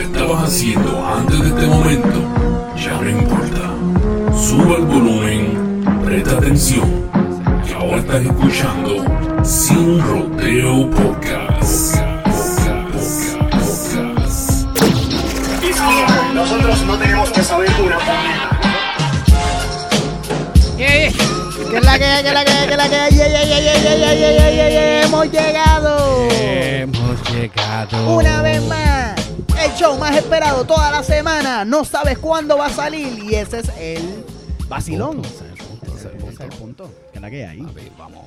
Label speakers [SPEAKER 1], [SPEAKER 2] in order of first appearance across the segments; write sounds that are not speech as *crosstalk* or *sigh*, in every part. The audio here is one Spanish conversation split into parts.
[SPEAKER 1] estabas haciendo antes de este momento ya no importa. Suba el volumen, presta atención, que ahora estás escuchando Sin Roteo Podcast.
[SPEAKER 2] Nosotros no tenemos que saber una puñeta.
[SPEAKER 3] ¿Qué es la que hay? ¿Qué es la que hay? ¿Qué es la que hay? Yeah, yeah, yeah, yeah, yeah, yeah, yeah, yeah, yeah, yeah. Hemos llegado
[SPEAKER 4] Hemos llegado.
[SPEAKER 3] una vez más. El show más esperado toda la semana. No sabes cuándo va a salir y ese es el vacilón.
[SPEAKER 4] Ese es el punto, ese es el punto.
[SPEAKER 3] punto. ¿Qué es la que hay?
[SPEAKER 4] Papi, vamos.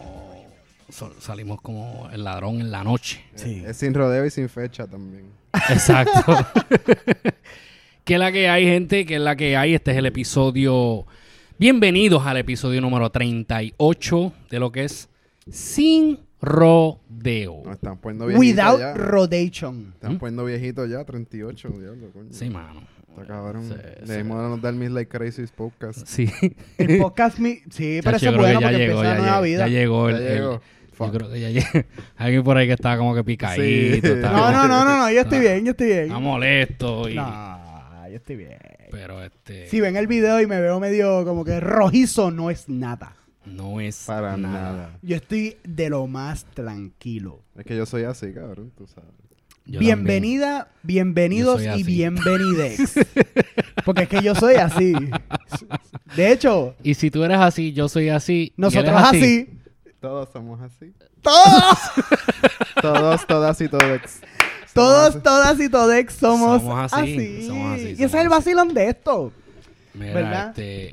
[SPEAKER 4] Sol- salimos como el ladrón en la noche.
[SPEAKER 3] Sí.
[SPEAKER 5] Eh, Es sin rodeo y sin fecha también.
[SPEAKER 4] Exacto. *laughs* que es la que hay, gente, que es la que hay. Este es el episodio. Bienvenidos al episodio número 38 de lo que es Sin Rodeo.
[SPEAKER 5] Nos están poniendo viejitos
[SPEAKER 3] Without
[SPEAKER 5] ya.
[SPEAKER 3] rotation.
[SPEAKER 5] están poniendo viejitos ya, 38, diablo, coño.
[SPEAKER 4] Sí, mano.
[SPEAKER 5] Está cabrón.
[SPEAKER 4] Sí,
[SPEAKER 5] Debemos darnos dar mis like crazy podcast.
[SPEAKER 4] Sí.
[SPEAKER 3] *laughs* El podcast mi... Sí, pero
[SPEAKER 4] Chacho,
[SPEAKER 3] eso es
[SPEAKER 4] yo creo que
[SPEAKER 3] bueno porque empieza
[SPEAKER 4] ya
[SPEAKER 3] una nueva
[SPEAKER 4] llegó,
[SPEAKER 3] vida.
[SPEAKER 4] Ya llegó el.
[SPEAKER 5] Ya
[SPEAKER 4] el-
[SPEAKER 5] llegó.
[SPEAKER 4] yo
[SPEAKER 5] Fuck.
[SPEAKER 4] creo que ya llegó. *laughs* Alguien por ahí que está como que picadito.
[SPEAKER 5] Sí.
[SPEAKER 4] está-
[SPEAKER 3] No, no, no, no, no, yo
[SPEAKER 4] Ah.
[SPEAKER 3] estoy bien, yo estoy bien.
[SPEAKER 4] Está molesto. Y,
[SPEAKER 3] No, yo estoy bien.
[SPEAKER 4] Pero este.
[SPEAKER 3] Si ven el video y me veo medio como que rojizo, no es nada.
[SPEAKER 4] No es
[SPEAKER 5] Para nada.
[SPEAKER 3] Yo estoy de lo más tranquilo.
[SPEAKER 5] Es que yo soy así, cabrón, tú sabes.
[SPEAKER 4] Yo
[SPEAKER 3] Bienvenida, bienvenidos
[SPEAKER 4] Yo soy
[SPEAKER 3] y
[SPEAKER 4] así. *laughs*
[SPEAKER 3] bienvenidex. Porque es que yo soy así. De hecho,
[SPEAKER 4] también. Y si tú eres así, yo soy así. y
[SPEAKER 3] nosotros
[SPEAKER 4] eres
[SPEAKER 3] así,
[SPEAKER 5] Todos somos así.
[SPEAKER 4] *laughs*
[SPEAKER 3] todos,
[SPEAKER 5] Todos, todas y todos.
[SPEAKER 3] todos, todas y todex somos,
[SPEAKER 4] Somos así,
[SPEAKER 3] así. Y
[SPEAKER 4] somos así, somos
[SPEAKER 3] ese es el
[SPEAKER 4] así.
[SPEAKER 3] vacilón de esto.
[SPEAKER 4] Mira,
[SPEAKER 3] ¿verdad?
[SPEAKER 4] este.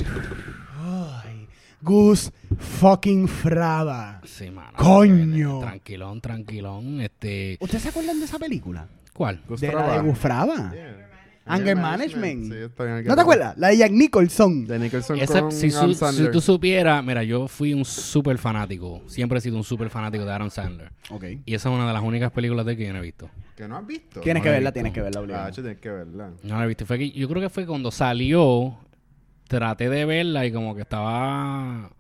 [SPEAKER 3] Ay, Gus fucking Fraba.
[SPEAKER 4] Sí, mano.
[SPEAKER 3] Coño.
[SPEAKER 4] Tranquilón, tranquilón. Este.
[SPEAKER 3] ¿Ustedes se acuerdan de esa película?
[SPEAKER 4] ¿Cuál?
[SPEAKER 5] Gus
[SPEAKER 3] De la
[SPEAKER 5] Traba.
[SPEAKER 3] de Gus Fraba.
[SPEAKER 5] Yeah.
[SPEAKER 3] Anger Management.
[SPEAKER 5] Sí, estoy en Anger
[SPEAKER 3] ¿No te acuerdas? La de Jack Nicholson.
[SPEAKER 5] De Nicholson
[SPEAKER 4] Esa-
[SPEAKER 5] con
[SPEAKER 4] si, su-
[SPEAKER 5] Adam
[SPEAKER 4] si
[SPEAKER 5] Sandler.
[SPEAKER 4] tú supieras, mira, yo fui un súper fanático. Siempre he sido un súper fanático de Aaron Sandler.
[SPEAKER 3] Ok.
[SPEAKER 4] Y esa es una de las únicas películas de él que yo no he visto.
[SPEAKER 5] Que no has visto.
[SPEAKER 3] Tienes
[SPEAKER 4] No
[SPEAKER 3] que
[SPEAKER 4] la he
[SPEAKER 3] verla,
[SPEAKER 4] visto.
[SPEAKER 3] tienes que verla, obligado.
[SPEAKER 5] Ah, che, tienes que verla.
[SPEAKER 4] No la he visto. Fue que- yo creo que fue cuando salió, traté de verla y como que estaba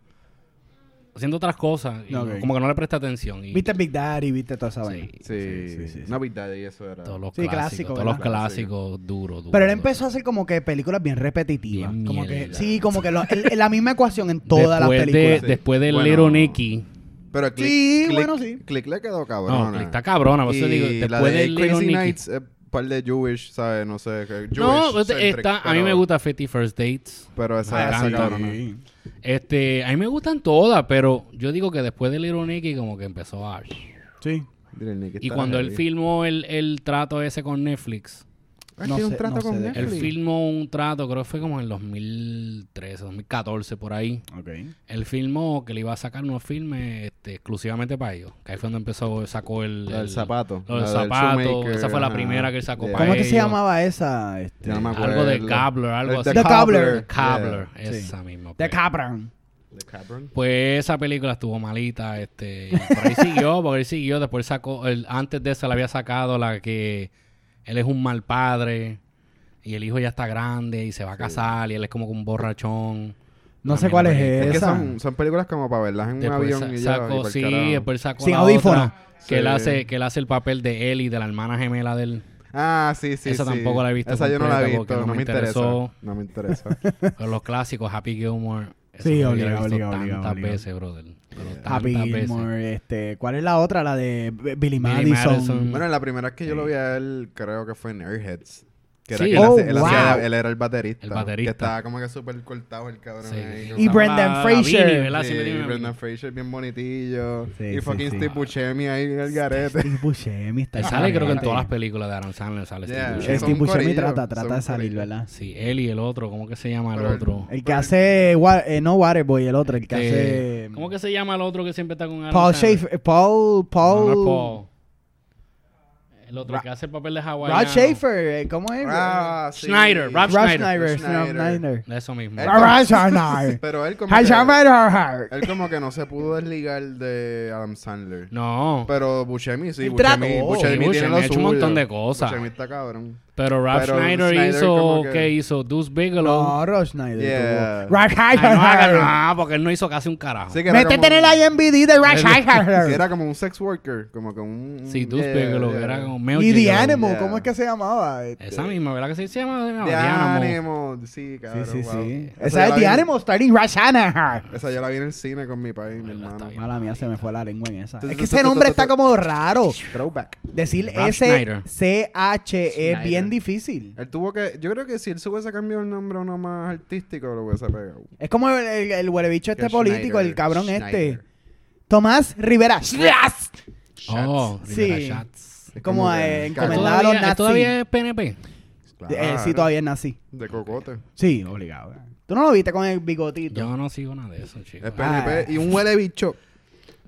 [SPEAKER 4] haciendo otras cosas. y
[SPEAKER 3] Ok.
[SPEAKER 4] Como que no le presté atención. Y
[SPEAKER 3] Viste Big Daddy, viste toda esa vaina.
[SPEAKER 4] Sí,
[SPEAKER 5] Sí,
[SPEAKER 3] sí, sí, sí.
[SPEAKER 5] No, Big Daddy, eso era.
[SPEAKER 4] todos los
[SPEAKER 3] Sí,
[SPEAKER 4] clásicos.
[SPEAKER 3] clásico,
[SPEAKER 4] todos los
[SPEAKER 5] ¿verdad?
[SPEAKER 4] clásicos duros, duros.
[SPEAKER 3] Pero él empezó a hacer como que películas bien repetitivas.
[SPEAKER 4] Bien
[SPEAKER 3] como que,
[SPEAKER 4] mierda.
[SPEAKER 3] sí, como que lo- el- la misma ecuación en todas las
[SPEAKER 4] después
[SPEAKER 3] películas.
[SPEAKER 4] De,
[SPEAKER 5] Sí.
[SPEAKER 4] Después de
[SPEAKER 5] Bueno.
[SPEAKER 4] Little Nicky.
[SPEAKER 5] Pero click,
[SPEAKER 3] Sí,
[SPEAKER 5] click,
[SPEAKER 3] bueno, sí.
[SPEAKER 5] Click le quedó
[SPEAKER 4] No,
[SPEAKER 5] cabrón. eh.
[SPEAKER 4] está cabrona. Por
[SPEAKER 5] y
[SPEAKER 4] eso digo,
[SPEAKER 5] la
[SPEAKER 4] después
[SPEAKER 5] de
[SPEAKER 4] de Little
[SPEAKER 5] Crazy
[SPEAKER 4] Nicky.
[SPEAKER 5] Nights, eh, par de Jewish, ¿sabes? No sé. que Jewish
[SPEAKER 4] no, pues,
[SPEAKER 5] centric,
[SPEAKER 4] está, a mí
[SPEAKER 5] pero-
[SPEAKER 4] me gusta 50 First Dates.
[SPEAKER 5] Pero
[SPEAKER 4] Me
[SPEAKER 5] esa esa
[SPEAKER 4] encanta.
[SPEAKER 5] cabrona.
[SPEAKER 4] Este, a mí me gustan todas, pero yo digo que después de Little Nicky como que empezó a...
[SPEAKER 3] Sí.
[SPEAKER 5] Little Nicky
[SPEAKER 4] Y
[SPEAKER 5] está
[SPEAKER 4] cuando él
[SPEAKER 5] heavy.
[SPEAKER 4] filmó el, el trato ese con Netflix,
[SPEAKER 5] Ah,
[SPEAKER 3] No
[SPEAKER 5] tiene un
[SPEAKER 3] sé,
[SPEAKER 5] trato
[SPEAKER 3] no sé
[SPEAKER 5] con
[SPEAKER 3] de qué.
[SPEAKER 4] él
[SPEAKER 5] Netflix.
[SPEAKER 4] filmó un trato, creo que fue como en 2013, 2014, por ahí.
[SPEAKER 3] Ok.
[SPEAKER 4] Él filmó que le iba a sacar unos filmes este, exclusivamente para ellos. Que ahí fue donde empezó, sacó el...
[SPEAKER 5] Lo del zapato.
[SPEAKER 4] Lo del
[SPEAKER 5] Lo del
[SPEAKER 4] zapato.
[SPEAKER 5] shoemaker,
[SPEAKER 4] Esa fue la
[SPEAKER 5] ajá.
[SPEAKER 4] primera que él sacó
[SPEAKER 5] Yeah.
[SPEAKER 4] para
[SPEAKER 3] ¿Cómo es que se
[SPEAKER 4] ellos.
[SPEAKER 3] llamaba esa? Este?
[SPEAKER 5] Ya no me acuerdo.
[SPEAKER 4] Algo de Cobbler, algo
[SPEAKER 5] El
[SPEAKER 4] así.
[SPEAKER 5] The
[SPEAKER 3] The Cobbler.
[SPEAKER 5] Cobbler.
[SPEAKER 4] Cobbler,
[SPEAKER 3] Yeah.
[SPEAKER 4] esa misma.
[SPEAKER 3] The
[SPEAKER 4] pues.
[SPEAKER 3] Cabron.
[SPEAKER 5] The Cobbler.
[SPEAKER 4] Pues esa película estuvo malita, este, y por ahí siguió, por ahí siguió, después sacó, el- antes de esa la había sacado la que él es un mal padre y el hijo ya está grande y se va a casar y él es como que un borrachón.
[SPEAKER 3] No sé
[SPEAKER 4] También
[SPEAKER 3] cuál
[SPEAKER 4] la película.
[SPEAKER 3] es
[SPEAKER 5] Es que
[SPEAKER 3] esa.
[SPEAKER 5] son, son películas como para verlas en un
[SPEAKER 4] Después
[SPEAKER 5] avión
[SPEAKER 4] sa-
[SPEAKER 5] y ya. y
[SPEAKER 4] sacó,
[SPEAKER 5] pa'l
[SPEAKER 4] sí,
[SPEAKER 5] carajo.
[SPEAKER 4] después sacó
[SPEAKER 3] Sin
[SPEAKER 4] la
[SPEAKER 3] audífono.
[SPEAKER 4] otra, que él
[SPEAKER 5] Sí.
[SPEAKER 4] hace, que él hace el papel de él y de la hermana gemela de él.
[SPEAKER 5] Ah, sí, sí,
[SPEAKER 4] Esa
[SPEAKER 5] sí.
[SPEAKER 4] tampoco la he visto
[SPEAKER 5] Esa yo no la
[SPEAKER 4] completa
[SPEAKER 5] he
[SPEAKER 4] porque
[SPEAKER 5] visto.
[SPEAKER 4] no
[SPEAKER 5] No,
[SPEAKER 4] me
[SPEAKER 5] me interesa.
[SPEAKER 4] interesó.
[SPEAKER 5] No me interesa.
[SPEAKER 4] *laughs* Pero los clásicos, Happy Gilmore. esa
[SPEAKER 3] Sí,
[SPEAKER 4] película la
[SPEAKER 3] obligado,
[SPEAKER 4] he visto
[SPEAKER 3] obligado, obligado,
[SPEAKER 4] tantas
[SPEAKER 3] obligado.
[SPEAKER 4] veces, brother. pero
[SPEAKER 3] Happy
[SPEAKER 4] tantas veces.
[SPEAKER 3] Gilmore, este, ¿cuál es la otra? La de B- Billy Madison.
[SPEAKER 4] Madison.
[SPEAKER 5] bueno, la primera vez que yo lo vi a él, creo que fue en Airheads. Que era
[SPEAKER 4] Sí.
[SPEAKER 5] que él,
[SPEAKER 3] Oh,
[SPEAKER 5] hace- él hacía-
[SPEAKER 3] wow.
[SPEAKER 5] él era el baterista.
[SPEAKER 4] El baterista.
[SPEAKER 5] Que estaba como que súper cortado el cabrón.
[SPEAKER 4] Sí.
[SPEAKER 5] ahí,
[SPEAKER 3] Y
[SPEAKER 5] como-
[SPEAKER 3] Brendan
[SPEAKER 4] Estaba
[SPEAKER 3] Fraser.
[SPEAKER 4] Vini, ¿verdad?
[SPEAKER 5] Sí,
[SPEAKER 4] Siempre tiene-
[SPEAKER 5] Brendan Fraser bien bonitillo.
[SPEAKER 3] Sí,
[SPEAKER 5] y
[SPEAKER 3] sí,
[SPEAKER 5] fucking
[SPEAKER 3] sí.
[SPEAKER 5] Steve Buscemi ahí en
[SPEAKER 3] *laughs*
[SPEAKER 5] el garete.
[SPEAKER 3] Steve Buscemi está
[SPEAKER 4] Él sale creo que en
[SPEAKER 3] caliente.
[SPEAKER 4] todas las películas de Aaron Sandler sale Steve
[SPEAKER 5] Yeah.
[SPEAKER 4] Buscemi.
[SPEAKER 5] Son
[SPEAKER 3] Steve Buscemi
[SPEAKER 5] corillo,
[SPEAKER 3] trata, trata
[SPEAKER 5] son
[SPEAKER 3] de salir,
[SPEAKER 5] corillo.
[SPEAKER 3] ¿verdad?
[SPEAKER 4] Sí, él y el otro, ¿cómo que se llama el
[SPEAKER 5] Pero el-
[SPEAKER 4] otro?
[SPEAKER 3] El que hace, wa- eh, no Waterboy, el otro, el que
[SPEAKER 4] Este,
[SPEAKER 3] hace...
[SPEAKER 4] ¿Cómo que se llama el otro que siempre está con Aaron
[SPEAKER 3] Paul
[SPEAKER 4] Sandler?
[SPEAKER 3] Schaefer, Paul,
[SPEAKER 4] No,
[SPEAKER 3] Paul,
[SPEAKER 4] no es Paul. El otro
[SPEAKER 3] Ra-
[SPEAKER 4] que hace el papel de Hawái.
[SPEAKER 3] Rod Schaefer, eh, ¿cómo es?
[SPEAKER 5] Ah, sí.
[SPEAKER 4] Schneider, Rob
[SPEAKER 3] Rob
[SPEAKER 4] Schneider.
[SPEAKER 3] Schneider, Rob Schneider.
[SPEAKER 4] Eso mismo.
[SPEAKER 5] Él-
[SPEAKER 3] Rob Schneider.
[SPEAKER 5] Pero él como,
[SPEAKER 3] Hi,
[SPEAKER 5] que,
[SPEAKER 3] Schneider.
[SPEAKER 5] él como que no se pudo desligar de Adam Sandler.
[SPEAKER 4] No.
[SPEAKER 5] Pero Buscemi sí.
[SPEAKER 3] Él
[SPEAKER 5] Buscemi,
[SPEAKER 3] trató.
[SPEAKER 5] Buscemi
[SPEAKER 4] Sí,
[SPEAKER 5] tiene
[SPEAKER 4] Buscemi
[SPEAKER 5] lo
[SPEAKER 4] ha hecho un
[SPEAKER 5] suyo.
[SPEAKER 4] montón de cosas.
[SPEAKER 5] Buscemi está cabrón.
[SPEAKER 4] Pero Rob
[SPEAKER 5] Pero
[SPEAKER 4] Schneider,
[SPEAKER 5] Schneider
[SPEAKER 4] hizo,
[SPEAKER 5] como
[SPEAKER 4] que...
[SPEAKER 5] que-
[SPEAKER 4] hizo? Deuce Bigelow.
[SPEAKER 3] No, Rob Oh, Schneider.
[SPEAKER 5] Yeah.
[SPEAKER 3] tuvo- Rob *laughs*
[SPEAKER 4] Ay, no, haga-
[SPEAKER 3] Schneider.
[SPEAKER 4] no, porque él no hizo casi un carajo.
[SPEAKER 5] Sí, que era
[SPEAKER 3] Métete en
[SPEAKER 5] como-
[SPEAKER 3] el IMBD de Rob
[SPEAKER 5] que
[SPEAKER 3] Schneider.
[SPEAKER 5] era como un sex worker, como que un...
[SPEAKER 4] Sí,
[SPEAKER 5] un-
[SPEAKER 4] Deuce
[SPEAKER 5] yeah,
[SPEAKER 4] Bigelow,
[SPEAKER 5] yeah.
[SPEAKER 4] que era como Mel
[SPEAKER 3] Y The
[SPEAKER 4] Gibson.
[SPEAKER 3] Animal,
[SPEAKER 5] Yeah.
[SPEAKER 3] ¿cómo es que se llamaba? Este?
[SPEAKER 4] Esa misma, ¿verdad que sí se llama? Se llama
[SPEAKER 5] The
[SPEAKER 4] Animal.
[SPEAKER 5] Animal, sí,
[SPEAKER 3] Sí,
[SPEAKER 5] cabrón.
[SPEAKER 3] sí,
[SPEAKER 5] wow.
[SPEAKER 3] sí.
[SPEAKER 5] Esa yo
[SPEAKER 3] Esa
[SPEAKER 5] la
[SPEAKER 3] es The
[SPEAKER 5] vi-
[SPEAKER 3] Animal starting Rob Schneider.
[SPEAKER 5] Esa yo la vi en el cine con mi país, mi hermano.
[SPEAKER 3] Mala mía, se me fue la lengua en esa.
[SPEAKER 5] Tu, tu,
[SPEAKER 3] Es que
[SPEAKER 5] tu,
[SPEAKER 3] ese
[SPEAKER 5] tu, tu,
[SPEAKER 3] nombre
[SPEAKER 5] tu,
[SPEAKER 3] está
[SPEAKER 5] tu.
[SPEAKER 3] como raro.
[SPEAKER 5] Throwback.
[SPEAKER 3] Decir
[SPEAKER 4] Rob Schneider.
[SPEAKER 3] S-C-H es
[SPEAKER 5] Schneider.
[SPEAKER 3] E bien difícil.
[SPEAKER 5] Él tuvo que... Yo creo que si él se hubiese cambiado el nombre a uno más artístico, lo hubiese pegado.
[SPEAKER 3] Es como el, el, el huelebicho este
[SPEAKER 5] Que
[SPEAKER 3] político, el
[SPEAKER 5] Schneider,
[SPEAKER 3] cabrón
[SPEAKER 5] Schneider.
[SPEAKER 3] este. Tomás Rivera.
[SPEAKER 4] Oh,
[SPEAKER 3] Shots.
[SPEAKER 4] Rivera
[SPEAKER 3] Sí.
[SPEAKER 4] Shots.
[SPEAKER 5] Es
[SPEAKER 3] como, eh,
[SPEAKER 5] que-
[SPEAKER 4] ¿Él
[SPEAKER 3] Recomendado a los
[SPEAKER 4] ¿Todavía, él
[SPEAKER 3] nazis.
[SPEAKER 4] todavía es PNP?
[SPEAKER 3] Eh,
[SPEAKER 5] Claro,
[SPEAKER 3] sí, todavía es nazi.
[SPEAKER 5] De cocote.
[SPEAKER 3] Sí, obligado. Tú no lo viste con el bigotito.
[SPEAKER 4] Yo no sigo nada de eso, chicos.
[SPEAKER 5] Es PNP y un huele bicho.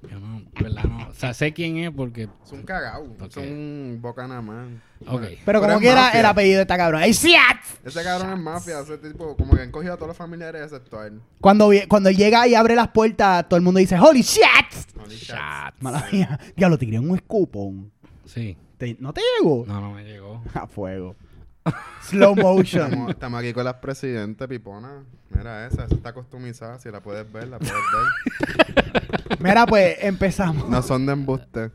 [SPEAKER 4] Yo no, en verdad no. O sea, sé quién es porque...
[SPEAKER 5] Es un cagao.
[SPEAKER 4] Ok.
[SPEAKER 5] Es un bocanamán.
[SPEAKER 4] Ok.
[SPEAKER 3] Pero
[SPEAKER 5] Pero
[SPEAKER 3] como
[SPEAKER 5] es
[SPEAKER 3] quiera,
[SPEAKER 5] mafia.
[SPEAKER 3] el apellido de esta cabrón. ¡Ay, siat!
[SPEAKER 5] Ese cabrón es mafia. Ese tipo, como que han cogido a todos los familiares excepto a él.
[SPEAKER 3] Cuando, vi- cuando llega y abre las puertas, todo el mundo dice, ¡Holy shit!
[SPEAKER 5] Holy shit.
[SPEAKER 4] Shots.
[SPEAKER 3] Mala mía. Diablo, tiré un escupón.
[SPEAKER 4] Sí.
[SPEAKER 3] Te- ¿No te llegó?
[SPEAKER 4] No, no me llegó.
[SPEAKER 3] *laughs* A fuego. Slow motion.
[SPEAKER 5] *laughs* Estamos, estamos aquí con las presidentes, Pipona. Mira esa, esa está customizada. Si la puedes ver, la puedes ver.
[SPEAKER 3] Mira, pues empezamos.
[SPEAKER 5] No son de embuste.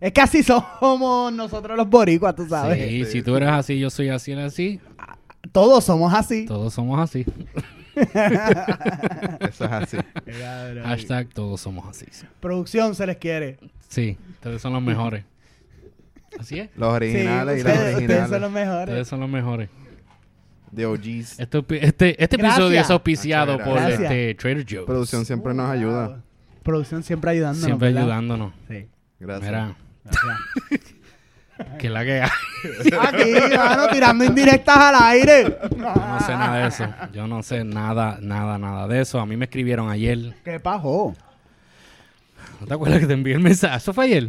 [SPEAKER 3] Es que así somos nosotros los boricuas, tú sabes.
[SPEAKER 4] Sí, si tú eres así, yo soy así, él así.
[SPEAKER 3] Todos somos así.
[SPEAKER 4] Todos somos así.
[SPEAKER 3] *laughs*
[SPEAKER 5] Eso es así.
[SPEAKER 4] Hashtag todos somos así.
[SPEAKER 3] Producción se les quiere.
[SPEAKER 4] Sí,
[SPEAKER 3] *laughs*
[SPEAKER 4] ustedes son los mejores. Así es.
[SPEAKER 5] Los
[SPEAKER 3] Sí,
[SPEAKER 5] originales y las
[SPEAKER 3] ustedes, ustedes son los
[SPEAKER 5] originales.
[SPEAKER 3] mejores.
[SPEAKER 4] Ustedes son los mejores.
[SPEAKER 5] De OGs.
[SPEAKER 4] Este, opi- este, este
[SPEAKER 3] Gracias. Ah,
[SPEAKER 4] episodio es auspiciado
[SPEAKER 5] Gracias.
[SPEAKER 4] por
[SPEAKER 3] Gracias.
[SPEAKER 4] este Trader Joe's.
[SPEAKER 5] Producción siempre nos ayuda.
[SPEAKER 3] Producción siempre ayudándonos.
[SPEAKER 4] Siempre
[SPEAKER 3] ¿verdad?
[SPEAKER 4] ayudándonos.
[SPEAKER 3] Sí.
[SPEAKER 5] Gracias.
[SPEAKER 4] Mira,
[SPEAKER 3] gracias.
[SPEAKER 4] que es la que hay.
[SPEAKER 3] Aquí, mano, tirando indirectas al aire.
[SPEAKER 4] Yo no sé nada de eso. Yo no sé nada, nada, nada de eso. A mí me escribieron ayer.
[SPEAKER 3] ¿Qué pasó?
[SPEAKER 4] ¿No te acuerdas que te envié el mensaje? ¿Eso fue ayer?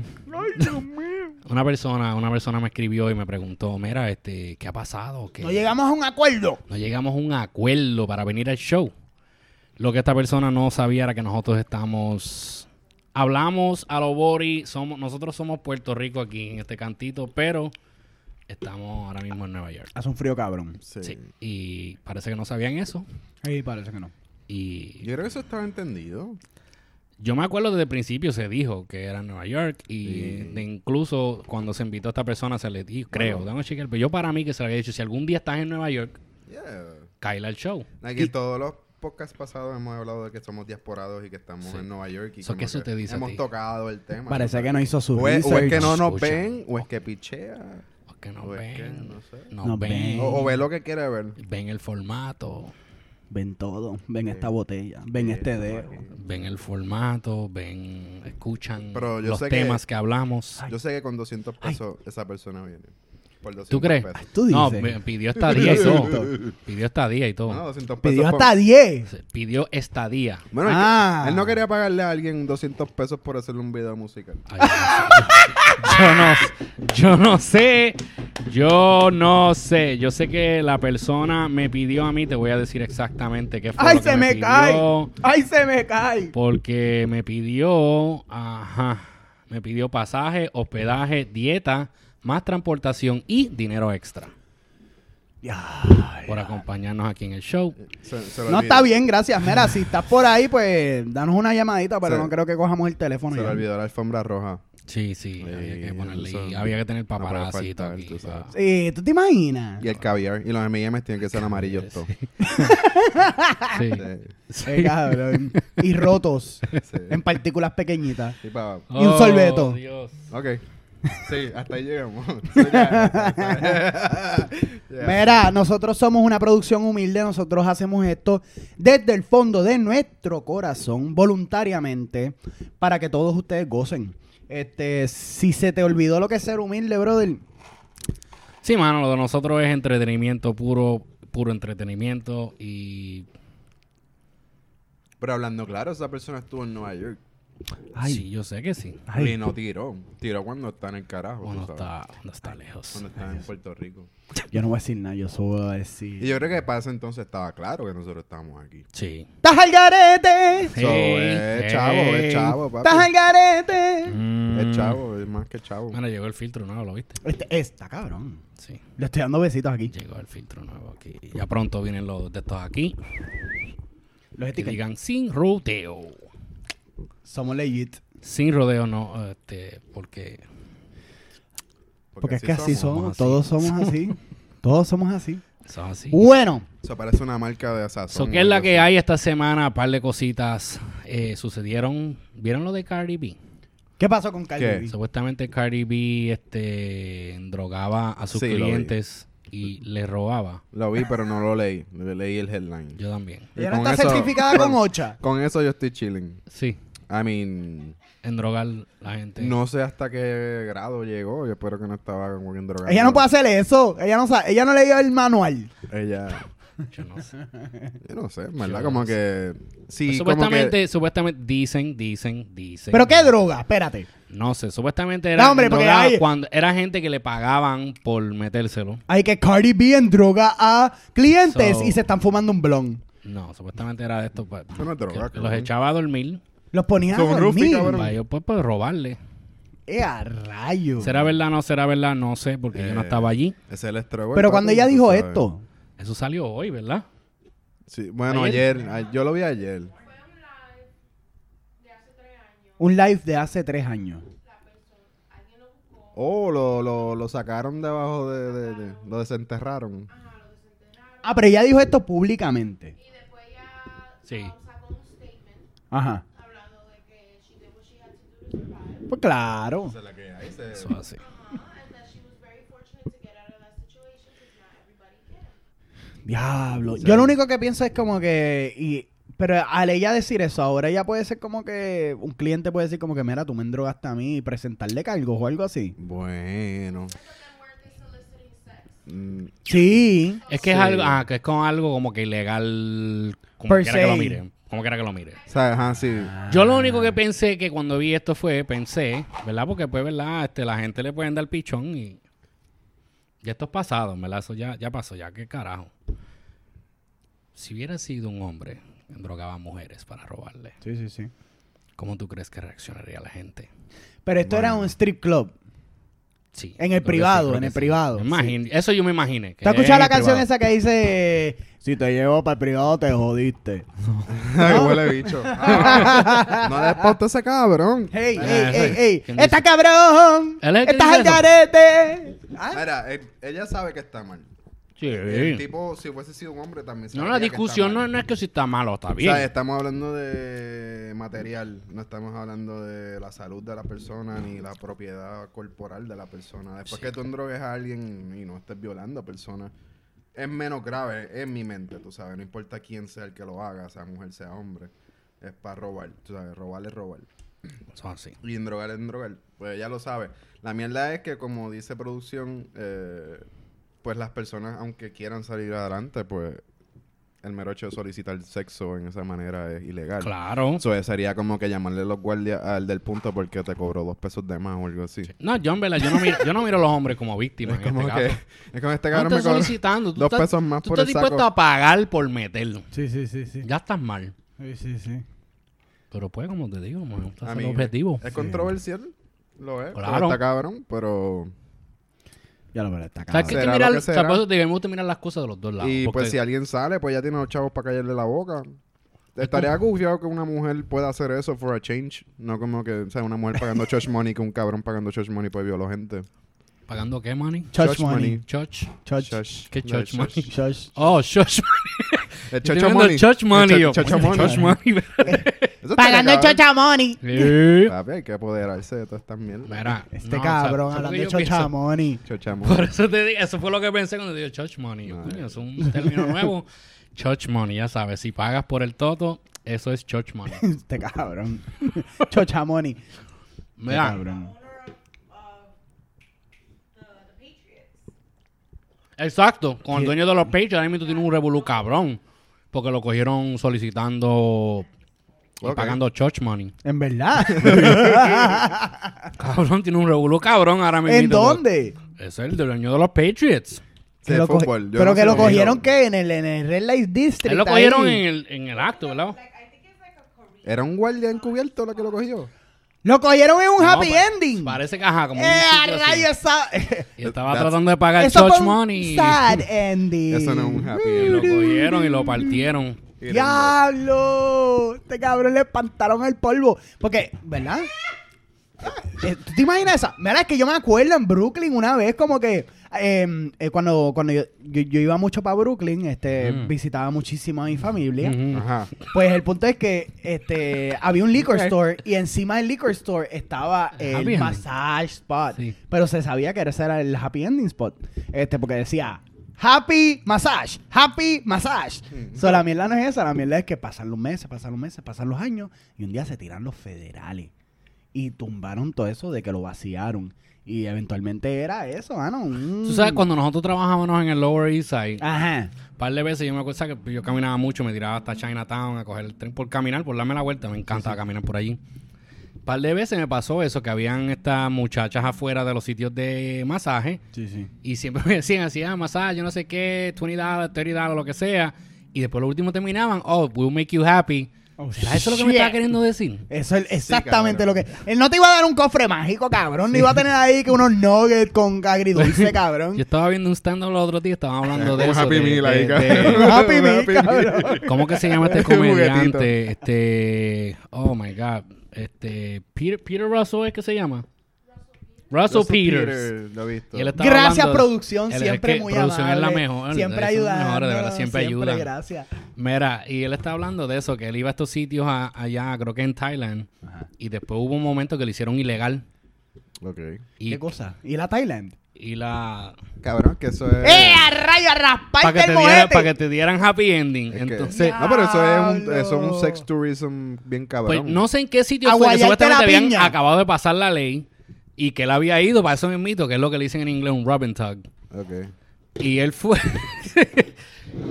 [SPEAKER 4] Una persona, una persona me escribió y me preguntó, mira, este, ¿qué ha pasado? ¿Qué-
[SPEAKER 3] No llegamos a un acuerdo.
[SPEAKER 4] no llegamos a un acuerdo para venir al show. Lo que esta persona no sabía era que nosotros estamos. Hablamos a lo Bori, somos, nosotros somos Puerto Rico aquí en este cantito, pero estamos ahora mismo en Nueva York.
[SPEAKER 3] Hace un frío cabrón.
[SPEAKER 5] Sí.
[SPEAKER 4] Sí. Y parece que no sabían eso.
[SPEAKER 3] Sí, parece que no.
[SPEAKER 4] Y
[SPEAKER 5] Yo creo que eso estaba entendido.
[SPEAKER 4] yo me acuerdo desde el principio se dijo que era en Nueva York. Y de incluso cuando se invitó a esta persona se le dijo, creo, déjame chequear, pero yo para mí que se le había dicho, si algún día estás en Nueva York,
[SPEAKER 5] Yeah.
[SPEAKER 4] cae al show.
[SPEAKER 5] Aquí todos los podcasts pasados hemos hablado de que somos diasporados y que estamos en Nueva York. Y
[SPEAKER 4] So,
[SPEAKER 5] como
[SPEAKER 4] ¿qué eso
[SPEAKER 5] que
[SPEAKER 4] te dice a
[SPEAKER 5] Hemos
[SPEAKER 4] ti?
[SPEAKER 5] tocado el tema.
[SPEAKER 3] Parece que no hizo su
[SPEAKER 5] pues, O es, o es que
[SPEAKER 3] research.
[SPEAKER 5] no nos
[SPEAKER 4] Escucha.
[SPEAKER 5] ven, o es que pichea,
[SPEAKER 4] Porque no
[SPEAKER 5] o es Pues que
[SPEAKER 4] ven,
[SPEAKER 5] no sé.
[SPEAKER 4] no
[SPEAKER 3] Nos
[SPEAKER 4] ven.
[SPEAKER 3] ven.
[SPEAKER 5] O, o ve lo que quiere ver.
[SPEAKER 4] ven el formato,
[SPEAKER 3] Ven todo. Ven esta botella. Ven este dedo.
[SPEAKER 4] ven el formato, ven, escuchan
[SPEAKER 5] Pero yo
[SPEAKER 4] los
[SPEAKER 5] sé que-
[SPEAKER 4] temas que, hablamos.
[SPEAKER 5] Yo sé que con 200 pesos esa persona viene. Por 200
[SPEAKER 4] ¿Tú crees?
[SPEAKER 5] Pesos.
[SPEAKER 3] Tú
[SPEAKER 4] No,
[SPEAKER 3] dices.
[SPEAKER 4] me- pidió estadía y todo. Pidió estadía y
[SPEAKER 5] No,
[SPEAKER 4] todo.
[SPEAKER 5] 200 pesos.
[SPEAKER 3] Pidió
[SPEAKER 5] por-
[SPEAKER 3] hasta 10.
[SPEAKER 4] Se- Pidió estadía.
[SPEAKER 5] Bueno, es que
[SPEAKER 3] Ah.
[SPEAKER 5] él no quería pagarle a alguien 200 pesos por hacerle un video musical.
[SPEAKER 4] Ay, yo, no sé. yo no sé, yo no sé. Yo sé que la persona me pidió a mí, te voy a decir exactamente qué fue
[SPEAKER 3] ¡Ay,
[SPEAKER 4] lo que
[SPEAKER 3] se me cae!
[SPEAKER 4] pidió,
[SPEAKER 3] ¡Ay, se me cae!
[SPEAKER 4] Porque me pidió, ajá, me pidió pasaje, hospedaje, dieta, más transportación y dinero extra. por acompañarnos aquí en el show.
[SPEAKER 5] Se- se lo
[SPEAKER 3] No
[SPEAKER 5] olvidó.
[SPEAKER 3] está bien, gracias. Mira, si estás por ahí, pues danos una llamadita, pero
[SPEAKER 5] Se-
[SPEAKER 3] no creo que cojamos el teléfono.
[SPEAKER 5] Se le
[SPEAKER 3] ya.
[SPEAKER 5] olvidó la alfombra roja.
[SPEAKER 4] Sí, sí,
[SPEAKER 5] Sí,
[SPEAKER 4] había que ponerle.
[SPEAKER 5] eso
[SPEAKER 4] y había que tener
[SPEAKER 5] no puede
[SPEAKER 4] paparazzi y todo
[SPEAKER 5] faltar,
[SPEAKER 4] aquí,
[SPEAKER 5] tú sabes.
[SPEAKER 4] pa-
[SPEAKER 3] Sí, ¿Tú te imaginas?
[SPEAKER 5] Y el caviar. Y los M&M's tienen que ser
[SPEAKER 3] *laughs*
[SPEAKER 5] amarillos todos. *laughs*
[SPEAKER 4] Sí.
[SPEAKER 5] Sí.
[SPEAKER 3] Qué cabrón. y rotos,
[SPEAKER 5] *laughs* Sí.
[SPEAKER 3] en partículas pequeñitas.
[SPEAKER 5] Sí, pa-
[SPEAKER 3] Y un sorbeto.
[SPEAKER 4] Oh, Dios.
[SPEAKER 3] Oh.
[SPEAKER 5] Ok. Sí, hasta ahí llegamos.
[SPEAKER 3] *laughs*
[SPEAKER 5] Sí, ya. Ya.
[SPEAKER 3] Mira, nosotros somos una producción humilde, nosotros hacemos esto desde el fondo de nuestro corazón, voluntariamente, para que todos ustedes gocen. Este, si se te olvidó lo que es ser humilde, brother,
[SPEAKER 4] Sí, mano, lo de nosotros es entretenimiento puro, puro entretenimiento y
[SPEAKER 5] Pero hablando claro, esa persona estuvo en Nueva York.
[SPEAKER 3] Ay.
[SPEAKER 4] Sí, yo sé que sí.
[SPEAKER 3] Ay.
[SPEAKER 5] Y no tiró. Tiró cuando está en el carajo.
[SPEAKER 4] Cuando
[SPEAKER 5] Ah, tú sabes.
[SPEAKER 4] está, cuando está lejos.
[SPEAKER 5] Cuando está en Puerto Rico.
[SPEAKER 3] Yo no voy a decir nada, yo solo voy a
[SPEAKER 5] Y
[SPEAKER 3] decir.
[SPEAKER 5] yo creo que para ese entonces estaba claro que nosotros estábamos aquí.
[SPEAKER 4] Sí.
[SPEAKER 3] ¡Estás al garete!
[SPEAKER 5] So, es chavo,
[SPEAKER 4] Ey.
[SPEAKER 5] es chavo, papi.
[SPEAKER 3] ¡Estás al garete!
[SPEAKER 4] Mm.
[SPEAKER 5] Es chavo, es más que chavo.
[SPEAKER 4] Mira, llegó el filtro nuevo, ¿lo viste?
[SPEAKER 3] Este, está cabrón.
[SPEAKER 4] Sí.
[SPEAKER 3] Le estoy dando besitos aquí.
[SPEAKER 4] Llegó el filtro nuevo aquí. Ya pronto vienen los de estos aquí.
[SPEAKER 3] Los
[SPEAKER 4] Que
[SPEAKER 3] etiquetas.
[SPEAKER 4] digan sin rodeo.
[SPEAKER 3] Somos legit.
[SPEAKER 4] Sin rodeo no, este, porque
[SPEAKER 3] Porque es que así
[SPEAKER 5] somos.
[SPEAKER 3] somos.
[SPEAKER 4] somos,
[SPEAKER 3] Todos somos así. Todos somos así.
[SPEAKER 4] eso es así.
[SPEAKER 3] Bueno,
[SPEAKER 5] Eso parece una marca de sazón.
[SPEAKER 4] So, ¿Qué es la
[SPEAKER 5] algo
[SPEAKER 4] que
[SPEAKER 5] así.
[SPEAKER 4] hay esta semana? Un par de cositas eh, sucedieron. ¿Vieron lo de Cardi B?
[SPEAKER 3] ¿qué pasó con Cardi
[SPEAKER 5] ¿Qué?
[SPEAKER 3] B?
[SPEAKER 4] Supuestamente Cardi B este, drogaba a sus
[SPEAKER 5] Sí, lo vi.
[SPEAKER 4] clientes y les robaba.
[SPEAKER 5] Lo vi, pero no lo leí. Le- Leí el headline.
[SPEAKER 4] Yo también.
[SPEAKER 5] Y
[SPEAKER 3] Ella no
[SPEAKER 5] con
[SPEAKER 3] está
[SPEAKER 5] eso-
[SPEAKER 3] certificada con OCHA.
[SPEAKER 5] Con eso yo estoy chilling.
[SPEAKER 4] Sí,
[SPEAKER 5] I mean,
[SPEAKER 4] en drogar la gente.
[SPEAKER 5] no sé hasta qué grado llegó. Yo espero que no estaba como que en drogado.
[SPEAKER 3] Ella no puede hacer eso. Ella no sabe. Ella no leyó el manual.
[SPEAKER 5] Ella.
[SPEAKER 4] Yo no sé.
[SPEAKER 5] Yo no sé, en ¿verdad?
[SPEAKER 4] Yo
[SPEAKER 5] Como
[SPEAKER 4] no Pues
[SPEAKER 5] que. Sí, como
[SPEAKER 4] supuestamente,
[SPEAKER 5] que.
[SPEAKER 4] supuestamente dicen, dicen, dicen.
[SPEAKER 3] ¿Pero qué droga? Espérate.
[SPEAKER 4] No sé, supuestamente era,
[SPEAKER 3] No, hombre, porque
[SPEAKER 4] drogaba
[SPEAKER 3] hay-
[SPEAKER 4] cuando era gente que le pagaban por metérselo.
[SPEAKER 3] Hay que Cardi B en droga a clientes
[SPEAKER 4] So-
[SPEAKER 3] y se están fumando un blon.
[SPEAKER 4] No, supuestamente era de estos pues,
[SPEAKER 5] Eso no es droga,
[SPEAKER 4] que- que los
[SPEAKER 5] cabrón.
[SPEAKER 4] echaba a dormir
[SPEAKER 3] Los ponían a
[SPEAKER 5] Con Rufi,
[SPEAKER 3] dormir.
[SPEAKER 5] cabrón.
[SPEAKER 4] para ellos pues, pues, robarle.
[SPEAKER 3] ¡Eh, a rayo!
[SPEAKER 4] ¿Será verdad no será verdad? No sé, porque yo no
[SPEAKER 5] Eh,
[SPEAKER 4] estaba allí.
[SPEAKER 5] Es el estrobo.
[SPEAKER 3] Pero
[SPEAKER 5] papi,
[SPEAKER 3] cuando ella
[SPEAKER 5] tú
[SPEAKER 3] dijo
[SPEAKER 5] sabes.
[SPEAKER 3] esto,
[SPEAKER 4] Eso salió hoy, ¿verdad?
[SPEAKER 5] Sí, bueno,
[SPEAKER 4] ¿Ayer?
[SPEAKER 5] ayer. a- yo lo vi ayer.
[SPEAKER 3] un live de hace tres años.
[SPEAKER 5] Oh, lo, lo, lo sacaron debajo de, de- de- Lo desenterraron.
[SPEAKER 3] Ah, pero ella dijo esto públicamente.
[SPEAKER 4] Sí.
[SPEAKER 3] Ajá. Pues claro.
[SPEAKER 4] Eso así.
[SPEAKER 3] Diablo. Yo lo único que pienso es como que. Y, pero al ella decir eso, ahora ella puede ser como que. Un cliente puede decir como que, mira, tú me endrogaste a mí y presentarle cargos o algo así.
[SPEAKER 5] Bueno. Mm,
[SPEAKER 3] Sí.
[SPEAKER 4] Es que es
[SPEAKER 5] Sí.
[SPEAKER 4] algo, ah, que es con algo como que ilegal, como
[SPEAKER 3] Per
[SPEAKER 4] quiera que lo
[SPEAKER 3] se.
[SPEAKER 4] mire, como quiera que lo mire.
[SPEAKER 5] o sea, ajá, sí.
[SPEAKER 4] Yo
[SPEAKER 5] Ah.
[SPEAKER 4] lo único que pensé que cuando vi esto fue, pensé, ¿verdad? Porque pues, ¿verdad? Este, la gente le pueden dar pichón y ya esto es pasado, ¿verdad? Eso ya, ya pasó, ya qué carajo. Si hubiera sido un hombre que drogaba a mujeres para robarle,
[SPEAKER 3] Sí, sí, sí.
[SPEAKER 4] ¿cómo tú crees que reaccionaría la gente?
[SPEAKER 3] Pero esto era un strip club.
[SPEAKER 4] Sí.
[SPEAKER 3] En el
[SPEAKER 4] creo que
[SPEAKER 3] privado,
[SPEAKER 4] creo
[SPEAKER 3] en
[SPEAKER 4] que
[SPEAKER 3] el privado,
[SPEAKER 4] Me imagino- Eso yo me imaginé. que
[SPEAKER 3] ¿Te has escuchado
[SPEAKER 4] en
[SPEAKER 3] la
[SPEAKER 4] el
[SPEAKER 3] canción
[SPEAKER 4] privado.
[SPEAKER 3] esa que dice: Si te llevo para el privado, te jodiste?
[SPEAKER 5] Ay, huele *laughs* bicho. Ah, no le espantes a ese cabrón.
[SPEAKER 3] ¡Ey,
[SPEAKER 4] Ah,
[SPEAKER 3] ey,
[SPEAKER 4] sí.
[SPEAKER 3] ey, ey!
[SPEAKER 4] ¿Quién
[SPEAKER 3] ¡Está cabrón!
[SPEAKER 4] Él es el que
[SPEAKER 3] ¡Estás al
[SPEAKER 4] dice eso.
[SPEAKER 3] garete! Ah,
[SPEAKER 5] Mira, él- ella sabe que está mal.
[SPEAKER 4] Sí.
[SPEAKER 5] El tipo, si fuese sido un hombre, también
[SPEAKER 4] No,
[SPEAKER 5] sabría
[SPEAKER 4] la
[SPEAKER 5] que está
[SPEAKER 4] discusión no,
[SPEAKER 5] mal.
[SPEAKER 4] no es que si está malo o está
[SPEAKER 5] O
[SPEAKER 4] bien.
[SPEAKER 5] sea, estamos hablando de material, no estamos hablando de la salud de la persona ni la propiedad corporal de la persona. Después que tú endrogues a alguien y no estés violando a personas, es menos grave en mi mente, tú sabes. No importa quién sea el que lo haga, sea mujer, sea hombre. Es para robar, tú sabes. Robar es robar.
[SPEAKER 4] Eso así.
[SPEAKER 5] Y en drogar, en drogar. Pues ya lo sabe. La mierda es que, como dice producción, eh, pues las personas, aunque quieran salir adelante, pues el mero hecho de solicitar sexo en esa manera es ilegal.
[SPEAKER 4] Claro.
[SPEAKER 5] Eso sería como que llamarle a los guardias al del punto porque te cobró dos pesos de más o algo así.
[SPEAKER 4] No, yo en verdad, yo no miro, yo no miro a los hombres como víctimas
[SPEAKER 5] Es
[SPEAKER 4] en
[SPEAKER 5] como,
[SPEAKER 4] este
[SPEAKER 5] que,
[SPEAKER 4] caso.
[SPEAKER 5] *laughs* es como este
[SPEAKER 4] No
[SPEAKER 5] cabrón me
[SPEAKER 4] estás
[SPEAKER 5] cobró
[SPEAKER 4] solicitando. tú
[SPEAKER 5] dos
[SPEAKER 4] estás-
[SPEAKER 5] pesos más
[SPEAKER 4] Tú
[SPEAKER 5] por
[SPEAKER 4] estás
[SPEAKER 5] el saco.
[SPEAKER 4] dispuesto a pagar por meterlo.
[SPEAKER 3] Sí, sí, sí, sí.
[SPEAKER 4] Ya estás mal.
[SPEAKER 3] Sí, sí, sí.
[SPEAKER 4] Pero pues, como te digo, man, estás el
[SPEAKER 5] Amigo, Eh,
[SPEAKER 4] objetivo.
[SPEAKER 5] Es controversial, lo es.
[SPEAKER 4] Claro.
[SPEAKER 5] Pero está cabrón, pero...
[SPEAKER 3] Ya lo veré, está cabrón.
[SPEAKER 4] ¿Sabes que
[SPEAKER 5] Será lo
[SPEAKER 4] mirar,
[SPEAKER 5] que
[SPEAKER 4] o sea,
[SPEAKER 5] será.
[SPEAKER 4] por eso te digo, me gusta mirar las cosas de los dos lados.
[SPEAKER 5] Y pues
[SPEAKER 4] porque-
[SPEAKER 5] si alguien sale, pues ya tiene los chavos para callarle la boca. Estaría gufiado que una mujer pueda hacer eso for a change. No como que, o sea, una
[SPEAKER 4] *laughs*
[SPEAKER 5] mujer pagando church money que un cabrón pagando church money pues violó gente.
[SPEAKER 4] ¿Pagando qué, money?
[SPEAKER 3] Church,
[SPEAKER 5] Church
[SPEAKER 3] money.
[SPEAKER 5] money.
[SPEAKER 4] Church.
[SPEAKER 3] Church.
[SPEAKER 5] Church.
[SPEAKER 4] ¿Qué
[SPEAKER 5] No,
[SPEAKER 4] church
[SPEAKER 5] el
[SPEAKER 4] money?
[SPEAKER 3] Church.
[SPEAKER 4] Oh, church money.
[SPEAKER 5] *laughs* El
[SPEAKER 4] Yo estoy
[SPEAKER 5] church
[SPEAKER 4] viendo
[SPEAKER 5] money.
[SPEAKER 4] el Church money.
[SPEAKER 5] El
[SPEAKER 4] yo,
[SPEAKER 5] church- church
[SPEAKER 4] coño,
[SPEAKER 5] money.
[SPEAKER 4] church
[SPEAKER 5] *laughs*
[SPEAKER 4] money.
[SPEAKER 5] Eso está
[SPEAKER 3] Pagando el
[SPEAKER 5] cabrón.
[SPEAKER 3] chochamoni.
[SPEAKER 4] Sí.
[SPEAKER 5] Papi, hay que apoderarse de todas estas mierdas.
[SPEAKER 4] Mira,
[SPEAKER 3] Este
[SPEAKER 4] no,
[SPEAKER 3] cabrón
[SPEAKER 4] o sea, eso es lo
[SPEAKER 3] hablando
[SPEAKER 4] que
[SPEAKER 3] de
[SPEAKER 4] yo pienso.
[SPEAKER 3] chochamoni. *laughs*
[SPEAKER 5] Church money.
[SPEAKER 4] Por eso te digo, eso fue lo que pensé cuando digo church money. Yo, coño, es un término
[SPEAKER 5] *laughs*
[SPEAKER 4] nuevo. Church money, ya sabes, si pagas por el toto, eso es church
[SPEAKER 5] *laughs*
[SPEAKER 4] money.
[SPEAKER 3] Este
[SPEAKER 4] *laughs*
[SPEAKER 3] cabrón. chochamoni. Este
[SPEAKER 4] Mira,
[SPEAKER 3] cabrón.
[SPEAKER 4] exacto, con el dueño de los Patriots, ahora mismo tiene un revolú cabrón, porque lo cogieron solicitando Y
[SPEAKER 5] Ok.
[SPEAKER 4] pagando church money.
[SPEAKER 3] En
[SPEAKER 5] *laughs*
[SPEAKER 3] verdad.
[SPEAKER 4] Cabrón, tiene un regulo cabrón ahora mismo.
[SPEAKER 3] ¿En dónde?
[SPEAKER 4] Es el dueño de los Patriots.
[SPEAKER 5] Sí,
[SPEAKER 3] Que lo cogi-
[SPEAKER 5] fútbol, yo
[SPEAKER 3] pero
[SPEAKER 5] no
[SPEAKER 3] que
[SPEAKER 5] sé,
[SPEAKER 3] lo
[SPEAKER 5] yo-
[SPEAKER 3] cogieron que en el, en el Red Light District.
[SPEAKER 4] Él lo cogieron
[SPEAKER 3] ahí.
[SPEAKER 4] en el, en el acto, ¿verdad?
[SPEAKER 5] ¿Era un guardia encubierto la que lo cogió?
[SPEAKER 3] Lo cogieron en un
[SPEAKER 4] No,
[SPEAKER 3] happy
[SPEAKER 4] pa-
[SPEAKER 3] ending.
[SPEAKER 4] Parece que ajá, como
[SPEAKER 3] ¡Eh,
[SPEAKER 4] un sitio
[SPEAKER 3] a
[SPEAKER 4] así.
[SPEAKER 3] rayos, esa- *laughs*
[SPEAKER 4] Y estaba
[SPEAKER 5] That's-
[SPEAKER 4] tratando de pagar
[SPEAKER 3] Eso fue
[SPEAKER 4] church
[SPEAKER 3] un
[SPEAKER 4] money. *laughs*
[SPEAKER 3] sad ending.
[SPEAKER 5] Eso no es un happy
[SPEAKER 4] Y lo
[SPEAKER 5] ending.
[SPEAKER 4] cogieron y lo partieron.
[SPEAKER 3] ¡Diablo! Este cabrón le espantaron el polvo. Porque, ¿verdad? Eh, ¿Tú te imaginas esa? Mira, es que yo me acuerdo en Brooklyn una vez como que eh, eh, cuando, cuando yo, yo- yo iba mucho para Brooklyn, este,
[SPEAKER 4] Mm.
[SPEAKER 3] visitaba muchísimo a mi familia.
[SPEAKER 4] Ujú.
[SPEAKER 5] Ajá.
[SPEAKER 3] Pues el punto es que este había un liquor store y encima del liquor store estaba
[SPEAKER 4] El
[SPEAKER 3] el
[SPEAKER 4] happy ending.
[SPEAKER 3] massage spot.
[SPEAKER 4] Sí.
[SPEAKER 3] Pero se sabía que ese era el happy ending spot. Este, porque decía happy massage, happy massage. So, la mierda no es esa, la mierda es que pasan los meses, pasan los meses, pasan los años y un día se tiran los federales y tumbaron todo eso de que lo vaciaron. Y eventualmente era eso, mano. un-
[SPEAKER 4] Tú sabes, cuando nosotros trabajábamos en el Lower East Side,
[SPEAKER 3] Ajá.
[SPEAKER 4] un par de veces yo me acuerdo que yo caminaba mucho, me tiraba hasta Chinatown a coger el tren por caminar, por darme la vuelta, me encantaba caminar por allí. Un par de veces me pasó eso, que habían estas muchachas afuera de los sitios de masaje
[SPEAKER 3] Sí, sí.
[SPEAKER 4] y siempre *laughs* me decían así, ah, masaje, yo no sé qué, 20 dólares, 30 dólares, lo que sea. Y después lo último terminaban, oh, we'll make you happy.
[SPEAKER 3] Oh,
[SPEAKER 4] ¿Será eso lo que me
[SPEAKER 3] shit.
[SPEAKER 4] estaba queriendo decir?
[SPEAKER 3] Eso es exactamente lo
[SPEAKER 5] cabrón.
[SPEAKER 3] que. Él no te iba a dar un cofre mágico, cabrón. No iba a tener ahí que unos nuggets con
[SPEAKER 4] *laughs*
[SPEAKER 3] agridulce, cabrón.
[SPEAKER 4] Yo estaba viendo un stand-up el otro día, estaban hablando de
[SPEAKER 5] *laughs* Un
[SPEAKER 4] eso.
[SPEAKER 5] Happy
[SPEAKER 4] de-
[SPEAKER 5] Meal ahí,
[SPEAKER 4] de-
[SPEAKER 5] cabrón.
[SPEAKER 4] de-
[SPEAKER 3] Un Happy Meal,
[SPEAKER 5] Happy Meal.
[SPEAKER 3] cabrón.
[SPEAKER 4] ¿Cómo que se llama este
[SPEAKER 5] Un juguetito.
[SPEAKER 4] comediante? Este, oh my God, este, Peter, Peter Russell es que se llama. Russell,
[SPEAKER 5] Russell
[SPEAKER 4] Peters.
[SPEAKER 5] Peters, Lo he visto.
[SPEAKER 4] Y él estaba
[SPEAKER 3] Gracias,
[SPEAKER 4] hablando-
[SPEAKER 3] producción.
[SPEAKER 4] él es
[SPEAKER 3] Siempre
[SPEAKER 4] que
[SPEAKER 3] muy
[SPEAKER 4] producción es la
[SPEAKER 3] amable.
[SPEAKER 4] mejor.
[SPEAKER 3] Siempre
[SPEAKER 4] Son los mejores,
[SPEAKER 3] ayudando.
[SPEAKER 4] de verdad, siempre ayudan.
[SPEAKER 3] Gracias.
[SPEAKER 4] Mira, y él está hablando de eso, que él iba a estos sitios a- allá, creo que en Thailand, y después hubo un momento que lo hicieron ilegal.
[SPEAKER 5] Ok.
[SPEAKER 4] Y,
[SPEAKER 3] ¿Qué cosa? ¿Y la Thailand?
[SPEAKER 4] y la...
[SPEAKER 5] Cabrón, que eso es...
[SPEAKER 3] ¡Eh, a rayo, a
[SPEAKER 4] Para
[SPEAKER 3] rasparte
[SPEAKER 4] que, te
[SPEAKER 3] el
[SPEAKER 4] diera-
[SPEAKER 3] mojete!
[SPEAKER 4] para que te dieran happy ending.
[SPEAKER 5] Es que-
[SPEAKER 4] Entonces,
[SPEAKER 5] No, pero eso es, un,
[SPEAKER 3] Diablo.
[SPEAKER 5] eso es un sex tourism bien
[SPEAKER 4] Pues
[SPEAKER 5] cabrón.
[SPEAKER 4] no sé en qué sitio
[SPEAKER 3] A
[SPEAKER 4] fue que
[SPEAKER 3] guayarte
[SPEAKER 4] supuestamente
[SPEAKER 3] la
[SPEAKER 4] habían
[SPEAKER 3] piña.
[SPEAKER 4] acabado de pasar la ley y que él había ido para eso mismito, que es lo que le dicen en inglés un Robin Tug.
[SPEAKER 5] Ok.
[SPEAKER 4] Y él fue. *laughs*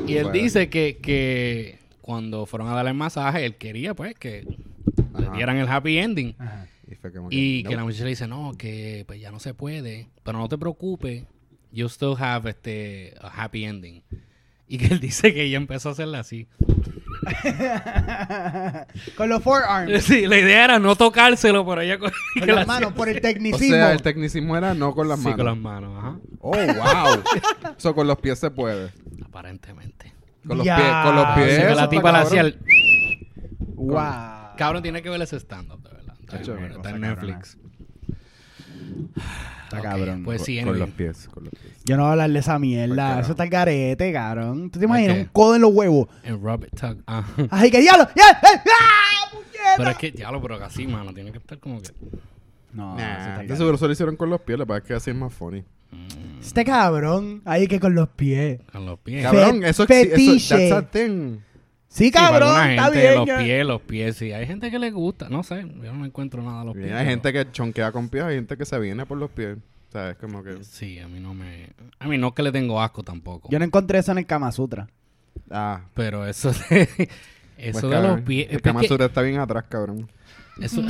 [SPEAKER 4] y él
[SPEAKER 5] Bueno.
[SPEAKER 4] dice que, que cuando fueron a darle el masaje, él quería pues que le
[SPEAKER 5] Ajá. Ah,
[SPEAKER 4] dieran el happy ending.
[SPEAKER 5] Y fue como
[SPEAKER 4] Y que
[SPEAKER 5] no.
[SPEAKER 4] la muchacha le dice, no, que pues ya no se puede, pero no te preocupes, you still have este, a happy ending. Y que él *laughs* dice que ella empezó a hacerla así.
[SPEAKER 3] Con los
[SPEAKER 4] *laughs*
[SPEAKER 3] forearms.
[SPEAKER 4] Sí, la idea era no tocárselo, pero ella con *laughs*
[SPEAKER 3] Con las manos, por el
[SPEAKER 5] O
[SPEAKER 3] tecnicismo.
[SPEAKER 5] sea, el
[SPEAKER 4] este
[SPEAKER 5] tecnicismo era no pues. con las
[SPEAKER 4] sí,
[SPEAKER 5] manos.
[SPEAKER 4] con las manos, ajá.
[SPEAKER 5] Oh, wow. *laughs* Eso con los pies se puede.
[SPEAKER 4] Aparentemente.
[SPEAKER 5] Con los
[SPEAKER 3] Ya.
[SPEAKER 5] pies, con los
[SPEAKER 3] Ah,
[SPEAKER 5] pies.
[SPEAKER 3] sí,
[SPEAKER 4] Dice
[SPEAKER 5] eso
[SPEAKER 4] que la
[SPEAKER 5] está
[SPEAKER 4] tipa la
[SPEAKER 5] cabrón.
[SPEAKER 4] hacía el...
[SPEAKER 3] wow.
[SPEAKER 4] Cabrón, tiene que ver ese stand-up, de verdad. Está,
[SPEAKER 5] Cacho,
[SPEAKER 4] bueno,
[SPEAKER 5] qué
[SPEAKER 4] está en
[SPEAKER 3] cosa
[SPEAKER 4] Netflix.
[SPEAKER 3] Está
[SPEAKER 4] Ok,
[SPEAKER 3] cabrón.
[SPEAKER 4] Pues sí,
[SPEAKER 5] ah. Con
[SPEAKER 4] anyway.
[SPEAKER 5] los pies, con los pies.
[SPEAKER 3] Yo no voy a hablar de esa mierda.
[SPEAKER 5] Porque
[SPEAKER 3] Eso
[SPEAKER 5] no.
[SPEAKER 3] está el garete, cabrón. ¿Tú te
[SPEAKER 4] ¿Por
[SPEAKER 3] imaginas?
[SPEAKER 4] Pues, qué?
[SPEAKER 3] Un codo en los huevos.
[SPEAKER 4] En Robert Tuck.
[SPEAKER 3] *laughs*
[SPEAKER 4] Ah.
[SPEAKER 3] ¡Ay, que diablo! ¡Ya! ¡Eh! ¡Ah! ¡Puñeta!
[SPEAKER 4] Pero es que, ya lo, pero así, mano, tiene que estar como que...
[SPEAKER 3] No, eso está
[SPEAKER 5] Nah,
[SPEAKER 3] el
[SPEAKER 5] de
[SPEAKER 3] garete.
[SPEAKER 5] seguro eso lo hicieron con los pies, la verdad es que así es más funny.
[SPEAKER 3] Este cabrón, ahí que con los pies.
[SPEAKER 4] Con los pies.
[SPEAKER 3] Cabrón,
[SPEAKER 5] Cabrón, eso existe.
[SPEAKER 3] fetiche.
[SPEAKER 5] That's a thing.
[SPEAKER 3] Sí,
[SPEAKER 4] Sí, para
[SPEAKER 3] cabrón,
[SPEAKER 4] alguna
[SPEAKER 3] está
[SPEAKER 4] gente,
[SPEAKER 3] bien.
[SPEAKER 4] Los
[SPEAKER 3] ya.
[SPEAKER 4] pies, los pies, sí. Hay gente que le gusta, no sé, yo no encuentro nada a los pies.
[SPEAKER 5] Hay gente que chonquea con pies, hay gente que se viene por los pies. O sea, es como que.
[SPEAKER 4] Sí, a mí no me... A mí no es que le tengo asco tampoco.
[SPEAKER 3] Yo no encontré eso en el Kama Sutra.
[SPEAKER 5] Ah.
[SPEAKER 4] Pero eso *laughs* de... Eso
[SPEAKER 5] pues,
[SPEAKER 4] de
[SPEAKER 5] cabrón,
[SPEAKER 4] los pies... es
[SPEAKER 5] El
[SPEAKER 4] que-
[SPEAKER 5] Kama Sutra está bien atrás, cabrón.
[SPEAKER 4] Eso.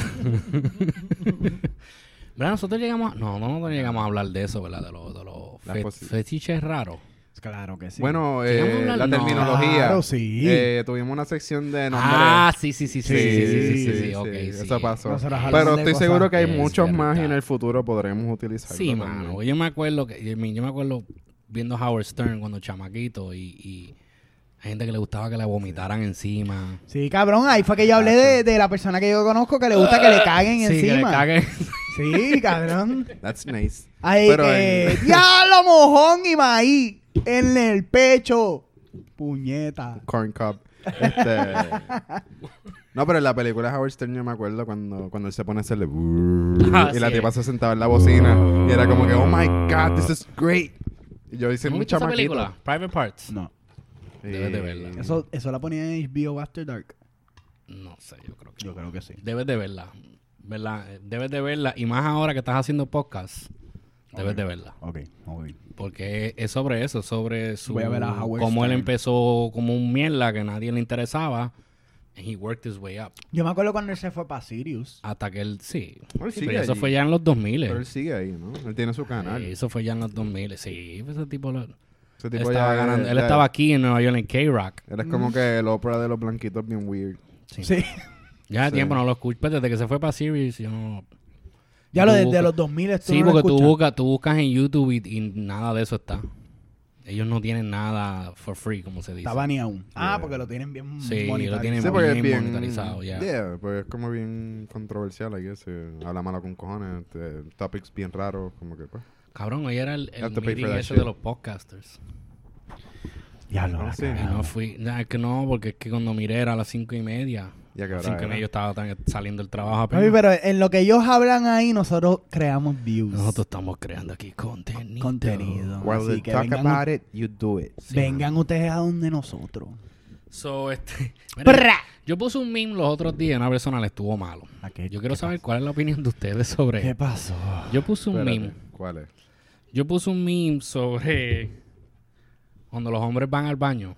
[SPEAKER 4] *laughs* ¿Verdad? Nosotros llegamos. No, no, no llegamos a hablar de eso, ¿verdad? De los de los
[SPEAKER 5] Las
[SPEAKER 4] fe-
[SPEAKER 5] posi-
[SPEAKER 4] fetiches raros.
[SPEAKER 3] Claro que sí.
[SPEAKER 5] Bueno,
[SPEAKER 4] Sí, vamos a
[SPEAKER 5] eh,
[SPEAKER 4] hablar-
[SPEAKER 5] la
[SPEAKER 4] no.
[SPEAKER 5] terminología.
[SPEAKER 3] Claro, sí.
[SPEAKER 5] Eh, tuvimos una sección de nombres.
[SPEAKER 4] Ah, sí, sí, sí, sí, sí, sí, sí, sí, sí,
[SPEAKER 5] sí,
[SPEAKER 4] ok,
[SPEAKER 5] sí,
[SPEAKER 4] sí.
[SPEAKER 5] Eso pasó.
[SPEAKER 3] Nosotros hablamos
[SPEAKER 5] Pero
[SPEAKER 3] de
[SPEAKER 5] estoy
[SPEAKER 3] cosas
[SPEAKER 5] seguro que hay
[SPEAKER 4] que es
[SPEAKER 5] muchos más y en
[SPEAKER 4] verdad.
[SPEAKER 5] el futuro podremos utilizarlo.
[SPEAKER 4] Sí,
[SPEAKER 5] también.
[SPEAKER 4] mano. Yo me acuerdo que yo, me- yo me acuerdo viendo Howard Stern cuando chamaquito y, y hay gente que le gustaba que la vomitaran encima.
[SPEAKER 3] Sí, cabrón, ahí fue que yo hablé de, de la persona que yo conozco que le gusta que le caguen
[SPEAKER 4] *laughs* Sí, que le
[SPEAKER 3] encima.
[SPEAKER 5] *laughs*
[SPEAKER 4] caguen.
[SPEAKER 3] Sí, cabrón.
[SPEAKER 5] That's nice.
[SPEAKER 3] Ahí
[SPEAKER 5] Pero
[SPEAKER 3] que.
[SPEAKER 5] en-
[SPEAKER 3] ¡Diablo, mojón y maíz! En el pecho. Puñeta.
[SPEAKER 5] *laughs* Corn Cup. Este... no, pero en la película Howard Stern yo me acuerdo cuando, cuando él se pone a hacerle...
[SPEAKER 4] *laughs* Ah,
[SPEAKER 5] y la
[SPEAKER 4] sí.
[SPEAKER 5] tipa se sentaba en la bocina. Y era como que, oh my God, this is great. Y yo hice
[SPEAKER 4] ¿No
[SPEAKER 5] un
[SPEAKER 4] viste esa
[SPEAKER 5] chamaquito.
[SPEAKER 4] película? Private Parts.
[SPEAKER 3] No.
[SPEAKER 5] Sí.
[SPEAKER 4] Debes de verla.
[SPEAKER 3] Eso, eso la ponía en HBO After Dark.
[SPEAKER 4] No sé, yo creo que. no.
[SPEAKER 3] creo que sí.
[SPEAKER 4] Debes de verla. ¿Verdad? Eh, Debes de verla. Y más ahora que estás haciendo podcast, debes de verla.
[SPEAKER 3] Ok, ok.
[SPEAKER 4] Porque es sobre eso, sobre su,
[SPEAKER 3] Voy a ver a Howard
[SPEAKER 4] cómo él
[SPEAKER 3] Stern.
[SPEAKER 4] empezó como un mierda que nadie le interesaba And he worked his way up.
[SPEAKER 3] Yo me acuerdo cuando él se fue para Sirius.
[SPEAKER 4] Hasta que él, sí.
[SPEAKER 5] Él
[SPEAKER 4] Sí,
[SPEAKER 5] sigue
[SPEAKER 4] pero eso
[SPEAKER 5] allí.
[SPEAKER 4] fue ya en los 2000.
[SPEAKER 5] Pero él sigue ahí, ¿no? Él tiene su canal.
[SPEAKER 4] Eh, eso fue ya en los 2000. Sí, pues ese tipo, lo-
[SPEAKER 5] Ese
[SPEAKER 4] él
[SPEAKER 5] tipo
[SPEAKER 4] estaba
[SPEAKER 5] ya-
[SPEAKER 4] ganando. Él
[SPEAKER 5] ya-
[SPEAKER 4] estaba aquí en Nueva York en K-Rock.
[SPEAKER 5] Él es como que el ópera de los blanquitos bien weird.
[SPEAKER 4] Sí.
[SPEAKER 3] Sí. *laughs*
[SPEAKER 4] Ya de
[SPEAKER 5] Sí.
[SPEAKER 4] tiempo no lo escucho. Pues, Desde que se fue para Sirius, yo no.
[SPEAKER 3] ya lo
[SPEAKER 4] Tú
[SPEAKER 3] desde
[SPEAKER 4] buscas-
[SPEAKER 3] los 2000 esto
[SPEAKER 4] Sí,
[SPEAKER 3] no lo
[SPEAKER 4] porque tú
[SPEAKER 3] escuchas.
[SPEAKER 4] buscas, tú buscas en YouTube y, y nada de eso está. Ellos no tienen nada for free, como se dice.
[SPEAKER 3] Estaba ni aún. Ah, porque lo tienen bien
[SPEAKER 4] Sí, lo
[SPEAKER 3] monetario.
[SPEAKER 4] tienen-
[SPEAKER 5] Sí, porque es
[SPEAKER 4] bien
[SPEAKER 5] bien.
[SPEAKER 4] monetarizado, ya.
[SPEAKER 5] Yeah, pues es como bien controversial, ahí ese. Habla malo con cojones, te- topics bien raros, como que pues.
[SPEAKER 4] Cabrón, hoy era el,
[SPEAKER 5] You
[SPEAKER 4] el
[SPEAKER 5] have to pay for
[SPEAKER 4] meeting
[SPEAKER 5] that
[SPEAKER 4] ese
[SPEAKER 5] shit.
[SPEAKER 4] de los podcasters.
[SPEAKER 3] Ya lo
[SPEAKER 5] No sé.
[SPEAKER 4] Y no fui. Nah, es que no, porque es que cuando miré era a las cinco y media.
[SPEAKER 5] Ya que
[SPEAKER 4] A las cinco
[SPEAKER 5] ahora
[SPEAKER 4] y
[SPEAKER 5] era.
[SPEAKER 4] media yo estaba tan- saliendo del trabajo
[SPEAKER 3] Papi,
[SPEAKER 4] apenas.
[SPEAKER 3] pero en lo que ellos hablan ahí, nosotros creamos views.
[SPEAKER 4] Nosotros estamos creando aquí contenido.
[SPEAKER 3] contenido.
[SPEAKER 5] While
[SPEAKER 3] Así
[SPEAKER 5] you
[SPEAKER 3] que
[SPEAKER 5] talk
[SPEAKER 3] vengan,
[SPEAKER 5] about it, you do it.
[SPEAKER 3] vengan ustedes a donde nosotros. *laughs*
[SPEAKER 4] So, este, mira,
[SPEAKER 3] Prra.
[SPEAKER 4] yo puse un meme los otros días y una persona le estuvo malo.
[SPEAKER 3] ¿A qué-
[SPEAKER 4] Yo quiero
[SPEAKER 3] qué
[SPEAKER 4] saber cuál es la opinión de ustedes sobre
[SPEAKER 3] ¿Qué pasó?
[SPEAKER 4] Yo puse un
[SPEAKER 5] Espérate,
[SPEAKER 4] meme.
[SPEAKER 5] ¿Cuál es?
[SPEAKER 4] Yo puse un meme sobre cuando los hombres van al baño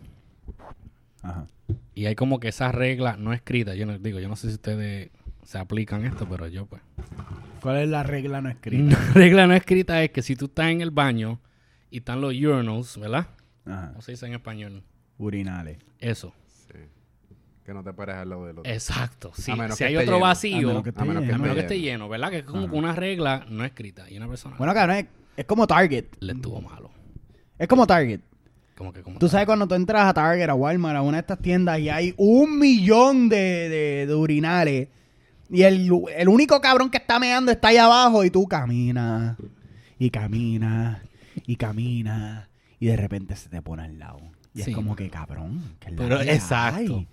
[SPEAKER 3] Ajá.
[SPEAKER 4] y hay como que esas reglas no escritas. Yo no digo, yo no sé si ustedes se aplican esto, pero yo pues.
[SPEAKER 3] ¿Cuál es la regla no escrita?
[SPEAKER 4] La regla no *laughs* escrita es que si tú estás en el baño y están los urinals, ¿verdad?
[SPEAKER 3] Ajá.
[SPEAKER 4] ¿Cómo se dice en español?
[SPEAKER 3] Urinales.
[SPEAKER 4] Eso.
[SPEAKER 5] Sí. Que no te pares al lado del otro.
[SPEAKER 4] Exacto. Sí.
[SPEAKER 5] A menos
[SPEAKER 4] Si
[SPEAKER 5] que
[SPEAKER 4] hay
[SPEAKER 5] esté
[SPEAKER 4] otro
[SPEAKER 5] lleno.
[SPEAKER 3] A
[SPEAKER 4] vacío,
[SPEAKER 3] menos que
[SPEAKER 5] a menos que
[SPEAKER 4] a menos que
[SPEAKER 5] esté
[SPEAKER 4] esté lleno, ¿verdad? Que es como una regla no escrita. Y una persona
[SPEAKER 3] Bueno, cabrón, es, es como Target.
[SPEAKER 4] le estuvo malo.
[SPEAKER 3] Es como Target.
[SPEAKER 4] Como que como...
[SPEAKER 3] Tú sabes cuando tú entras a Target, a Walmart, a una de estas tiendas y hay un millón de, de- de urinales y el, el único cabrón que está meando está ahí abajo y tú caminas y caminas y caminas y de repente se te pone al lado. Y
[SPEAKER 4] Sí.
[SPEAKER 3] es como que cabrón. que es la
[SPEAKER 4] Pero
[SPEAKER 3] que
[SPEAKER 4] exacto.
[SPEAKER 3] hay.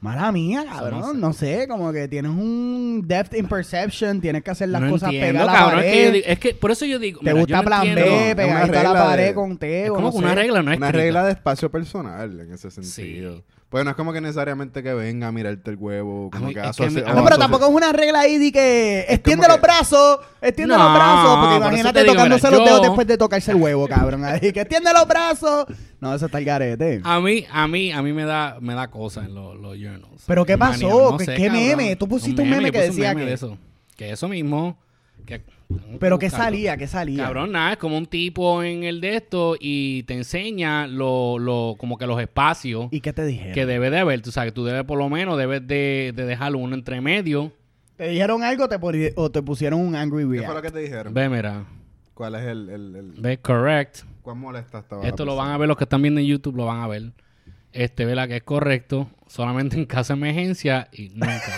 [SPEAKER 3] Mala mía, cabrón.
[SPEAKER 4] no sé.
[SPEAKER 3] no, sé. como que tienes un depth in perception, tienes que hacer las
[SPEAKER 4] No
[SPEAKER 3] cosas
[SPEAKER 4] entiendo,
[SPEAKER 3] pegadas a la
[SPEAKER 4] cabrón, es que, yo
[SPEAKER 3] pared.
[SPEAKER 4] digo- es que por eso yo digo...
[SPEAKER 3] Te
[SPEAKER 4] mira, yo
[SPEAKER 3] gusta
[SPEAKER 4] no
[SPEAKER 3] plan
[SPEAKER 4] entiendo-
[SPEAKER 3] B,
[SPEAKER 5] es una
[SPEAKER 3] pegadito a la
[SPEAKER 5] regla
[SPEAKER 3] pared
[SPEAKER 5] de-
[SPEAKER 3] con
[SPEAKER 4] Es
[SPEAKER 3] Teo.
[SPEAKER 4] como
[SPEAKER 3] no
[SPEAKER 4] que una
[SPEAKER 3] sé.
[SPEAKER 4] regla no escrita.
[SPEAKER 5] Una regla de espacio personal en ese sentido.
[SPEAKER 4] Sí.
[SPEAKER 5] Pues no es como que necesariamente que venga a mirarte el huevo, como
[SPEAKER 4] mí- es que
[SPEAKER 5] que
[SPEAKER 4] a mí-
[SPEAKER 5] asocia-
[SPEAKER 4] a
[SPEAKER 5] o
[SPEAKER 4] mí-
[SPEAKER 3] No, pero
[SPEAKER 5] asocia-
[SPEAKER 3] tampoco es una regla ahí de que extiende
[SPEAKER 5] como
[SPEAKER 3] los
[SPEAKER 5] que-
[SPEAKER 3] brazos, extiende
[SPEAKER 4] No,
[SPEAKER 3] los brazos, porque
[SPEAKER 4] por eso
[SPEAKER 3] imagínate
[SPEAKER 4] te digo,
[SPEAKER 3] tocándose
[SPEAKER 4] mira,
[SPEAKER 3] los
[SPEAKER 4] yo-
[SPEAKER 3] dedos después de tocarse el huevo, cabrón. Ahí que extiende los brazos. No, eso está el garete.
[SPEAKER 4] A mí, a mí, a mí me da, me da cosa en los, los journals.
[SPEAKER 3] ¿Pero qué
[SPEAKER 4] Manía,
[SPEAKER 3] pasó?
[SPEAKER 4] no
[SPEAKER 3] ¿Qué-
[SPEAKER 4] sé,
[SPEAKER 3] qué
[SPEAKER 4] cabrón.
[SPEAKER 3] meme? Tú pusiste un meme
[SPEAKER 4] yo
[SPEAKER 3] que
[SPEAKER 4] puse
[SPEAKER 3] decía que-
[SPEAKER 4] de eso. Que eso mismo. que- tengo que
[SPEAKER 3] Pero que
[SPEAKER 4] buscarlo.
[SPEAKER 3] salía, que salía.
[SPEAKER 4] uh, Cabrón, nada, es como un tipo en el de esto y te enseña lo, lo, como que los espacios
[SPEAKER 3] ¿Y qué te dijeron?
[SPEAKER 4] que debe de haber. Tú sabes, tú debes por lo menos, debes de, de dejar uno entre medio.
[SPEAKER 3] ¿Te dijeron algo te poni- o te pusieron un angry
[SPEAKER 5] ¿Qué fue lo
[SPEAKER 3] react?
[SPEAKER 5] que te dijeron?
[SPEAKER 4] Ve, mira,
[SPEAKER 5] ¿Cuál es el, el, el-
[SPEAKER 4] ve, correct.
[SPEAKER 5] cuán molesta estaba? la
[SPEAKER 4] Esto lo
[SPEAKER 5] persona?
[SPEAKER 4] van a ver los que están viendo en YouTube, lo van a ver. Este, vela que es correcto, solamente en caso de emergencia y
[SPEAKER 5] *laughs*
[SPEAKER 4] nunca.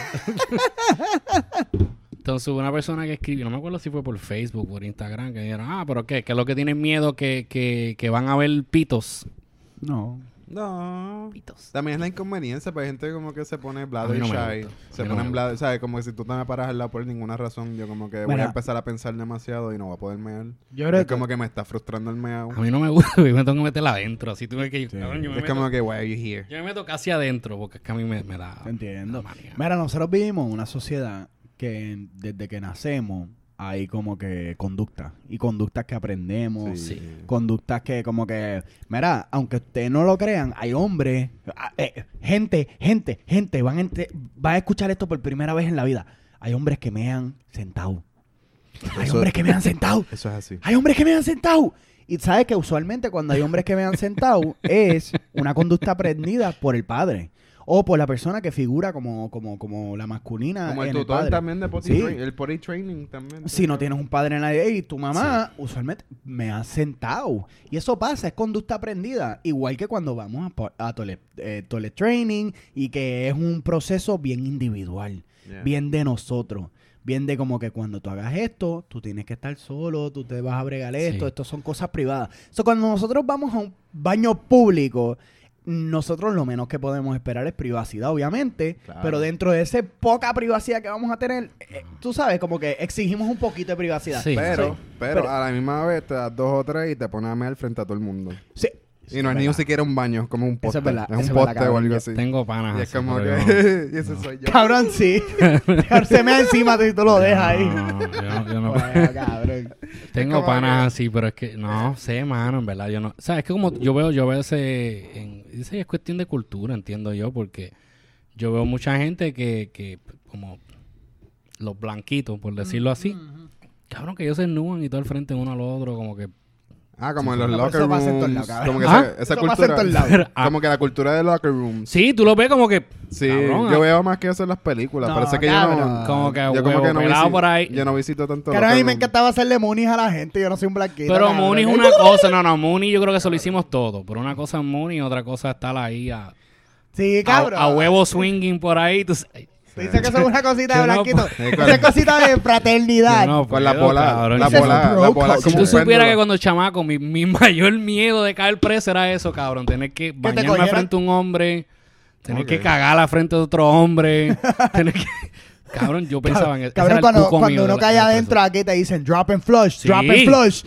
[SPEAKER 4] Entonces hubo una persona que escribió, no me acuerdo si fue por Facebook, por Instagram, que dijeron, ah, pero qué, que es lo que tienen miedo que, que, que van a ver pitos.
[SPEAKER 3] No.
[SPEAKER 5] No.
[SPEAKER 4] Pitos.
[SPEAKER 5] También es la inconveniencia, pero hay gente como que se pone bladder
[SPEAKER 4] no me
[SPEAKER 5] shy.
[SPEAKER 4] gusta. A
[SPEAKER 5] Se
[SPEAKER 4] mí no
[SPEAKER 5] ponen
[SPEAKER 4] me
[SPEAKER 5] bladder, ¿sabes? Como que si tú te me paras al lado por ninguna razón, yo como que voy
[SPEAKER 3] Mira.
[SPEAKER 5] a empezar a pensar demasiado y no voy a poder mear.
[SPEAKER 3] Yo creo
[SPEAKER 5] es
[SPEAKER 3] que-
[SPEAKER 5] como que me está frustrando el meao.
[SPEAKER 4] A mí no me gusta, *laughs* yo me tengo que meterla adentro. Así tú ves que yo, cabrón, yo, me
[SPEAKER 5] Es
[SPEAKER 4] meto,
[SPEAKER 5] como que, why are you here?
[SPEAKER 4] yo me meto casi adentro, porque es que a mí me, me da...
[SPEAKER 3] Te entiendo.
[SPEAKER 4] da manía.
[SPEAKER 3] Mira, nosotros vivimos en una sociedad que en- desde que nacemos hay como que conductas y conductas que aprendemos,
[SPEAKER 4] sí.
[SPEAKER 3] conductas que como que, mira, aunque ustedes no lo crean, hay hombres, ah, eh, gente, gente, gente, van a, ente- van a escuchar esto por primera vez en la vida. Hay hombres que me han sentado. Hay
[SPEAKER 5] Eso-
[SPEAKER 3] hombres que me han sentado.
[SPEAKER 5] Eso es así.
[SPEAKER 3] Hay hombres que me han sentado. Y sabes que usualmente cuando hay hombres que me han sentado es una conducta aprendida por el padre o por la persona que figura como, como, como la masculina.
[SPEAKER 5] Como
[SPEAKER 3] Ah, en
[SPEAKER 5] el
[SPEAKER 3] el
[SPEAKER 5] tutor
[SPEAKER 3] padre.
[SPEAKER 5] también de potty
[SPEAKER 3] Sí.
[SPEAKER 5] train- el potty training también.
[SPEAKER 3] Si no tienes un padre en la y tu mamá usualmente me ha sentado. Y eso pasa, es conducta aprendida. Igual que cuando vamos a, po- a toilet, eh, toilet training y que es un proceso bien individual
[SPEAKER 5] Yeah.
[SPEAKER 3] bien de nosotros. Bien de como que cuando tú hagas esto, tú tienes que estar solo, tú te vas a bregar esto,
[SPEAKER 4] Sí.
[SPEAKER 3] esto son cosas privadas. So, cuando nosotros vamos a un baño público, nosotros lo menos que podemos esperar es privacidad, obviamente,
[SPEAKER 5] Claro.
[SPEAKER 3] pero dentro de esa poca privacidad que vamos a tener, eh, tú sabes, como que exigimos un poquito de privacidad.
[SPEAKER 4] Sí.
[SPEAKER 5] Pero,
[SPEAKER 4] Sí.
[SPEAKER 5] pero,
[SPEAKER 3] Pero-
[SPEAKER 5] a la misma vez te das dos o tres y te pones a mear frente a todo el mundo.
[SPEAKER 3] Sí.
[SPEAKER 5] y no es ni
[SPEAKER 3] verdad.
[SPEAKER 5] siquiera un baño, es como un
[SPEAKER 3] Eso
[SPEAKER 5] poste.
[SPEAKER 3] es verdad, eso
[SPEAKER 5] un
[SPEAKER 3] es verdad,
[SPEAKER 5] poste o
[SPEAKER 3] cabrón.
[SPEAKER 5] algo
[SPEAKER 3] Yo
[SPEAKER 5] así.
[SPEAKER 4] Tengo panas.
[SPEAKER 5] Y es
[SPEAKER 4] así,
[SPEAKER 5] como
[SPEAKER 4] pero yo
[SPEAKER 5] *laughs*
[SPEAKER 4] no.
[SPEAKER 5] que. y ese soy yo.
[SPEAKER 3] Cabrón, sí. Se mea encima de ti y tú lo dejas ahí.
[SPEAKER 4] No, yo no-
[SPEAKER 5] *laughs*
[SPEAKER 4] yo no-
[SPEAKER 3] Bueno, cabrón.
[SPEAKER 4] Tengo
[SPEAKER 5] como
[SPEAKER 4] panas así, pero es que no sé, mano, en verdad yo no. O sea, es que como yo veo, yo veo ese, en- ese es cuestión de cultura, entiendo yo, porque yo veo mucha gente que, que como los blanquitos, por decirlo así, cabrón, que ellos se ennúan y todo al frente uno al otro, como que
[SPEAKER 5] Ah, como en los
[SPEAKER 3] No, pero
[SPEAKER 5] locker
[SPEAKER 3] eso pasa en todos
[SPEAKER 5] rooms.
[SPEAKER 3] lados, cabrón.
[SPEAKER 5] Como que
[SPEAKER 4] ¿Ah?
[SPEAKER 5] esa, esa
[SPEAKER 3] Eso pasa en
[SPEAKER 5] cultura.
[SPEAKER 3] todos
[SPEAKER 5] *laughs*
[SPEAKER 3] lados.
[SPEAKER 5] Como que la cultura de locker rooms.
[SPEAKER 4] Sí, tú lo ves como que.
[SPEAKER 5] Sí,
[SPEAKER 4] cabrón, ah.
[SPEAKER 5] yo veo más que eso en las películas.
[SPEAKER 3] No,
[SPEAKER 5] Parece que yo
[SPEAKER 3] cabrón.
[SPEAKER 5] no.
[SPEAKER 4] Como que
[SPEAKER 5] yo como
[SPEAKER 4] huevo
[SPEAKER 5] que no
[SPEAKER 4] pelado
[SPEAKER 5] visito,
[SPEAKER 4] por ahí.
[SPEAKER 5] Yo no visito tanto.
[SPEAKER 3] Cara, a mí
[SPEAKER 5] locker
[SPEAKER 3] me
[SPEAKER 5] room.
[SPEAKER 3] encantaba hacerle munis a la gente. Yo no soy un blanquito.
[SPEAKER 4] Pero
[SPEAKER 3] cabrón.
[SPEAKER 4] Mooney es
[SPEAKER 3] *laughs*
[SPEAKER 4] una cosa. No, no, Mooney yo creo que eso lo hicimos todo. Pero una cosa es Mooney y otra cosa es estar ahí a,
[SPEAKER 3] Sí,
[SPEAKER 4] a,
[SPEAKER 3] cabrón.
[SPEAKER 4] a huevo swinging por ahí. Tú, sabes.
[SPEAKER 3] Tú dices que eso es una cosita
[SPEAKER 4] Yo
[SPEAKER 3] de
[SPEAKER 4] no *laughs*
[SPEAKER 3] blanquito.
[SPEAKER 4] puedo.
[SPEAKER 5] Sí,
[SPEAKER 3] Eso
[SPEAKER 5] claro.
[SPEAKER 3] es cosita de fraternidad.
[SPEAKER 4] Yo no
[SPEAKER 5] Con Pues la
[SPEAKER 4] puedo,
[SPEAKER 5] bola.
[SPEAKER 4] cabrón.
[SPEAKER 5] La
[SPEAKER 4] Ese es un
[SPEAKER 5] bola.
[SPEAKER 3] bro
[SPEAKER 5] La bola.
[SPEAKER 3] code.
[SPEAKER 5] como
[SPEAKER 4] Si tú
[SPEAKER 5] un
[SPEAKER 4] supieras que
[SPEAKER 5] péndulo.
[SPEAKER 4] cuando chamaco, mi, mi *laughs* mayor miedo de caer preso era eso, cabrón. Tener que bañarme
[SPEAKER 3] cogieran?
[SPEAKER 4] frente a un hombre, tener
[SPEAKER 5] Ok.
[SPEAKER 4] que cagar la frente de
[SPEAKER 3] *laughs*
[SPEAKER 4] otro hombre, tener que. Cabrón, yo pensaba en eso.
[SPEAKER 3] Cabrón, cuando, cuando uno cae adentro aquí te dicen drop and flush,
[SPEAKER 4] Sí.
[SPEAKER 3] drop and flush.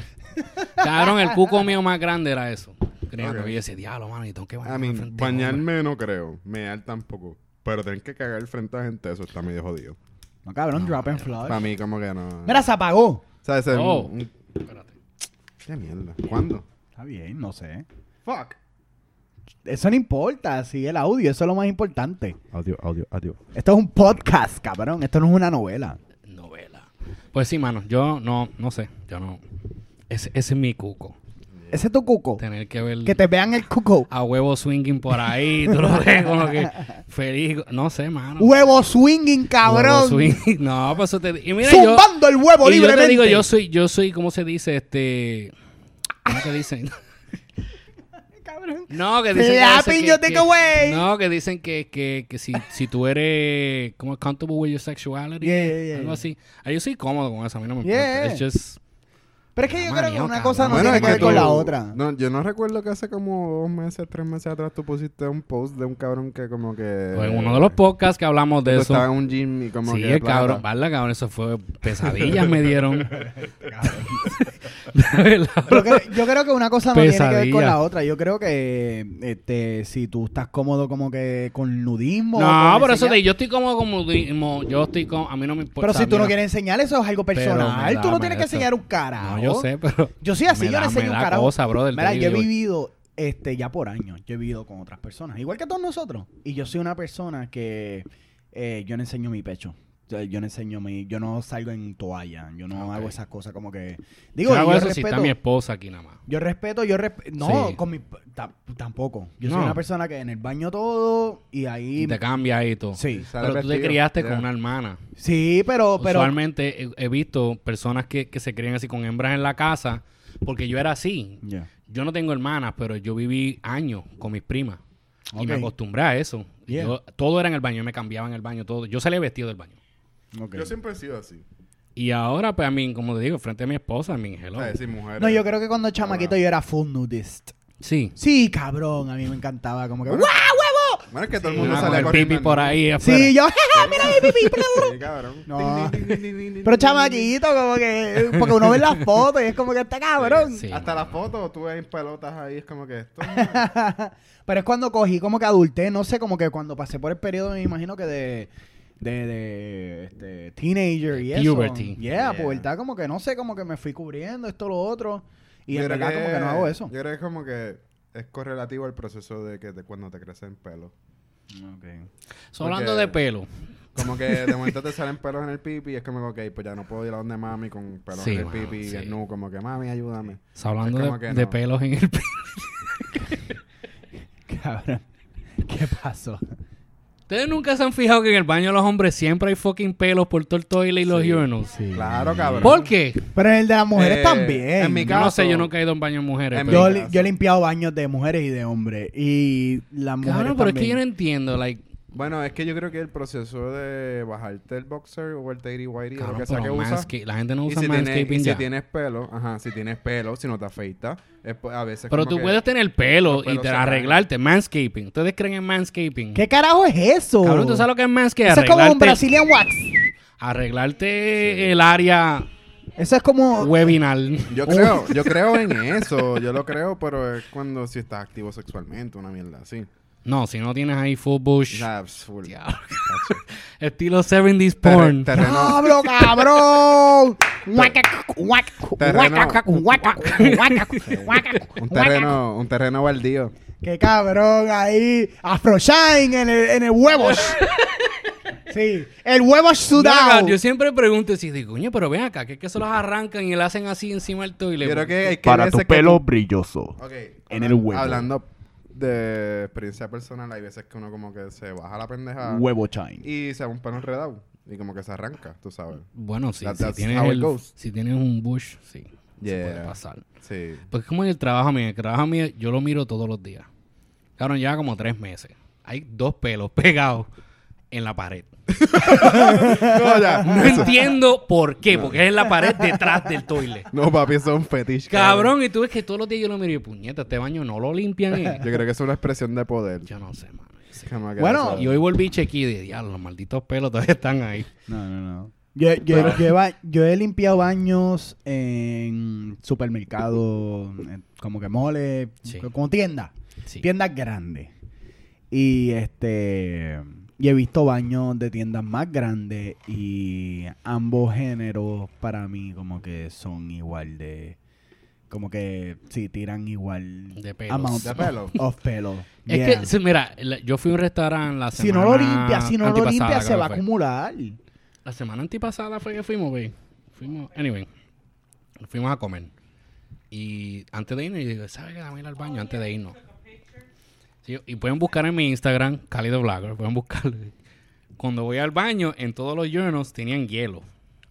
[SPEAKER 3] ah,
[SPEAKER 4] Cabrón, el cuco mío más grande era eso. Créanme, y yo decía, diablo, mano, y tengo que
[SPEAKER 5] A
[SPEAKER 4] bañarme.
[SPEAKER 5] mí,
[SPEAKER 4] frente a un hombre".
[SPEAKER 5] bañarme no creo. Mear tampoco. Pero tener que cagar frente a gente, eso está medio jodido.
[SPEAKER 3] No, cabrón, drop and flush.
[SPEAKER 5] Para mí, como que no.
[SPEAKER 3] Mira, se apagó.
[SPEAKER 5] O sea, ese-
[SPEAKER 4] Oh.
[SPEAKER 5] un-
[SPEAKER 4] Espérate.
[SPEAKER 5] ¿Qué mierda? ¿Cuándo?
[SPEAKER 3] Está bien, no sé.
[SPEAKER 5] Fuck.
[SPEAKER 3] Eso no importa, sí, el audio, eso es lo más importante.
[SPEAKER 5] Audio, audio, audio.
[SPEAKER 3] Esto es un podcast, cabrón. Esto no es una novela.
[SPEAKER 4] Novela. Pues sí, mano, yo no, no sé. Yo no. Ese, ese es mi cuco.
[SPEAKER 3] Ese es tu cuco.
[SPEAKER 4] Tener que ver.
[SPEAKER 3] Que te vean el cuco.
[SPEAKER 4] a huevo swinging por ahí, tú lo ves como
[SPEAKER 3] *laughs*
[SPEAKER 4] que feliz, no sé, mano.
[SPEAKER 3] Huevo swinging, cabrón.
[SPEAKER 4] Huevo swinging. *laughs* No, pues eso te y mira yo
[SPEAKER 3] Zumbando el huevo
[SPEAKER 4] y yo
[SPEAKER 3] libremente.
[SPEAKER 4] te digo, yo soy yo soy cómo se dice este ¿Cómo que dicen? *laughs*
[SPEAKER 3] Cabrón.
[SPEAKER 4] No, que dicen
[SPEAKER 3] Yeah,
[SPEAKER 4] a veces
[SPEAKER 3] pin your dick away.
[SPEAKER 4] No, que dicen que, que, que si, si tú eres como comfortable with your sexuality,
[SPEAKER 3] Yeah, yeah, yeah,
[SPEAKER 4] algo
[SPEAKER 3] yeah.
[SPEAKER 4] así. Ah, yo soy cómodo con eso, a mí no me
[SPEAKER 3] Yeah.
[SPEAKER 4] importa. It's just
[SPEAKER 3] Pero es que yo
[SPEAKER 4] Ah,
[SPEAKER 3] creo que
[SPEAKER 4] maníaco,
[SPEAKER 3] una cosa no
[SPEAKER 4] cabrón.
[SPEAKER 3] tiene
[SPEAKER 4] Bueno,
[SPEAKER 3] que
[SPEAKER 4] es
[SPEAKER 3] ver
[SPEAKER 4] que
[SPEAKER 3] con
[SPEAKER 4] tú-
[SPEAKER 3] la otra.
[SPEAKER 5] No, yo no recuerdo que hace como dos meses, tres meses atrás tú pusiste un post de un cabrón que como que...
[SPEAKER 4] en Pues, uno de los podcasts que hablamos de
[SPEAKER 5] Tú
[SPEAKER 4] eso.
[SPEAKER 5] estabas en un gym y como
[SPEAKER 4] Sí,
[SPEAKER 5] que...
[SPEAKER 4] el
[SPEAKER 5] plata.
[SPEAKER 4] cabrón, ¿verdad, cabrón?
[SPEAKER 3] *laughs*
[SPEAKER 4] Eso fue pesadillas me dieron. *laughs* De verdad.
[SPEAKER 3] Yo creo, yo creo que una cosa no tiene que ver con
[SPEAKER 4] Pesadilla.
[SPEAKER 3] la otra. Yo creo que este, si tú estás cómodo como que con nudismo.
[SPEAKER 4] No,
[SPEAKER 3] con
[SPEAKER 4] por eso
[SPEAKER 3] enseñar-
[SPEAKER 4] te yo estoy cómodo como como- yo estoy como a mí no me importa.
[SPEAKER 3] Pero si tú no
[SPEAKER 4] mira.
[SPEAKER 3] quieres enseñar, eso es algo
[SPEAKER 4] Pero me
[SPEAKER 3] personal.
[SPEAKER 4] da-
[SPEAKER 3] tú no
[SPEAKER 4] me
[SPEAKER 3] tienes
[SPEAKER 4] da
[SPEAKER 3] que
[SPEAKER 4] eso.
[SPEAKER 3] enseñar un carajo.
[SPEAKER 4] No, yo sé, pero
[SPEAKER 3] Yo soy así,
[SPEAKER 4] me
[SPEAKER 3] yo
[SPEAKER 4] da-
[SPEAKER 3] no enseño
[SPEAKER 4] me
[SPEAKER 3] un
[SPEAKER 4] da
[SPEAKER 3] carajo.
[SPEAKER 4] cosa, brother, te
[SPEAKER 3] Mira, yo he
[SPEAKER 4] digo, yo-
[SPEAKER 3] vivido este, ya por años. Yo he vivido con otras personas, igual que todos nosotros. Y yo soy una persona que eh, yo no enseño mi pecho. Yo yo no enseño mi. Yo no salgo en toalla. Yo no
[SPEAKER 4] Ah, Ok.
[SPEAKER 3] hago esas cosas como que. Digo,
[SPEAKER 4] yo
[SPEAKER 3] yo,
[SPEAKER 4] hago eso si
[SPEAKER 3] respeto.
[SPEAKER 4] está mi esposa aquí nada más.
[SPEAKER 3] Yo respeto, yo respeto. No,
[SPEAKER 4] Sí.
[SPEAKER 3] con mi. ta- tampoco. Yo
[SPEAKER 4] No.
[SPEAKER 3] soy una persona que en el baño todo y ahí.
[SPEAKER 4] Y te cambia ahí todo.
[SPEAKER 3] Sí.
[SPEAKER 5] Sale
[SPEAKER 4] Pero tú te
[SPEAKER 5] vestido,
[SPEAKER 4] criaste
[SPEAKER 5] ya.
[SPEAKER 4] con una hermana.
[SPEAKER 3] Sí, pero. pero
[SPEAKER 4] Usualmente he, he visto personas que, que se crían así con hembras en la casa, porque yo era así.
[SPEAKER 3] Ya.
[SPEAKER 4] Yo no tengo hermanas, pero yo viví años con mis primas. Y me
[SPEAKER 3] Ok.
[SPEAKER 4] acostumbré a eso. Y
[SPEAKER 3] Yeah.
[SPEAKER 4] yo- todo era en el baño, yo me cambiaba en el baño, todo. Yo salía vestido del baño.
[SPEAKER 3] Ok.
[SPEAKER 5] Yo siempre he sido así.
[SPEAKER 4] Y ahora, pues, a mí, como te digo, frente a mi esposa, a mí, hello.
[SPEAKER 5] O sea, sin mujeres.
[SPEAKER 3] No, yo creo que cuando chamaquito
[SPEAKER 5] Ahora.
[SPEAKER 3] yo era full nudist.
[SPEAKER 4] Sí.
[SPEAKER 3] Sí, cabrón, a mí me encantaba como que
[SPEAKER 5] Bueno.
[SPEAKER 3] ¡guau, huevo!
[SPEAKER 5] Bueno, es que todo el
[SPEAKER 4] Una
[SPEAKER 5] mundo
[SPEAKER 4] Ah, con
[SPEAKER 5] sale
[SPEAKER 4] el pipi por ahí afuera.
[SPEAKER 3] Sí, yo, "Jaja, mira mi pipí.
[SPEAKER 5] Sí, cabrón.
[SPEAKER 3] No.
[SPEAKER 5] Ding, ding, ding, ding, ding,
[SPEAKER 3] Pero
[SPEAKER 5] ding, ding.
[SPEAKER 3] chamaquito, como que, porque uno ve las fotos y es como que está cabrón.
[SPEAKER 4] Sí,
[SPEAKER 5] Hasta
[SPEAKER 4] mano.
[SPEAKER 5] las fotos, tú ves en pelotas ahí, es como que
[SPEAKER 3] *laughs*
[SPEAKER 5] esto...
[SPEAKER 3] Pero es cuando cogí como que adulté, no sé, como que cuando pasé por el periodo, me imagino que de, de, de este, teenager y eso.
[SPEAKER 4] Puberty.
[SPEAKER 3] Yeah,
[SPEAKER 5] Yeah.
[SPEAKER 3] pubertad, como que no sé, como que me fui cubriendo esto, lo otro. Y
[SPEAKER 5] Yo
[SPEAKER 3] en
[SPEAKER 5] creo
[SPEAKER 3] verdad como que no hago eso.
[SPEAKER 5] Yo creo que es como que es correlativo al proceso de que de cuando te crecen pelos.
[SPEAKER 4] So, hablando de pelo.
[SPEAKER 5] Como que de momento te salen pelos en el pipi y es como que, ok, pues ya no puedo ir a donde mami con pelos
[SPEAKER 4] Sí,
[SPEAKER 5] en el
[SPEAKER 4] mano,
[SPEAKER 5] pipi y
[SPEAKER 4] sí.
[SPEAKER 5] el nu, como que mami, ayúdame.
[SPEAKER 4] So, hablando
[SPEAKER 5] Es como
[SPEAKER 4] de,
[SPEAKER 5] que
[SPEAKER 4] de
[SPEAKER 5] no.
[SPEAKER 4] pelos en el pelo.
[SPEAKER 3] *laughs* Cabrón, ¿qué pasó?
[SPEAKER 4] Ustedes nunca se han fijado que en el baño de los hombres siempre hay fucking pelos por todo el toile y los urinals.
[SPEAKER 5] Claro, cabrón.
[SPEAKER 4] ¿Por qué?
[SPEAKER 3] Pero en el de las mujeres
[SPEAKER 5] Eh,
[SPEAKER 3] también.
[SPEAKER 5] en mi
[SPEAKER 4] Yo no sé,
[SPEAKER 5] caso-
[SPEAKER 4] yo nunca he ido a un baño de mujeres.
[SPEAKER 5] En
[SPEAKER 4] pero-
[SPEAKER 3] Yo,
[SPEAKER 5] mi
[SPEAKER 3] li- yo he limpiado baños de mujeres y de hombres. Y las mujeres.
[SPEAKER 4] Cabrón, pero es que
[SPEAKER 3] también.
[SPEAKER 4] yo no entiendo. Like,
[SPEAKER 5] Bueno, es que yo creo que el proceso de bajarte el boxer o el tighty whitey o lo
[SPEAKER 4] cabrón,
[SPEAKER 5] que sea que
[SPEAKER 4] pero
[SPEAKER 5] usas.
[SPEAKER 4] mansca- la gente no
[SPEAKER 5] Y
[SPEAKER 4] usa
[SPEAKER 5] si, tienes,
[SPEAKER 4] manscaping
[SPEAKER 5] y si
[SPEAKER 4] ya.
[SPEAKER 5] tienes pelo, ajá, si tienes pelo, si no te afeitas, es po- a veces
[SPEAKER 4] Pero
[SPEAKER 5] como
[SPEAKER 4] tú
[SPEAKER 5] que-
[SPEAKER 4] puedes tener pelo
[SPEAKER 5] los
[SPEAKER 4] y
[SPEAKER 5] pelos
[SPEAKER 4] te
[SPEAKER 5] se
[SPEAKER 4] arreglarte. Manscaping. ¿Ustedes creen en manscaping?
[SPEAKER 3] ¿Qué carajo es eso?
[SPEAKER 4] Cabrón, ¿tú sabes lo que es manscaping?
[SPEAKER 3] Eso es como un
[SPEAKER 4] Arreglarte-
[SPEAKER 3] Brazilian Wax.
[SPEAKER 4] Arreglarte el área
[SPEAKER 3] Eso es como.
[SPEAKER 4] webinal. *laughs*
[SPEAKER 5] Yo creo, yo creo en eso, yo lo creo, pero es cuando si estás activo sexualmente, una mierda así.
[SPEAKER 4] No, si no tienes ahí full
[SPEAKER 5] O
[SPEAKER 4] bush.
[SPEAKER 5] sea, es full.
[SPEAKER 4] Diablo. *laughs* Estilo 70s
[SPEAKER 5] Terre-
[SPEAKER 4] porn. Ah,
[SPEAKER 5] terreno-
[SPEAKER 4] *laughs*
[SPEAKER 3] ¡Diablo, cabrón!
[SPEAKER 5] Un terreno, un terreno baldío.
[SPEAKER 3] Qué cabrón ahí. Afroshine en el, en el
[SPEAKER 4] *laughs*
[SPEAKER 3] huevos. Sí, el huevos sudado.
[SPEAKER 4] Yo siempre pregunto si digo, coño, pero ven acá, que es que se los arrancan y le hacen así encima del toile.
[SPEAKER 5] Yo creo que hay que
[SPEAKER 6] Para
[SPEAKER 5] veces
[SPEAKER 6] tu
[SPEAKER 5] que
[SPEAKER 6] pelo brilloso.
[SPEAKER 5] Ok,
[SPEAKER 6] en
[SPEAKER 5] habla-
[SPEAKER 6] el huevo.
[SPEAKER 5] Hablando de experiencia personal, hay veces que uno como que se baja la
[SPEAKER 4] Ah.
[SPEAKER 5] pendeja
[SPEAKER 6] Huevo chine.
[SPEAKER 5] y se va un pelo enredado y como que se arranca, tú sabes.
[SPEAKER 4] Bueno, sí,
[SPEAKER 5] That-
[SPEAKER 4] si,
[SPEAKER 5] that's
[SPEAKER 4] tienes
[SPEAKER 5] how it
[SPEAKER 4] el-
[SPEAKER 5] goes.
[SPEAKER 4] si tienes un bush, sí. Se
[SPEAKER 5] Yeah.
[SPEAKER 4] puede pasar.
[SPEAKER 3] *laughs*
[SPEAKER 5] Sí.
[SPEAKER 4] Pues como en el trabajo mío, el trabajo mío yo lo miro todos los días. Claro, lleva como tres meses. Hay dos pelos pegados en la pared.
[SPEAKER 5] *laughs* No, ya.
[SPEAKER 4] No entiendo por qué, porque es en la pared detrás del toile.
[SPEAKER 5] No, papi, eso es un fetiche.
[SPEAKER 4] Cabrón, y tú ves que todos los días yo lo miro y puñeta, este baño no lo limpian. eh.
[SPEAKER 3] *laughs*
[SPEAKER 5] Yo creo que es una expresión de poder.
[SPEAKER 4] Yo no sé, mano. yo sé.
[SPEAKER 5] Como que
[SPEAKER 3] Bueno,
[SPEAKER 5] eso-
[SPEAKER 4] Y hoy volví chequé y de diablo, los malditos pelos todavía están ahí.
[SPEAKER 6] No, no, no.
[SPEAKER 3] Yo, yo- yo he ba- yo he limpiado baños en supermercados, en- como que mole,
[SPEAKER 4] Sí.
[SPEAKER 3] como tiendas,
[SPEAKER 4] Sí.
[SPEAKER 3] tiendas grandes. Y este y he visto baños de tiendas más grandes y ambos géneros para mí como que son igual de como que sí tiran igual
[SPEAKER 4] De pelos.
[SPEAKER 3] amount
[SPEAKER 5] De pelo.
[SPEAKER 3] of pelo.
[SPEAKER 4] Es
[SPEAKER 3] Yeah.
[SPEAKER 4] que, sí, mira, la- yo fui a un restaurante la
[SPEAKER 3] si
[SPEAKER 4] semana
[SPEAKER 3] no lo limpia, si no lo
[SPEAKER 4] antipasada,
[SPEAKER 3] limpia se
[SPEAKER 4] creo
[SPEAKER 3] va a
[SPEAKER 4] que fue.
[SPEAKER 3] acumular.
[SPEAKER 4] La semana antipasada fue que fuimos, güey. Fuimos, anyway. Fuimos a comer. Y antes de irnos, yo digo, ¿sabes que Dame ir al baño antes de irnos? Sí, y pueden buscar en mi Instagram, Cálido Blogger, pueden buscarlo. Cuando voy al baño, en todos los journals tenían hielo.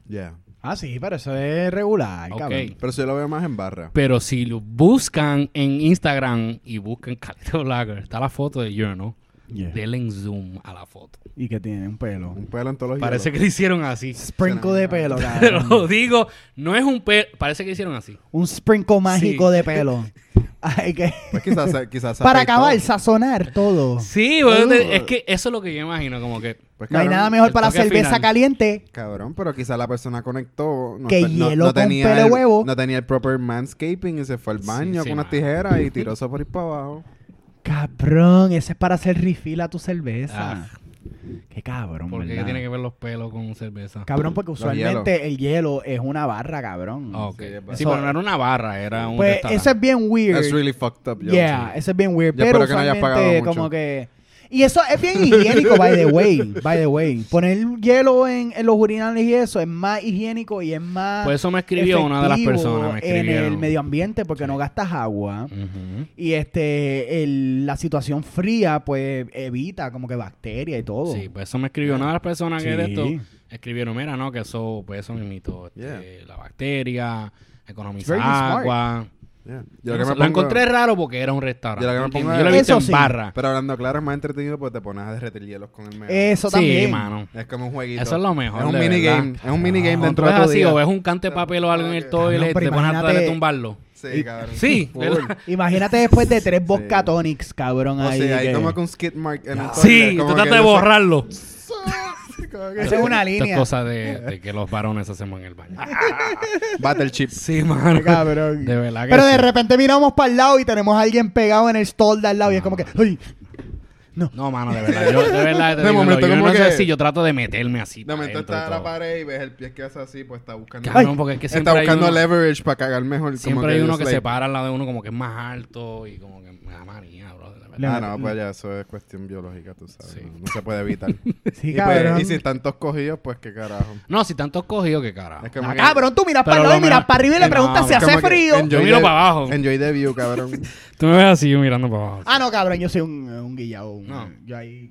[SPEAKER 5] Yeah.
[SPEAKER 3] Ah, sí, pero eso es regular,
[SPEAKER 4] Ok.
[SPEAKER 3] cabrón.
[SPEAKER 5] Pero si yo lo veo más en barra.
[SPEAKER 4] Pero si lo buscan en Instagram y buscan Cálido Blogger, está la foto del journal.
[SPEAKER 3] Yeah.
[SPEAKER 4] Denle en zoom a la foto.
[SPEAKER 3] Y que tiene un pelo.
[SPEAKER 5] Un pelo en todos los
[SPEAKER 4] Parece
[SPEAKER 5] hielos.
[SPEAKER 4] que lo hicieron así. *laughs*
[SPEAKER 3] Sprinkle de pelo,
[SPEAKER 4] Te
[SPEAKER 3] cabrón.
[SPEAKER 4] lo digo, no es un pe... Parece que lo hicieron así.
[SPEAKER 3] Un sprinkle mágico
[SPEAKER 4] Sí.
[SPEAKER 3] de
[SPEAKER 4] *laughs*
[SPEAKER 3] pelo. Hay que...
[SPEAKER 5] Pues quizás, se- quizás se
[SPEAKER 3] Para
[SPEAKER 5] afeitó.
[SPEAKER 3] acabar, sazonar todo.
[SPEAKER 4] Sí, bueno, te- es que eso es lo que yo imagino, como que
[SPEAKER 5] Pues,
[SPEAKER 3] no hay
[SPEAKER 5] cabrón,
[SPEAKER 3] nada mejor
[SPEAKER 4] el
[SPEAKER 3] para la
[SPEAKER 4] toque
[SPEAKER 3] cerveza
[SPEAKER 4] final.
[SPEAKER 3] caliente.
[SPEAKER 5] Cabrón, pero quizás la persona conectó. No,
[SPEAKER 3] Que
[SPEAKER 5] te- no-
[SPEAKER 3] hielo
[SPEAKER 5] no
[SPEAKER 3] con
[SPEAKER 5] tenía
[SPEAKER 3] pelo
[SPEAKER 5] el-
[SPEAKER 3] huevo.
[SPEAKER 5] No tenía el proper manscaping y se fue al baño
[SPEAKER 4] sí,
[SPEAKER 5] con unas
[SPEAKER 4] mano.
[SPEAKER 5] tijeras y tiró eso por ir para abajo.
[SPEAKER 3] Cabrón, ese es para hacer refill a tu cerveza.
[SPEAKER 4] Ah.
[SPEAKER 3] Qué cabrón,
[SPEAKER 4] porque
[SPEAKER 3] ¿verdad?
[SPEAKER 4] tiene que ver los pelos con cerveza.
[SPEAKER 3] Cabrón, porque usualmente el hielo es una barra, cabrón.
[SPEAKER 4] Ah, ok.
[SPEAKER 5] Sí, es verdad.
[SPEAKER 4] Sí, pero no era una barra, era un
[SPEAKER 3] Pues
[SPEAKER 4] restaurante.
[SPEAKER 3] eso es bien weird.
[SPEAKER 5] That's really fucked up, yo.
[SPEAKER 3] Yeah,
[SPEAKER 5] sí.
[SPEAKER 3] eso es bien weird.
[SPEAKER 5] Yo
[SPEAKER 3] pero
[SPEAKER 5] espero que no hayas
[SPEAKER 3] usualmente
[SPEAKER 5] pagado mucho.
[SPEAKER 3] como que... Y eso es bien higiénico, by the way. By the way. Poner hielo en, en los urinales y eso es más higiénico y es más...
[SPEAKER 4] Por Pues eso me escribió una de las
[SPEAKER 3] efectivo
[SPEAKER 4] personas, me
[SPEAKER 3] en el
[SPEAKER 4] escribieron.
[SPEAKER 3] medio ambiente porque no gastas agua.
[SPEAKER 4] Ujú.
[SPEAKER 3] Y este el- la situación fría pues evita como que bacterias y todo.
[SPEAKER 4] Sí, pues eso me escribió una de las personas que de
[SPEAKER 3] Sí.
[SPEAKER 4] esto escribieron, mira, no, que eso, pues eso mismito, este, la bacteria, economizar
[SPEAKER 3] Very smart.
[SPEAKER 4] agua.
[SPEAKER 5] Yeah.
[SPEAKER 4] Yo
[SPEAKER 5] Yo que me
[SPEAKER 4] lo
[SPEAKER 5] pongo-
[SPEAKER 4] encontré raro porque era un restaurante.
[SPEAKER 5] Yo lo que me
[SPEAKER 4] ¿entiendes?
[SPEAKER 5] pongo-
[SPEAKER 4] Yo lo he visto
[SPEAKER 3] Eso
[SPEAKER 4] en
[SPEAKER 3] sí.
[SPEAKER 4] barra.
[SPEAKER 5] Pero hablando claro, es más entretenido porque te pones a derretir hielos con el medio.
[SPEAKER 3] Eso
[SPEAKER 4] sí,
[SPEAKER 3] también.
[SPEAKER 4] mano.
[SPEAKER 5] Es como un jueguito.
[SPEAKER 4] Eso es lo mejor,
[SPEAKER 5] Es un
[SPEAKER 4] de
[SPEAKER 5] minigame.
[SPEAKER 4] verdad.
[SPEAKER 5] Es un minigame
[SPEAKER 4] Cuando
[SPEAKER 5] dentro
[SPEAKER 4] tú
[SPEAKER 5] de
[SPEAKER 4] ves
[SPEAKER 5] tu
[SPEAKER 4] así
[SPEAKER 5] día.
[SPEAKER 4] o ves un cante de papel o algo en el toilet,
[SPEAKER 3] pero
[SPEAKER 4] te pones a tratar de
[SPEAKER 3] imagínate-
[SPEAKER 4] tumbarlo.
[SPEAKER 5] Sí, cabrón.
[SPEAKER 4] Sí,
[SPEAKER 5] Full.
[SPEAKER 4] ¿verdad?
[SPEAKER 3] Imagínate después de tres vodka tonics, cabrón,
[SPEAKER 5] O
[SPEAKER 3] ahí.
[SPEAKER 5] sea,
[SPEAKER 3] que-
[SPEAKER 5] ahí como que un skid mark en el
[SPEAKER 4] Sí, tú tratas de borrarlo.
[SPEAKER 3] Esa es una
[SPEAKER 4] Estas
[SPEAKER 3] línea.
[SPEAKER 4] cosas de, de que los varones hacemos en el
[SPEAKER 5] *laughs*
[SPEAKER 4] baño.
[SPEAKER 5] Battle chip.
[SPEAKER 4] Sí, mano.
[SPEAKER 3] Cabrón.
[SPEAKER 4] De verdad que
[SPEAKER 3] Pero de
[SPEAKER 4] sí.
[SPEAKER 3] repente miramos para el lado y tenemos a alguien pegado en el stall de al lado y es como que, "Ay,
[SPEAKER 4] No, mano, de verdad. *laughs* Yo, de verdad, te
[SPEAKER 5] De
[SPEAKER 4] digo,
[SPEAKER 5] momento,
[SPEAKER 4] yo
[SPEAKER 5] como
[SPEAKER 4] no sé
[SPEAKER 5] que-
[SPEAKER 4] si yo trato de meterme así.
[SPEAKER 5] De
[SPEAKER 4] para
[SPEAKER 5] momento
[SPEAKER 4] dentro
[SPEAKER 5] está a la
[SPEAKER 4] todo.
[SPEAKER 5] pared y ves el pie que hace así, pues está buscando.
[SPEAKER 4] Cabrón, porque es que siempre
[SPEAKER 5] está buscando
[SPEAKER 4] hay uno,
[SPEAKER 5] leverage para cagar mejor.
[SPEAKER 4] siempre hay uno que se
[SPEAKER 5] para.
[SPEAKER 4] para al lado de uno como que es más alto y como que me da manía, bro. de verdad.
[SPEAKER 5] Ah, no, pues ya, eso es cuestión biológica, tú sabes.
[SPEAKER 4] Sí.
[SPEAKER 5] No, No se puede
[SPEAKER 4] *laughs*
[SPEAKER 5] evitar.
[SPEAKER 3] sí,
[SPEAKER 5] y, pues,
[SPEAKER 3] cabrón."
[SPEAKER 5] y si están todos cogidos, pues qué carajo.
[SPEAKER 4] No, si tanto cogido, que carajo.
[SPEAKER 5] Es que
[SPEAKER 3] Ah,
[SPEAKER 5] como que-
[SPEAKER 3] cabrón, tú miras para
[SPEAKER 4] Pero
[SPEAKER 3] el lado y
[SPEAKER 4] lo
[SPEAKER 3] miras
[SPEAKER 4] mejor-
[SPEAKER 3] para arriba y le
[SPEAKER 4] No,
[SPEAKER 3] preguntas si
[SPEAKER 4] como
[SPEAKER 3] hace
[SPEAKER 5] como que
[SPEAKER 3] frío.
[SPEAKER 5] enjoy
[SPEAKER 4] Yo miro
[SPEAKER 5] the-
[SPEAKER 4] para abajo.
[SPEAKER 5] Enjoy the view, cabrón.
[SPEAKER 4] Tú me ves así yo mirando para abajo.
[SPEAKER 3] Ah, no, cabrón, yo soy un, un guillao. un-
[SPEAKER 4] No.
[SPEAKER 3] Yo ahí.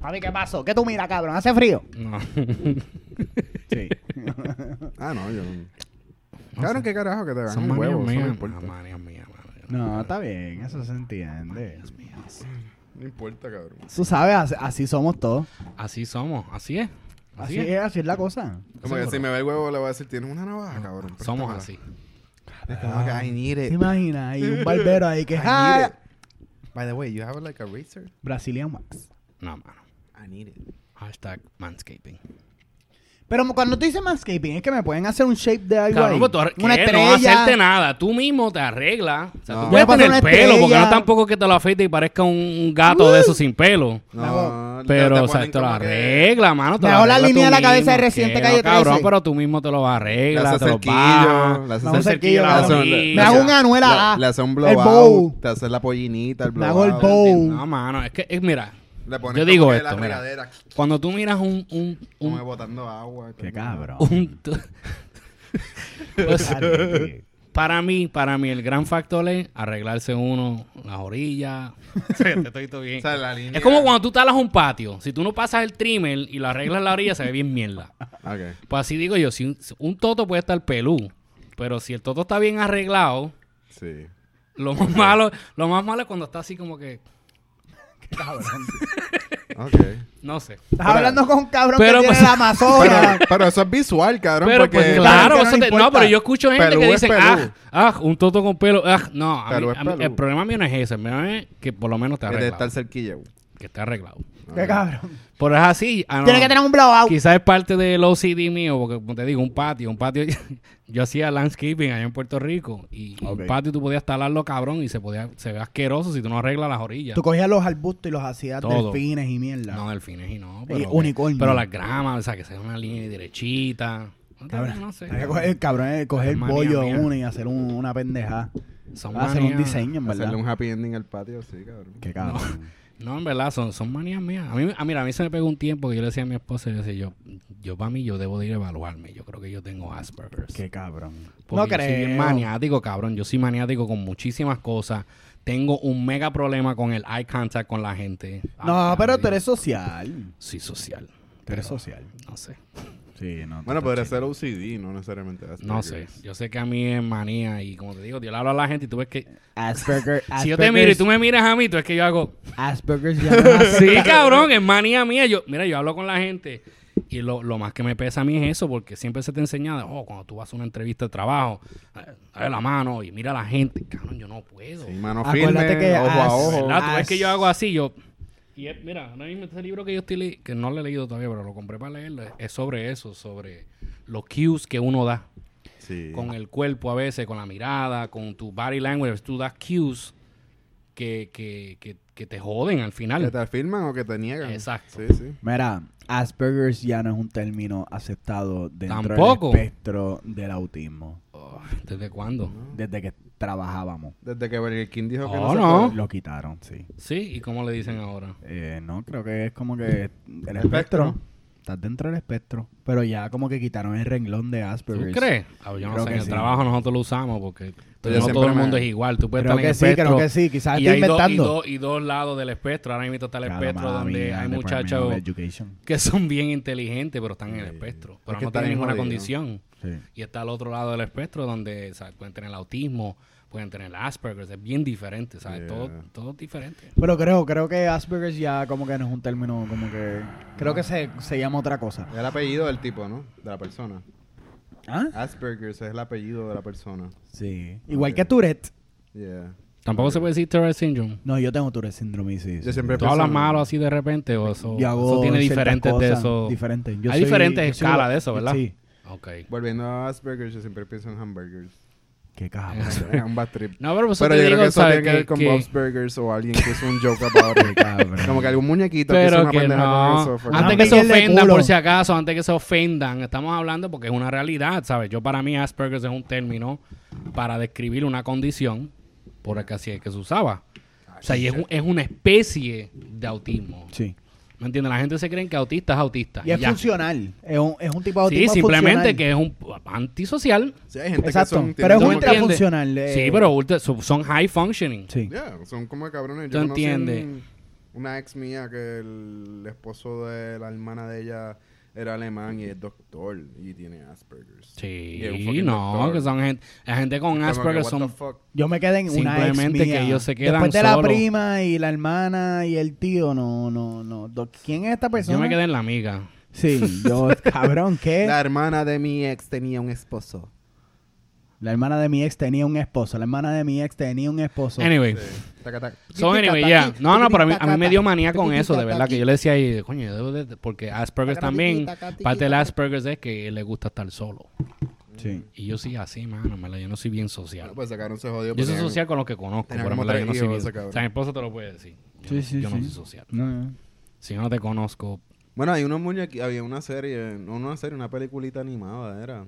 [SPEAKER 3] A mí, ¿qué pasó? ¿Qué tú miras, cabrón? ¿Hace frío?
[SPEAKER 4] No.
[SPEAKER 3] Sí.
[SPEAKER 5] Ah, no, yo no. Cabrón, qué carajo que te
[SPEAKER 4] *laughs*
[SPEAKER 5] hagan
[SPEAKER 4] Son
[SPEAKER 5] un
[SPEAKER 4] manías
[SPEAKER 5] huevo. eso
[SPEAKER 4] mías.
[SPEAKER 5] No
[SPEAKER 4] mano,
[SPEAKER 5] importa.
[SPEAKER 4] manías mías, mano.
[SPEAKER 3] *laughs* No, está bien, eso se entiende.
[SPEAKER 5] No importa, cabrón.
[SPEAKER 3] Tú sabes, así, así somos todos.
[SPEAKER 4] Así somos, así es.
[SPEAKER 3] Así, es. así es la cosa.
[SPEAKER 5] Como que si me ve el huevo, le voy a decir, tienes una navaja, cabrón.
[SPEAKER 4] Somos
[SPEAKER 5] préstamela".
[SPEAKER 4] así.
[SPEAKER 5] Es como que, I need
[SPEAKER 3] ¿Te
[SPEAKER 5] it.
[SPEAKER 3] imaginas? Hay un barbero ahí que
[SPEAKER 5] I
[SPEAKER 3] es
[SPEAKER 5] need it. By the way, you have like a razor?
[SPEAKER 3] Brazilian Wax.
[SPEAKER 4] No, mano.
[SPEAKER 5] I need it.
[SPEAKER 4] Hashtag manscaping.
[SPEAKER 3] Pero mo- cuando tú dices manscaping, es que me pueden hacer un shape de algo
[SPEAKER 4] Cabrón,
[SPEAKER 3] ahí.
[SPEAKER 4] pues tú arre-
[SPEAKER 3] una
[SPEAKER 4] ¿qué?
[SPEAKER 3] estrella.
[SPEAKER 4] No hacerte nada. Tú mismo te arreglas. O sea,
[SPEAKER 5] No.
[SPEAKER 3] Voy
[SPEAKER 4] tú
[SPEAKER 3] a
[SPEAKER 4] puedes
[SPEAKER 3] poner
[SPEAKER 4] tener
[SPEAKER 3] una
[SPEAKER 4] pelo, porque
[SPEAKER 3] estrella.
[SPEAKER 4] no tampoco que te lo afeite y parezca un, un gato de esos sin pelo.
[SPEAKER 5] No,
[SPEAKER 4] Pero,
[SPEAKER 5] te
[SPEAKER 4] o sea,
[SPEAKER 5] ponen
[SPEAKER 4] te lo
[SPEAKER 5] como que-
[SPEAKER 4] arregla, mano. Te
[SPEAKER 3] Me
[SPEAKER 4] lo
[SPEAKER 3] hago la
[SPEAKER 4] arregla
[SPEAKER 3] línea de
[SPEAKER 4] tú
[SPEAKER 3] la cabeza de
[SPEAKER 4] mismo,
[SPEAKER 3] reciente
[SPEAKER 4] que
[SPEAKER 3] Calle
[SPEAKER 4] no, Cabrón,
[SPEAKER 3] 13.
[SPEAKER 4] pero tú mismo te lo
[SPEAKER 5] Le
[SPEAKER 4] arreglas,
[SPEAKER 5] haces
[SPEAKER 4] te lo
[SPEAKER 5] cerquillo,
[SPEAKER 4] bajas.
[SPEAKER 5] le haces
[SPEAKER 3] Me hago un
[SPEAKER 5] cerquillo,
[SPEAKER 3] cerquillo,
[SPEAKER 5] le
[SPEAKER 3] le
[SPEAKER 5] haces
[SPEAKER 3] hago-
[SPEAKER 4] me
[SPEAKER 5] un- le
[SPEAKER 3] hago
[SPEAKER 5] haces-
[SPEAKER 3] una anuela,
[SPEAKER 5] le-
[SPEAKER 3] ah,
[SPEAKER 5] Le haces un
[SPEAKER 3] el
[SPEAKER 5] blowout.
[SPEAKER 3] bow.
[SPEAKER 5] Te haces la pollinita, el
[SPEAKER 3] Me
[SPEAKER 5] blowout.
[SPEAKER 3] hago el bow.
[SPEAKER 4] No, mano, es que, es- mira,
[SPEAKER 5] Le pones
[SPEAKER 4] yo
[SPEAKER 5] como
[SPEAKER 4] digo
[SPEAKER 5] que la
[SPEAKER 4] esto, mira.
[SPEAKER 5] regadera,
[SPEAKER 4] Cuando tú miras un... un, un-
[SPEAKER 5] Como botando agua.
[SPEAKER 3] Qué cabrón.
[SPEAKER 4] un- tú- *laughs* Pues, para mí, para mí, el gran factor es arreglarse uno las
[SPEAKER 5] *laughs*
[SPEAKER 4] orillas. O sea, te estoy todo bien.
[SPEAKER 5] O sea, la línea.
[SPEAKER 4] Es como cuando tú talas un patio. Si tú no pasas el trimmer y lo arreglas la orilla, se ve bien mierda.
[SPEAKER 5] Ok.
[SPEAKER 4] Pues así digo yo, si un, un toto puede estar pelú, pero si el toto está bien arreglado,
[SPEAKER 5] Sí.
[SPEAKER 4] lo
[SPEAKER 5] *laughs*
[SPEAKER 4] más malo, lo más malo es cuando está así como que,
[SPEAKER 5] Ok.
[SPEAKER 4] no sé.
[SPEAKER 3] Estás hablando con un cabrón
[SPEAKER 4] Pero,
[SPEAKER 3] que
[SPEAKER 4] pues-
[SPEAKER 3] tiene la Amazonia.
[SPEAKER 5] Pero, pero eso es visual, cabrón.
[SPEAKER 4] Pero
[SPEAKER 5] porque
[SPEAKER 4] pues
[SPEAKER 3] Claro,
[SPEAKER 4] claro,
[SPEAKER 3] que no
[SPEAKER 4] eso te- no,
[SPEAKER 3] importa.
[SPEAKER 4] pero yo escucho gente
[SPEAKER 5] Pelú
[SPEAKER 4] que
[SPEAKER 5] es
[SPEAKER 4] dice,
[SPEAKER 5] pelú.
[SPEAKER 4] ah, ah, un toto con pelo, ah, no, a mí-
[SPEAKER 5] Pelú es
[SPEAKER 4] a mí- el
[SPEAKER 5] pelú.
[SPEAKER 4] problema mío no es ese, el problema es que por lo menos está
[SPEAKER 5] Debe estar
[SPEAKER 4] arreglado.
[SPEAKER 5] cerquilla. güey.
[SPEAKER 4] Que está arreglado.
[SPEAKER 3] Qué cabrón.
[SPEAKER 4] Pero es así. ah, no.
[SPEAKER 3] Tiene que tener un blowout.
[SPEAKER 4] Quizás es parte del OCD mío, porque como te digo, un patio, un patio. *laughs* yo hacía landscaping allá en Puerto Rico y
[SPEAKER 5] Ok.
[SPEAKER 4] un patio tú podías talarlo cabrón y se podía se ve asqueroso si tú no arreglas las orillas.
[SPEAKER 3] Tú cogías los arbustos y los hacías
[SPEAKER 4] Todo.
[SPEAKER 3] delfines y mierda.
[SPEAKER 4] No, delfines y no. Pero,
[SPEAKER 3] unicornio.
[SPEAKER 4] Pero las gramas, o sea, que sea una línea derechita. No,
[SPEAKER 3] Cabrón,
[SPEAKER 4] no sé.
[SPEAKER 3] Había que coger, cabrón, eh, coger
[SPEAKER 4] Es
[SPEAKER 3] el
[SPEAKER 4] manía
[SPEAKER 3] bollo de
[SPEAKER 4] mía.
[SPEAKER 3] uno y hacer un- una pendeja.
[SPEAKER 4] Son
[SPEAKER 3] Hacer un
[SPEAKER 4] manías-
[SPEAKER 3] diseño, en verdad.
[SPEAKER 5] Hacerle un happy ending al patio, sí, cabrón.
[SPEAKER 3] Qué cabrón.
[SPEAKER 4] No, en verdad, son, son manías mías. A mí, ah, mira, a mí se me pegó un tiempo que yo le decía a mi esposa, yo decía, yo, yo para mí, yo debo de ir a evaluarme. Yo creo que yo tengo Asperger's.
[SPEAKER 3] Qué cabrón.
[SPEAKER 4] Porque
[SPEAKER 3] no
[SPEAKER 4] yo soy bien
[SPEAKER 3] creo.
[SPEAKER 4] maniático, cabrón. Yo soy maniático con muchísimas cosas. Tengo un mega problema con el eye contact con la gente.
[SPEAKER 3] No,
[SPEAKER 4] Ah,
[SPEAKER 3] pero
[SPEAKER 4] cabrón,
[SPEAKER 3] tú eres social.
[SPEAKER 4] Soy social.
[SPEAKER 3] Tú eres social.
[SPEAKER 4] No sé.
[SPEAKER 3] Sí, no.
[SPEAKER 5] Bueno, podría ser OCD, no necesariamente. Asperger's.
[SPEAKER 4] No sé. Yo sé que a mí es manía. Y como te digo, yo le hablo a la gente y tú ves que...
[SPEAKER 3] Asperger.
[SPEAKER 4] Si yo te miro y tú me miras a mí, tú es que yo hago... *laughs*
[SPEAKER 3] Asperger ya no es
[SPEAKER 4] Sí, cabrón, es manía mía. Yo, mira, yo hablo con la gente y lo, lo más que me pesa a mí es eso, porque siempre se te enseña, oh, cuando tú vas a una entrevista de trabajo, eh, dale la mano y mira a la gente. Cabrón, yo no puedo.
[SPEAKER 5] Sí, mano
[SPEAKER 3] Acuérdate
[SPEAKER 5] firme,
[SPEAKER 3] que
[SPEAKER 5] ojo a
[SPEAKER 3] as-
[SPEAKER 5] ojo.
[SPEAKER 4] ¿Verdad? Tú
[SPEAKER 3] Ah,
[SPEAKER 4] ves que
[SPEAKER 3] sí.
[SPEAKER 4] yo hago así, yo... Y es- mira, ahora mismo este libro que yo estoy leyendo, que no lo he leído todavía, pero lo compré para leerlo, es- es sobre eso, sobre los cues que uno da
[SPEAKER 5] Sí.
[SPEAKER 4] con el cuerpo a veces, con la mirada, con tu body language, tú das cues que, que, que, que te joden al
[SPEAKER 5] ¿Que
[SPEAKER 4] final.
[SPEAKER 5] te afirman o que te niegan?
[SPEAKER 4] Exacto.
[SPEAKER 5] Sí, sí.
[SPEAKER 3] Mira, Asperger's ya no es un término aceptado dentro
[SPEAKER 4] Tampoco.
[SPEAKER 3] del espectro del autismo.
[SPEAKER 4] Oh, ¿Desde cuándo?
[SPEAKER 3] Desde que trabajábamos.
[SPEAKER 5] Desde que Burger King dijo que
[SPEAKER 4] Oh,
[SPEAKER 5] no, se
[SPEAKER 4] no.
[SPEAKER 5] puede.
[SPEAKER 3] Lo quitaron, sí.
[SPEAKER 4] Sí, ¿y cómo le dicen ahora?
[SPEAKER 3] Eh, no, creo que es como que el espectro. Estás dentro del espectro. Pero ya como que quitaron el renglón de
[SPEAKER 4] ¿Tú
[SPEAKER 3] Asperger's.
[SPEAKER 4] crees? Ah, yo no
[SPEAKER 3] Creo
[SPEAKER 4] sé,
[SPEAKER 3] que
[SPEAKER 4] en el
[SPEAKER 3] sí.
[SPEAKER 4] trabajo nosotros lo usamos porque
[SPEAKER 5] Pero yo
[SPEAKER 4] no
[SPEAKER 5] siempre
[SPEAKER 4] todo el
[SPEAKER 5] me-
[SPEAKER 4] mundo es igual. Tú puedes
[SPEAKER 3] Creo
[SPEAKER 4] estar en
[SPEAKER 3] que
[SPEAKER 4] el
[SPEAKER 3] sí,
[SPEAKER 4] espectro
[SPEAKER 3] creo que sí. Quizás
[SPEAKER 4] y
[SPEAKER 3] estoy
[SPEAKER 4] hay dos- y
[SPEAKER 3] inventando.
[SPEAKER 4] dos- y dos lados del espectro. Ahora mismo está el
[SPEAKER 3] Claro,
[SPEAKER 4] espectro
[SPEAKER 3] mala
[SPEAKER 4] donde
[SPEAKER 3] mía,
[SPEAKER 4] hay
[SPEAKER 3] Department
[SPEAKER 4] muchachos
[SPEAKER 3] of Education.
[SPEAKER 4] que son bien inteligentes, pero están en el espectro. Pero
[SPEAKER 5] que
[SPEAKER 4] no
[SPEAKER 5] está
[SPEAKER 4] tienen
[SPEAKER 5] bien
[SPEAKER 4] ninguna
[SPEAKER 5] jodido.
[SPEAKER 4] condición.
[SPEAKER 3] Sí.
[SPEAKER 4] Y está al otro lado del espectro donde o sea, pueden tener autismo, pueden tener Asperger, es bien diferente, ¿sabes?
[SPEAKER 5] Yeah.
[SPEAKER 4] Todo, todo diferente.
[SPEAKER 3] Pero creo, creo que Asperger's ya como que no es un término como que... Creo que se, se llama otra cosa.
[SPEAKER 5] Es el apellido del tipo, ¿no? De la persona.
[SPEAKER 3] ¿Ah?
[SPEAKER 5] Asperger's es el apellido de la persona.
[SPEAKER 3] Sí. Igual
[SPEAKER 5] Ok.
[SPEAKER 3] que Tourette.
[SPEAKER 5] Yeah.
[SPEAKER 4] Tampoco se puede decir Tourette Syndrome.
[SPEAKER 3] No, yo tengo Tourette síndrome, y sí. sí.
[SPEAKER 5] Yo siempre
[SPEAKER 4] ¿Tú hablas
[SPEAKER 5] pienso-
[SPEAKER 4] malo así de repente o eso,
[SPEAKER 3] Yo hago
[SPEAKER 4] eso tiene
[SPEAKER 3] ciertas
[SPEAKER 4] diferentes de
[SPEAKER 3] cosas
[SPEAKER 4] eso?
[SPEAKER 3] diferentes. Yo
[SPEAKER 4] Hay
[SPEAKER 3] soy-
[SPEAKER 4] diferentes
[SPEAKER 3] yo soy-
[SPEAKER 4] escalas de eso, ¿verdad?
[SPEAKER 3] Sí.
[SPEAKER 4] Ok.
[SPEAKER 5] Volviendo a Asperger's, yo siempre pienso en
[SPEAKER 4] *laughs*
[SPEAKER 5] hamburgers.
[SPEAKER 3] Qué cabrón.
[SPEAKER 5] Es un bad trip.
[SPEAKER 4] No, pero, pues,
[SPEAKER 5] Pero
[SPEAKER 4] te
[SPEAKER 5] yo creo
[SPEAKER 4] digo,
[SPEAKER 5] que eso
[SPEAKER 4] ¿sabes?
[SPEAKER 5] tiene que ver con Bob's Burgers o alguien que hizo un joke about
[SPEAKER 4] *laughs*
[SPEAKER 5] it.
[SPEAKER 3] Cabrón.
[SPEAKER 5] Como que algún muñequito que hizo
[SPEAKER 4] Pero
[SPEAKER 5] una
[SPEAKER 4] que
[SPEAKER 5] pendeja
[SPEAKER 4] no.
[SPEAKER 5] con eso. fue
[SPEAKER 4] Antes
[SPEAKER 5] como-
[SPEAKER 4] que se
[SPEAKER 3] Miguel de
[SPEAKER 4] ofendan,
[SPEAKER 3] culo.
[SPEAKER 4] por si acaso, antes que se ofendan, estamos hablando porque es una realidad, ¿sabes? Yo para mí Asperger's es un término para describir una condición por la que así es que se usaba. O sea, y es, un- es una especie de autismo.
[SPEAKER 3] Sí.
[SPEAKER 4] ¿Me entiendes? La gente se cree que autista es autista.
[SPEAKER 3] Y es
[SPEAKER 4] ya.
[SPEAKER 3] funcional. Es un, es un tipo de autismo
[SPEAKER 4] Sí, simplemente
[SPEAKER 3] funcional.
[SPEAKER 4] que es un antisocial.
[SPEAKER 5] Sí, hay gente
[SPEAKER 3] Exacto,
[SPEAKER 5] que son...
[SPEAKER 3] pero es
[SPEAKER 4] ¿Tú me
[SPEAKER 5] tienen como que-
[SPEAKER 3] ultra
[SPEAKER 4] entiendes?
[SPEAKER 3] funcional, eh.
[SPEAKER 4] Sí, pero ultra- son- son high functioning.
[SPEAKER 3] Sí.
[SPEAKER 5] Yeah, son como cabrones.
[SPEAKER 4] Tú
[SPEAKER 5] Yo conocí
[SPEAKER 4] entiendes.
[SPEAKER 5] un- una ex mía que el esposo de la hermana de ella era alemán y es doctor y tiene Asperger's.
[SPEAKER 4] Sí,
[SPEAKER 5] Y es un fucking
[SPEAKER 4] no,
[SPEAKER 5] doctor.
[SPEAKER 4] que son gente, la gente con
[SPEAKER 5] Como que,
[SPEAKER 4] Asperger
[SPEAKER 5] what
[SPEAKER 4] son
[SPEAKER 5] the fuck.
[SPEAKER 3] Yo me quedé en una ex
[SPEAKER 4] Simplemente
[SPEAKER 3] mía.
[SPEAKER 4] que ellos se quedan
[SPEAKER 3] Después de la
[SPEAKER 4] solos.
[SPEAKER 3] prima y la hermana y el tío, no, no, no. Do- ¿Quién es
[SPEAKER 5] Pues
[SPEAKER 3] esta persona?
[SPEAKER 4] Yo me quedé en la amiga. *laughs*
[SPEAKER 3] Sí, yo, cabrón, ¿qué?
[SPEAKER 5] La hermana de mi ex tenía un esposo.
[SPEAKER 3] La hermana de mi ex tenía un esposo. La hermana de mi ex tenía un esposo.
[SPEAKER 4] Anyway.
[SPEAKER 5] eh, Taca, taca.
[SPEAKER 4] So, anyway, ya. No, no, pero a mí, a mí me dio manía con eso, de verdad, que yo le decía ahí, coño, yo debo de- porque Asperger también, parte del Asperger es que le gusta estar solo.
[SPEAKER 3] Sí.
[SPEAKER 4] Y yo sí así, mano, en verdad, yo no soy bien social.
[SPEAKER 5] Bueno, Pues sacaron se jodió.
[SPEAKER 4] Yo soy
[SPEAKER 5] porque-
[SPEAKER 4] social con los que conozco,
[SPEAKER 5] tenía
[SPEAKER 4] pero en
[SPEAKER 5] como
[SPEAKER 4] verdad yo
[SPEAKER 5] tres
[SPEAKER 4] no soy
[SPEAKER 5] hijos,
[SPEAKER 4] bien.
[SPEAKER 5] ese cabrón.
[SPEAKER 4] O sea, mi esposo te lo puede decir. Yo,
[SPEAKER 3] Sí,
[SPEAKER 4] no-
[SPEAKER 3] sí,
[SPEAKER 4] yo no
[SPEAKER 3] sí.
[SPEAKER 4] soy social.
[SPEAKER 3] No, no.
[SPEAKER 4] Si yo no te conozco,
[SPEAKER 5] Bueno, hay unos muñequitos, había una serie, no una serie, una peliculita animada, era.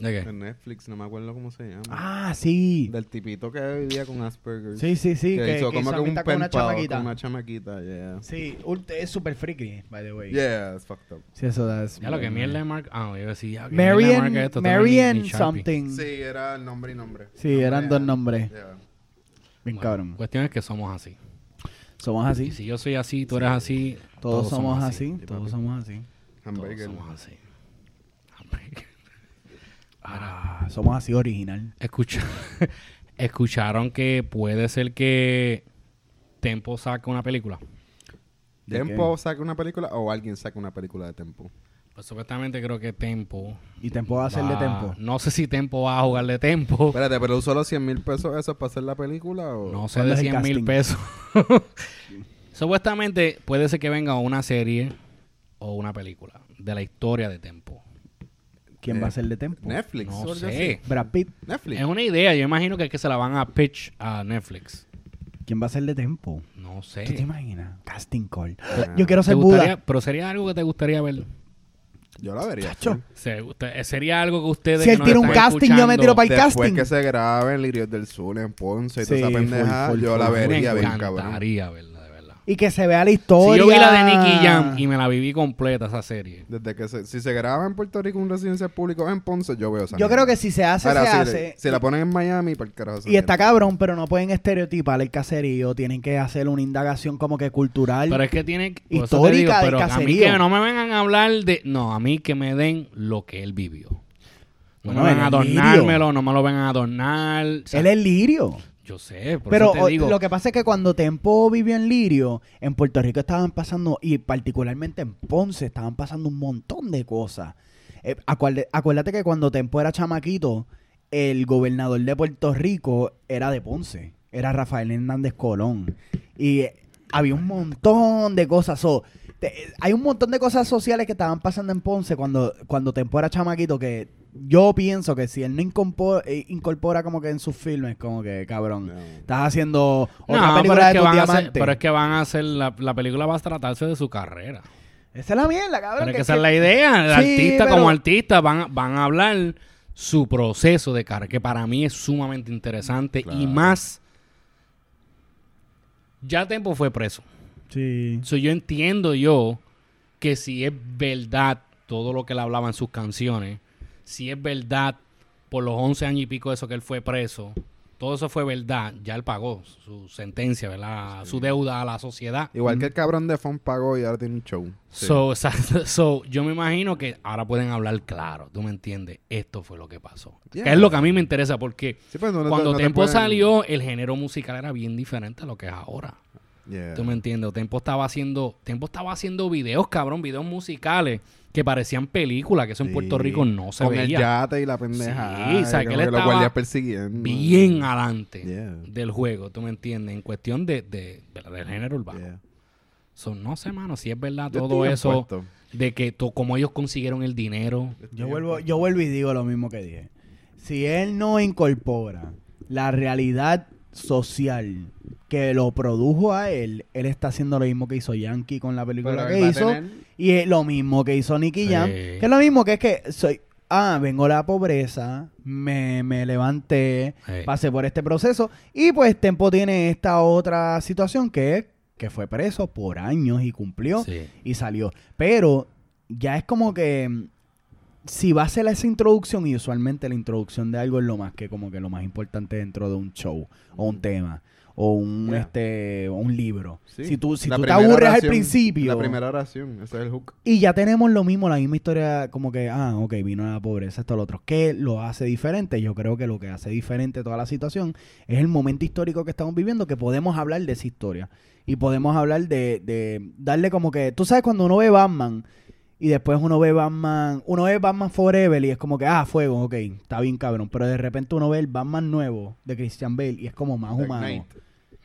[SPEAKER 4] ¿de qué?
[SPEAKER 5] En Netflix, no me acuerdo cómo se llama.
[SPEAKER 3] Ah, sí.
[SPEAKER 5] Del tipito que vivía con Asperger.
[SPEAKER 3] Sí, sí, sí.
[SPEAKER 5] Que, hizo como
[SPEAKER 3] esa
[SPEAKER 5] que un
[SPEAKER 3] amistad con una
[SPEAKER 5] penpao
[SPEAKER 3] chamaquita.
[SPEAKER 5] Con una chamaquita, yeah.
[SPEAKER 3] Sí, ult- es super freaky, by the way.
[SPEAKER 5] Yeah, it's fucked up.
[SPEAKER 3] Sí, eso da. es
[SPEAKER 4] Ya lo que
[SPEAKER 3] muy-
[SPEAKER 5] eh.
[SPEAKER 4] mierda de Mark. Ah, yo decía,
[SPEAKER 3] Marian, Marian
[SPEAKER 4] something.
[SPEAKER 3] something.
[SPEAKER 5] Sí, era el nombre y nombre.
[SPEAKER 3] Mm. Sí, eran dos nombres.
[SPEAKER 5] Yeah.
[SPEAKER 3] Bien cabrón.
[SPEAKER 4] Cuestión es que somos así.
[SPEAKER 3] Somos
[SPEAKER 4] Y
[SPEAKER 3] así.
[SPEAKER 4] si yo soy así, tú eres así.
[SPEAKER 3] Todos somos así.
[SPEAKER 5] Sí,
[SPEAKER 3] Todos
[SPEAKER 5] papi.
[SPEAKER 3] somos así.
[SPEAKER 4] Todos
[SPEAKER 5] Hamburger.
[SPEAKER 4] somos así. Hamburger.
[SPEAKER 3] Ah, Somos así original.
[SPEAKER 4] Escucha- *laughs* escucharon que puede ser que Tempo saque una película.
[SPEAKER 3] ¿De
[SPEAKER 5] ¿Tempo saca una película o alguien saca una película de Tempo?
[SPEAKER 4] Pues supuestamente creo que Tempo.
[SPEAKER 3] Y Tempo va a ser de
[SPEAKER 4] va-
[SPEAKER 3] Tempo.
[SPEAKER 4] Ah, No sé si Tempo va a jugar de Tempo.
[SPEAKER 5] Espérate, pero usó los 100 mil pesos esos para hacer la película o.
[SPEAKER 4] No sé
[SPEAKER 3] ¿Cuándo
[SPEAKER 4] de
[SPEAKER 3] es el
[SPEAKER 4] 100 mil
[SPEAKER 3] casting? *laughs*
[SPEAKER 4] pesos. Supuestamente puede ser que venga una serie o una película de la historia de Tempo.
[SPEAKER 3] ¿Quién
[SPEAKER 4] eh,
[SPEAKER 3] va a ser de Tempo?
[SPEAKER 5] Netflix. o
[SPEAKER 4] No
[SPEAKER 5] algo
[SPEAKER 4] sé.
[SPEAKER 5] así.
[SPEAKER 3] Brad Pitt.
[SPEAKER 5] Netflix.
[SPEAKER 4] Es una idea. Yo imagino que es que se la van a pitch a Netflix.
[SPEAKER 3] ¿Quién va a ser de Tempo?
[SPEAKER 4] No sé.
[SPEAKER 3] ¿Tú te imaginas? Casting call.
[SPEAKER 5] Ah.
[SPEAKER 3] Yo quiero
[SPEAKER 4] Eh. ¿Te
[SPEAKER 3] ser
[SPEAKER 4] gustaría-
[SPEAKER 3] Buda.
[SPEAKER 4] pero sería algo que te gustaría ver.
[SPEAKER 5] Yo la vería.
[SPEAKER 3] Chacho.
[SPEAKER 5] sí.
[SPEAKER 4] Se- usted- eh, sería algo que ustedes.
[SPEAKER 3] Si
[SPEAKER 4] que
[SPEAKER 3] él
[SPEAKER 4] nos
[SPEAKER 3] tira un
[SPEAKER 4] están
[SPEAKER 3] casting, yo me tiro
[SPEAKER 4] escuchando,
[SPEAKER 3] para el
[SPEAKER 5] Después
[SPEAKER 3] casting.
[SPEAKER 5] que se grabe en Lirios del Sur, en Ponce y toda
[SPEAKER 3] Sí,
[SPEAKER 5] esa
[SPEAKER 3] full,
[SPEAKER 5] pendeja,
[SPEAKER 3] full,
[SPEAKER 5] yo
[SPEAKER 3] full,
[SPEAKER 5] la
[SPEAKER 3] full.
[SPEAKER 5] vería
[SPEAKER 4] Me
[SPEAKER 5] bien cabrón.
[SPEAKER 4] encantaría verla, de verdad.
[SPEAKER 3] Y que se vea la
[SPEAKER 4] Si
[SPEAKER 3] historia.
[SPEAKER 4] yo vi la de Nicky Jam y me la viví completa esa serie.
[SPEAKER 5] Desde que se- si se graba en Puerto Rico un residencia público en Ponce, yo veo esa
[SPEAKER 3] Yo creo
[SPEAKER 5] mierda.
[SPEAKER 3] que si se hace,
[SPEAKER 5] Ahora,
[SPEAKER 3] se
[SPEAKER 5] si,
[SPEAKER 3] hace.
[SPEAKER 5] le- si la ponen en Miami, para el carajo. esa
[SPEAKER 3] Y está
[SPEAKER 5] mierda.
[SPEAKER 3] cabrón, pero no pueden estereotipar el caserío. Tienen que hacer una indagación como que cultural.
[SPEAKER 4] Pero es que tiene por eso te
[SPEAKER 3] Histórica del
[SPEAKER 4] pero a mí
[SPEAKER 3] caserío.
[SPEAKER 4] que no me vengan a hablar de no, a mí que me den lo que él vivió. No
[SPEAKER 3] Bueno,
[SPEAKER 4] me vengan a
[SPEAKER 3] él es lirio.
[SPEAKER 4] adornármelo, no me lo vengan a adornar. O sea,
[SPEAKER 3] Él es lirio.
[SPEAKER 4] Yo sé, por
[SPEAKER 3] Pero
[SPEAKER 4] eso te
[SPEAKER 3] o-
[SPEAKER 4] digo.
[SPEAKER 3] lo que pasa es que cuando Tempo vivió en Lirio, en Puerto Rico estaban pasando, y particularmente en Ponce, estaban pasando un montón de cosas. Eh, acuerde- acuérdate que cuando Tempo era chamaquito, el gobernador de Puerto Rico era de Ponce, era Rafael Hernández Colón. Y eh, había un montón de cosas. so, te- eh, hay un montón de cosas sociales que estaban pasando en Ponce cuando, cuando Tempo era chamaquito que yo pienso que si él no incompo- eh, incorpora, como que en sus filmes, como que cabrón.
[SPEAKER 5] No.
[SPEAKER 3] Estás haciendo
[SPEAKER 4] No,
[SPEAKER 3] otra película de
[SPEAKER 4] que
[SPEAKER 3] tu
[SPEAKER 4] van a hacer-
[SPEAKER 3] diamante.
[SPEAKER 4] pero es que van a hacer, la, la película va a tratarse de su carrera.
[SPEAKER 3] Esa es la mierda, cabrón.
[SPEAKER 4] Pero es
[SPEAKER 3] que-
[SPEAKER 4] que esa es
[SPEAKER 3] que-
[SPEAKER 4] la idea. El
[SPEAKER 3] Sí,
[SPEAKER 4] artista
[SPEAKER 3] pero-
[SPEAKER 4] como artista van, van a hablar su proceso de carrera, que para mí es sumamente interesante y
[SPEAKER 5] Claro.
[SPEAKER 4] más. Ya Tempo fue preso.
[SPEAKER 3] Sí.
[SPEAKER 4] So, yo entiendo yo que si es verdad todo lo que él hablaba en sus canciones, si es verdad por los 11 años y pico de eso que él fue preso, todo eso fue verdad, ya él pagó su sentencia, ¿verdad? Su deuda a la sociedad.
[SPEAKER 5] Igual que el cabrón de Fon pagó y ahora tiene un show. Sí.
[SPEAKER 4] So, *laughs* exacto. So, yo me imagino que ahora pueden hablar claro, tú me entiendes, esto fue lo que pasó.
[SPEAKER 5] Yeah.
[SPEAKER 4] Que es lo que a mí me interesa porque
[SPEAKER 5] Sí, pues, no- no-
[SPEAKER 4] cuando
[SPEAKER 5] no te
[SPEAKER 4] Tempo
[SPEAKER 5] pueden-
[SPEAKER 4] salió, el género musical era bien diferente a lo que es ahora.
[SPEAKER 5] Yeah.
[SPEAKER 4] ¿Tú me entiendes? O Tempo estaba haciendo, Tempo estaba haciendo videos, cabrón, videos musicales que parecían películas, que eso en
[SPEAKER 5] Sí.
[SPEAKER 4] Puerto Rico no se
[SPEAKER 5] Con
[SPEAKER 4] veía.
[SPEAKER 5] el yate y la pendeja.
[SPEAKER 4] Sí, o sea,
[SPEAKER 5] y
[SPEAKER 4] que
[SPEAKER 5] como
[SPEAKER 4] él
[SPEAKER 5] los
[SPEAKER 4] estaba
[SPEAKER 5] guardias persiguiendo.
[SPEAKER 4] Bien adelante
[SPEAKER 5] Yeah.
[SPEAKER 4] del juego, ¿tú me entiendes? En cuestión de, de- ¿verdad? del género urbano.
[SPEAKER 5] Yeah.
[SPEAKER 4] So, no sé, mano, si es verdad
[SPEAKER 5] Yo
[SPEAKER 4] todo
[SPEAKER 5] estoy
[SPEAKER 4] eso
[SPEAKER 5] impuesto.
[SPEAKER 4] de que to- como ellos consiguieron el dinero.
[SPEAKER 3] Yo vuelvo, yo vuelvo y digo lo mismo que dije. Si él no incorpora la realidad social que lo produjo a él, él está haciendo lo mismo que hizo Yankee con la película
[SPEAKER 5] Pero
[SPEAKER 3] que
[SPEAKER 5] él va a
[SPEAKER 3] hizo.
[SPEAKER 5] tener-
[SPEAKER 3] Y es lo mismo que hizo Nicky Jam.
[SPEAKER 4] Sí.
[SPEAKER 3] Que es lo mismo que es que soy. Ah, vengo de la pobreza, me, me levanté,
[SPEAKER 4] Sí.
[SPEAKER 3] pasé por este proceso. Y pues Tempo tiene esta otra situación que es que fue preso por años y cumplió
[SPEAKER 4] Sí.
[SPEAKER 3] y salió. Pero ya es como que mm, si va a ser esa introducción, y usualmente la introducción de algo es lo más que como que lo más importante dentro de un show o un tema o un
[SPEAKER 5] Mm. Yeah.
[SPEAKER 3] este o un libro.
[SPEAKER 5] Sí.
[SPEAKER 3] Si tú, si
[SPEAKER 5] La
[SPEAKER 3] tú te
[SPEAKER 5] primera
[SPEAKER 3] aburres al
[SPEAKER 5] oración-
[SPEAKER 3] principio.
[SPEAKER 5] La primera oración, ese es el hook.
[SPEAKER 3] Y ya tenemos lo mismo, la misma historia, como que, ah, ok, vino la pobreza, esto, lo otro. ¿Qué lo hace diferente? Yo creo que lo que hace diferente toda la situación es el momento histórico que estamos viviendo, que podemos hablar de esa historia. Y podemos hablar de, de darle como que, tú sabes, cuando uno ve Batman Y después uno ve Batman, uno ve Batman Forever y es como que, ah, fuego, ok, está bien cabrón. Pero de repente uno ve el Batman nuevo de Christian Bale y es como más
[SPEAKER 5] Dark
[SPEAKER 3] humano.
[SPEAKER 5] Knight.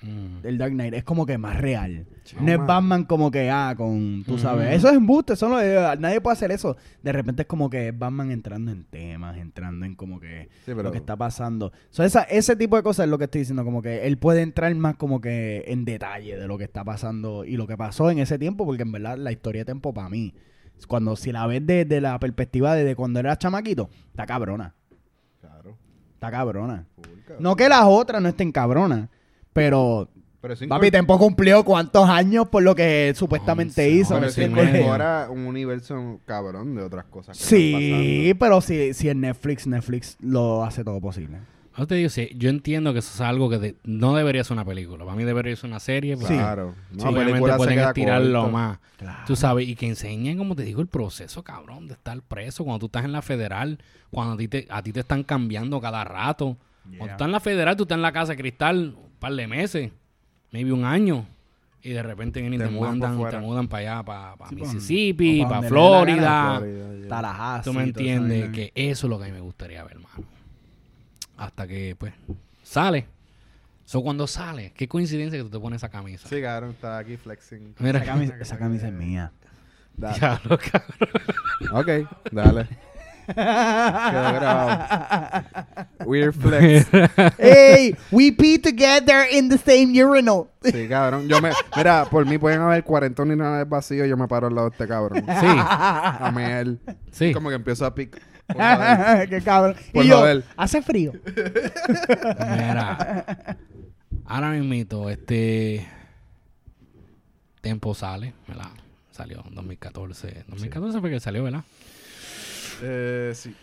[SPEAKER 4] Mm.
[SPEAKER 3] El Dark Knight es como que más real.
[SPEAKER 5] Sí.
[SPEAKER 3] no es Batman como que, ah, con, tú sabes.
[SPEAKER 4] Ujú.
[SPEAKER 3] Eso es embuste, eso no es- nadie puede hacer eso. De repente es como que es Batman entrando en temas, entrando en como que
[SPEAKER 5] Sí, pero-
[SPEAKER 3] lo que está pasando. So, esa, ese tipo de cosas es lo que estoy diciendo, como que él puede entrar más como que en detalle de lo que está pasando y lo que pasó en ese tiempo, porque en verdad la historia de tiempo para mí, cuando si la ves desde la perspectiva de, de cuando era chamaquito, está cabrona,
[SPEAKER 5] Claro.
[SPEAKER 3] está cabrona.
[SPEAKER 5] Cool, cabrón.
[SPEAKER 3] No que las otras no estén cabronas, pero
[SPEAKER 5] Pero eso
[SPEAKER 3] Papi,
[SPEAKER 5] incorpora-
[SPEAKER 3] tampoco cumplió cuántos años por lo que supuestamente
[SPEAKER 4] Once,
[SPEAKER 3] hizo.
[SPEAKER 4] once
[SPEAKER 3] ¿me
[SPEAKER 5] pero eso
[SPEAKER 4] y
[SPEAKER 3] entiendes?
[SPEAKER 4] medio.
[SPEAKER 5] incorpora un universo cabrón de otras cosas. que
[SPEAKER 3] Sí,
[SPEAKER 5] están
[SPEAKER 3] pero si, si en Netflix, Netflix lo hace todo posible.
[SPEAKER 4] Yo te digo, sí, yo entiendo que eso es algo que de- no debería ser una película. Para mí debería ser una serie.
[SPEAKER 5] pasando.
[SPEAKER 3] Sí.
[SPEAKER 4] porque
[SPEAKER 5] Claro. No, la
[SPEAKER 4] obviamente
[SPEAKER 5] película se
[SPEAKER 4] pueden
[SPEAKER 5] queda
[SPEAKER 4] estirarlo
[SPEAKER 5] corta.
[SPEAKER 4] más. Tú sabes, y que enseñen, como te digo, el proceso, cabrón, de estar preso. Cuando tú estás en la federal, cuando a ti te, a ti te están cambiando cada rato. Cuando tú estás en la federal, tú estás en la casa de cristal un par de meses, maybe un año. Y de repente vienen y
[SPEAKER 5] Te
[SPEAKER 4] te,
[SPEAKER 5] mudan pa'
[SPEAKER 4] mudan,
[SPEAKER 5] fuera.
[SPEAKER 4] te mudan para allá, para
[SPEAKER 3] Sí, pa'
[SPEAKER 4] Mississippi,
[SPEAKER 3] donde- o pa'
[SPEAKER 4] para
[SPEAKER 3] donde le dé la
[SPEAKER 4] Florida.
[SPEAKER 3] gana.
[SPEAKER 5] Florida, ya.
[SPEAKER 3] Tallahassee,
[SPEAKER 4] Tú me
[SPEAKER 3] toda esa
[SPEAKER 4] entiendes
[SPEAKER 3] vaina.
[SPEAKER 4] que eso es lo que a mí me gustaría ver, hermano. Hasta que, pues, sale. So, cuando sale, qué coincidencia que tú te pones esa camisa.
[SPEAKER 5] Sí, cabrón, está aquí
[SPEAKER 4] *laughs*
[SPEAKER 5] flexing.
[SPEAKER 4] Mira,
[SPEAKER 3] Esa camisa, esa camisa es
[SPEAKER 5] *laughs*
[SPEAKER 3] mía.
[SPEAKER 5] Da-
[SPEAKER 4] Ya, lo cabrón.
[SPEAKER 5] Ok, dale. Quedó grabado. Weird flex.
[SPEAKER 3] ¡Ey! We pee together in the same urinal.
[SPEAKER 5] Sí, cabrón. Yo me, mira, por mí pueden haber 40 unidades vacíos. Yo me paro al lado de este cabrón.
[SPEAKER 4] Sí,
[SPEAKER 5] A mear.
[SPEAKER 4] sí.
[SPEAKER 5] Como que empiezo a *laughs* picar.
[SPEAKER 3] *laughs* ¡Qué cabrón!
[SPEAKER 5] Por
[SPEAKER 3] y yo,
[SPEAKER 5] joder.
[SPEAKER 3] hace frío. *laughs*
[SPEAKER 4] Mira. Ahora mismito, este. Tempo sale, ¿verdad? Salió en 2014. 2014 fue que salió, ¿verdad?
[SPEAKER 5] Eh, sí.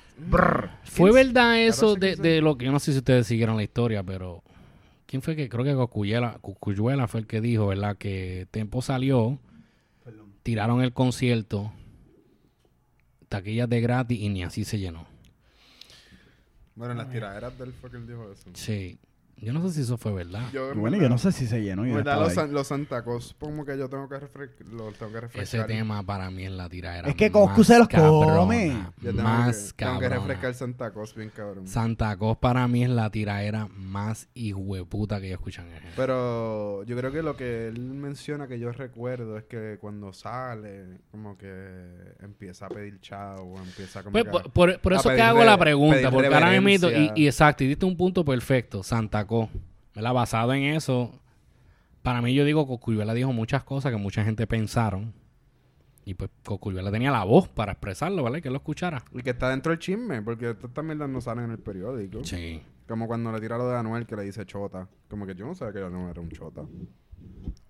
[SPEAKER 4] ¿Fue verdad eso
[SPEAKER 5] 14,
[SPEAKER 4] de,
[SPEAKER 5] 15.
[SPEAKER 4] de lo que yo no sé si ustedes siguieron la historia, pero quién fue que creo que Cocuyela, Cocuyuela fue el que dijo, ¿verdad? Que Tempo salió, tiraron el concierto, taquillas de gratis y ni así se llenó.
[SPEAKER 5] Bueno, en las tiraderas del fue que él dijo eso.
[SPEAKER 4] Sí. Yo no sé si eso fue verdad.
[SPEAKER 5] Yo, en
[SPEAKER 3] Bueno, yo
[SPEAKER 5] verdad-
[SPEAKER 3] no sé si se llenó.
[SPEAKER 5] en
[SPEAKER 3] Yo
[SPEAKER 5] verdad,
[SPEAKER 3] estaba
[SPEAKER 5] los,
[SPEAKER 3] ahí.
[SPEAKER 5] san- los Santa Claus, como que yo tengo que, refre- lo tengo que refrescar.
[SPEAKER 4] Ese tema para mí en la tiradera.
[SPEAKER 3] Es que
[SPEAKER 4] Coscu
[SPEAKER 3] Coscu se los come.
[SPEAKER 5] Yo tengo,
[SPEAKER 4] Más
[SPEAKER 5] que, tengo que
[SPEAKER 4] cabrona.
[SPEAKER 5] refrescar Santa Claus, bien cabrón.
[SPEAKER 4] Santa Cos para mí es la tiraera más hijueputa que yo escucho en el género.
[SPEAKER 5] Pero yo creo que lo que él menciona que yo recuerdo es que cuando sale, como que empieza a pedir chavo, empieza como
[SPEAKER 4] Pues,
[SPEAKER 5] que a-
[SPEAKER 4] por, por- por
[SPEAKER 5] a
[SPEAKER 4] eso que
[SPEAKER 5] Ah, pedir
[SPEAKER 4] hago
[SPEAKER 5] re-
[SPEAKER 4] la pregunta,
[SPEAKER 5] pedir
[SPEAKER 4] porque ahora mismo, y,
[SPEAKER 5] reverencia.
[SPEAKER 4] y exacto, y diste un punto perfecto, Santa Co. ¿verdad? Basado en eso, para mí yo digo, Coscuyuela dijo muchas cosas que mucha gente pensaron, y pues Coscuyuela tenía la voz para expresarlo, ¿verdad? Y Que él lo escuchara.
[SPEAKER 5] Y que está dentro del chisme, porque estas también las no salen en el periódico.
[SPEAKER 4] Sí.
[SPEAKER 5] Como cuando le tira lo de Anuel que le dice chota. Como que yo no sabía que Anuel era un chota.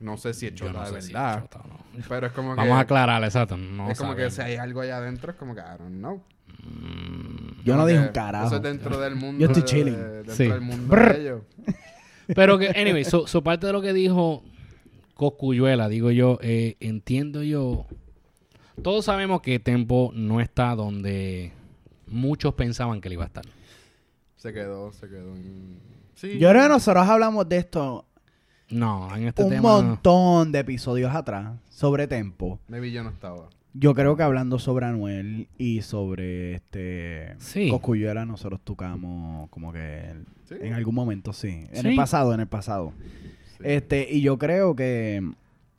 [SPEAKER 5] No sé si es
[SPEAKER 4] Yo
[SPEAKER 5] chota
[SPEAKER 4] no
[SPEAKER 5] de
[SPEAKER 4] sé si
[SPEAKER 5] verdad.
[SPEAKER 4] es chota o no.
[SPEAKER 5] Pero es como que.
[SPEAKER 4] Vamos a aclarar, exacto. No
[SPEAKER 5] es como que si
[SPEAKER 4] sabemos.
[SPEAKER 5] hay algo allá adentro, es como que, I don't know.
[SPEAKER 3] Yo no
[SPEAKER 5] Como
[SPEAKER 3] dije un
[SPEAKER 5] que Eso
[SPEAKER 3] carajo.
[SPEAKER 5] es dentro del mundo.
[SPEAKER 3] Yo estoy
[SPEAKER 5] de-
[SPEAKER 3] chilling.
[SPEAKER 5] dentro
[SPEAKER 4] Sí.
[SPEAKER 5] del mundo de ellos.
[SPEAKER 4] Pero que, anyway, so, so parte de lo que dijo Coscuyuela, digo yo, eh, entiendo yo. Todos sabemos que Tempo no está donde muchos pensaban que le iba a estar.
[SPEAKER 5] Se quedó, se quedó. en- Sí.
[SPEAKER 3] Yo creo que nosotros hablamos de esto
[SPEAKER 4] No, en este
[SPEAKER 3] un
[SPEAKER 4] tema.
[SPEAKER 3] montón de episodios atrás sobre Tempo.
[SPEAKER 5] Maybe yo no estaba.
[SPEAKER 3] Yo creo que hablando sobre Anuel y sobre este
[SPEAKER 4] Sí.
[SPEAKER 3] Cosculluela, nosotros tocamos como que el-
[SPEAKER 5] Sí.
[SPEAKER 3] en algún momento, sí. En
[SPEAKER 4] Sí.
[SPEAKER 3] el pasado, en el pasado.
[SPEAKER 5] Sí.
[SPEAKER 3] Este, y yo creo que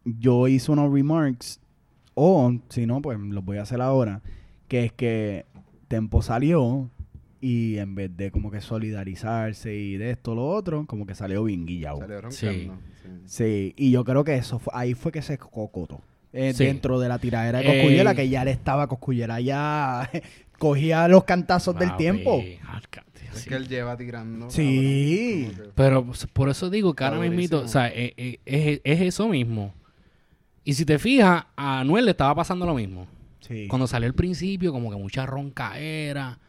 [SPEAKER 3] yo hice unos remarks, o si no, pues los voy a hacer ahora, que es que Tempo salió y en vez de como que solidarizarse y de esto, lo otro, como que salió bien guillado.
[SPEAKER 5] Salió roncando.
[SPEAKER 4] Sí.
[SPEAKER 5] sí.
[SPEAKER 3] Sí, y yo creo que eso fue, ahí fue que se cocotó. Eh,
[SPEAKER 4] Sí.
[SPEAKER 3] Dentro de la tiradera de
[SPEAKER 4] Eh.
[SPEAKER 3] Coscuyela, que ya le estaba Coscuyela, ya *laughs* cogía los cantazos del
[SPEAKER 4] Papi,
[SPEAKER 3] tiempo.
[SPEAKER 4] árcate,
[SPEAKER 5] Es
[SPEAKER 4] Ah, sí.
[SPEAKER 5] que él lleva tirando.
[SPEAKER 3] Sí.
[SPEAKER 5] cabrón, como que-
[SPEAKER 4] Pero pues, por eso digo que ahora
[SPEAKER 5] Está
[SPEAKER 4] mismito, o
[SPEAKER 5] durísimo.
[SPEAKER 4] sea, eh, eh, es, es eso mismo. Y si te fijas, a Anuel le estaba pasando lo mismo.
[SPEAKER 3] Sí.
[SPEAKER 4] Cuando salió al principio, como que mucha roncaera.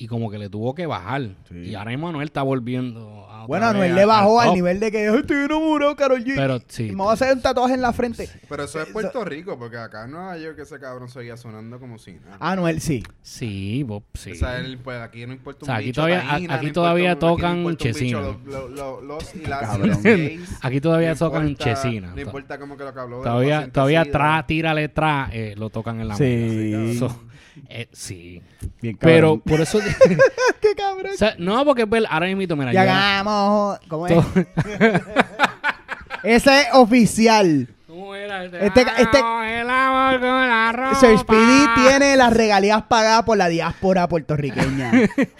[SPEAKER 4] y como que le tuvo que bajar.
[SPEAKER 6] Sí.
[SPEAKER 4] Y ahora Manuel está volviendo. a otra
[SPEAKER 3] Bueno,
[SPEAKER 4] vez
[SPEAKER 3] Anuel
[SPEAKER 4] a-
[SPEAKER 3] le bajó al
[SPEAKER 4] top.
[SPEAKER 3] nivel de que yo estoy enamorado, Carol G.
[SPEAKER 4] Pero sí,
[SPEAKER 3] Y me voy a hacer un tatuaje en la frente.
[SPEAKER 5] Pero eso es Puerto Rico, porque acá en Nueva York ese cabrón seguía sonando como si nada.
[SPEAKER 3] Anuel sí.
[SPEAKER 4] Sí, Bob, sí.
[SPEAKER 5] O sea, él, pues aquí no importa un
[SPEAKER 4] O sea, aquí
[SPEAKER 5] bicho,
[SPEAKER 4] todavía-
[SPEAKER 5] taína,
[SPEAKER 4] aquí
[SPEAKER 5] no
[SPEAKER 4] todavía
[SPEAKER 5] importa un-
[SPEAKER 4] tocan
[SPEAKER 5] aquí no importa un bicho,
[SPEAKER 4] Chesina.
[SPEAKER 5] lo- lo- lo- Los y las
[SPEAKER 6] Cabrón.
[SPEAKER 5] los gays,
[SPEAKER 4] *laughs* Aquí todavía
[SPEAKER 5] no
[SPEAKER 4] tocan
[SPEAKER 5] importa-
[SPEAKER 4] Chesina.
[SPEAKER 5] No importa cómo que lo que habló. de los
[SPEAKER 4] todavía,
[SPEAKER 5] pacientes
[SPEAKER 4] todavía
[SPEAKER 5] SIDA.
[SPEAKER 4] tra, tírale tra, eh, lo tocan en la
[SPEAKER 6] Sí.
[SPEAKER 4] mesa. So, eh, sí.
[SPEAKER 6] Bien
[SPEAKER 4] Pero
[SPEAKER 6] cabrón.
[SPEAKER 4] por eso.
[SPEAKER 3] *laughs* ¡Qué cabrón!
[SPEAKER 4] *laughs* o sea, no, porque es ver, ahora mismo, mira,
[SPEAKER 3] Ya
[SPEAKER 4] yo-
[SPEAKER 3] ganamos. ¿Cómo es? *laughs* Ese es oficial.
[SPEAKER 4] ¿Cómo era?
[SPEAKER 3] Este- este-
[SPEAKER 4] Ah, el amor con la ropa.
[SPEAKER 3] Search PD tiene las regalías pagadas por la diáspora
[SPEAKER 5] *laughs*
[SPEAKER 3] puertorriqueña.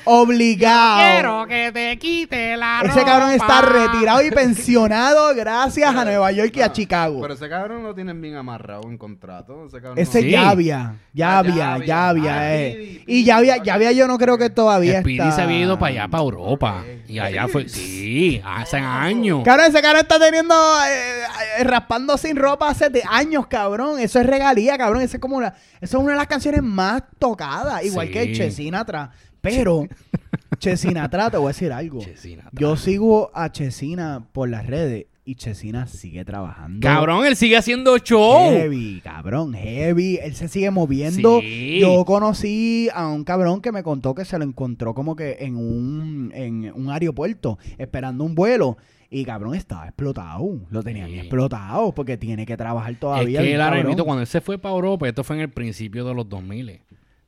[SPEAKER 3] Obligado.
[SPEAKER 4] Quiero que te quite la ropa.
[SPEAKER 3] Ese cabrón está retirado
[SPEAKER 5] *laughs*
[SPEAKER 3] y pensionado gracias a Nueva York y a
[SPEAKER 5] Ah,
[SPEAKER 3] Chicago.
[SPEAKER 5] Pero ese cabrón lo tienen bien amarrado en contrato. Ese cabrón.
[SPEAKER 3] Ese
[SPEAKER 4] Sí.
[SPEAKER 3] ya había, ya
[SPEAKER 5] Ah,
[SPEAKER 3] había,
[SPEAKER 5] Yavia.
[SPEAKER 3] ya
[SPEAKER 5] Ah,
[SPEAKER 3] había. eh.
[SPEAKER 5] Pidi,
[SPEAKER 3] Y
[SPEAKER 5] Pidi,
[SPEAKER 3] ya había,
[SPEAKER 5] ok.
[SPEAKER 3] ya había, yo no creo que todavía
[SPEAKER 4] Speedy
[SPEAKER 3] está.
[SPEAKER 4] se había ido para allá, para Europa. Y allá fue. Sí, hace años.
[SPEAKER 3] *laughs* Cabrón, ese cabrón está teniendo eh, eh, raspando sin ropa hace de años, cabrón. Eso es regalía, cabrón. Esa es como una, eso es una de las canciones más tocadas, igual
[SPEAKER 4] Sí.
[SPEAKER 3] que Chesina atrás.
[SPEAKER 4] *laughs*
[SPEAKER 3] Pero Chesina atrás te voy a decir algo.
[SPEAKER 4] Chesina,
[SPEAKER 3] Yo sigo a Chesina por las redes y Chesina sigue trabajando.
[SPEAKER 4] Cabrón, él sigue haciendo show.
[SPEAKER 3] Heavy, cabrón, heavy. Él se sigue moviendo.
[SPEAKER 4] Sí.
[SPEAKER 3] Yo conocí a un cabrón que me contó que se lo encontró como que en un, en un aeropuerto, esperando un vuelo. Y cabrón, estaba explotado. Lo tenían
[SPEAKER 4] Sí.
[SPEAKER 3] explotado porque tiene que trabajar todavía.
[SPEAKER 4] Es que
[SPEAKER 3] bien
[SPEAKER 4] el
[SPEAKER 3] cabrón.
[SPEAKER 4] Arenito, cuando él se fue para Europa, esto fue en el principio de los 2000.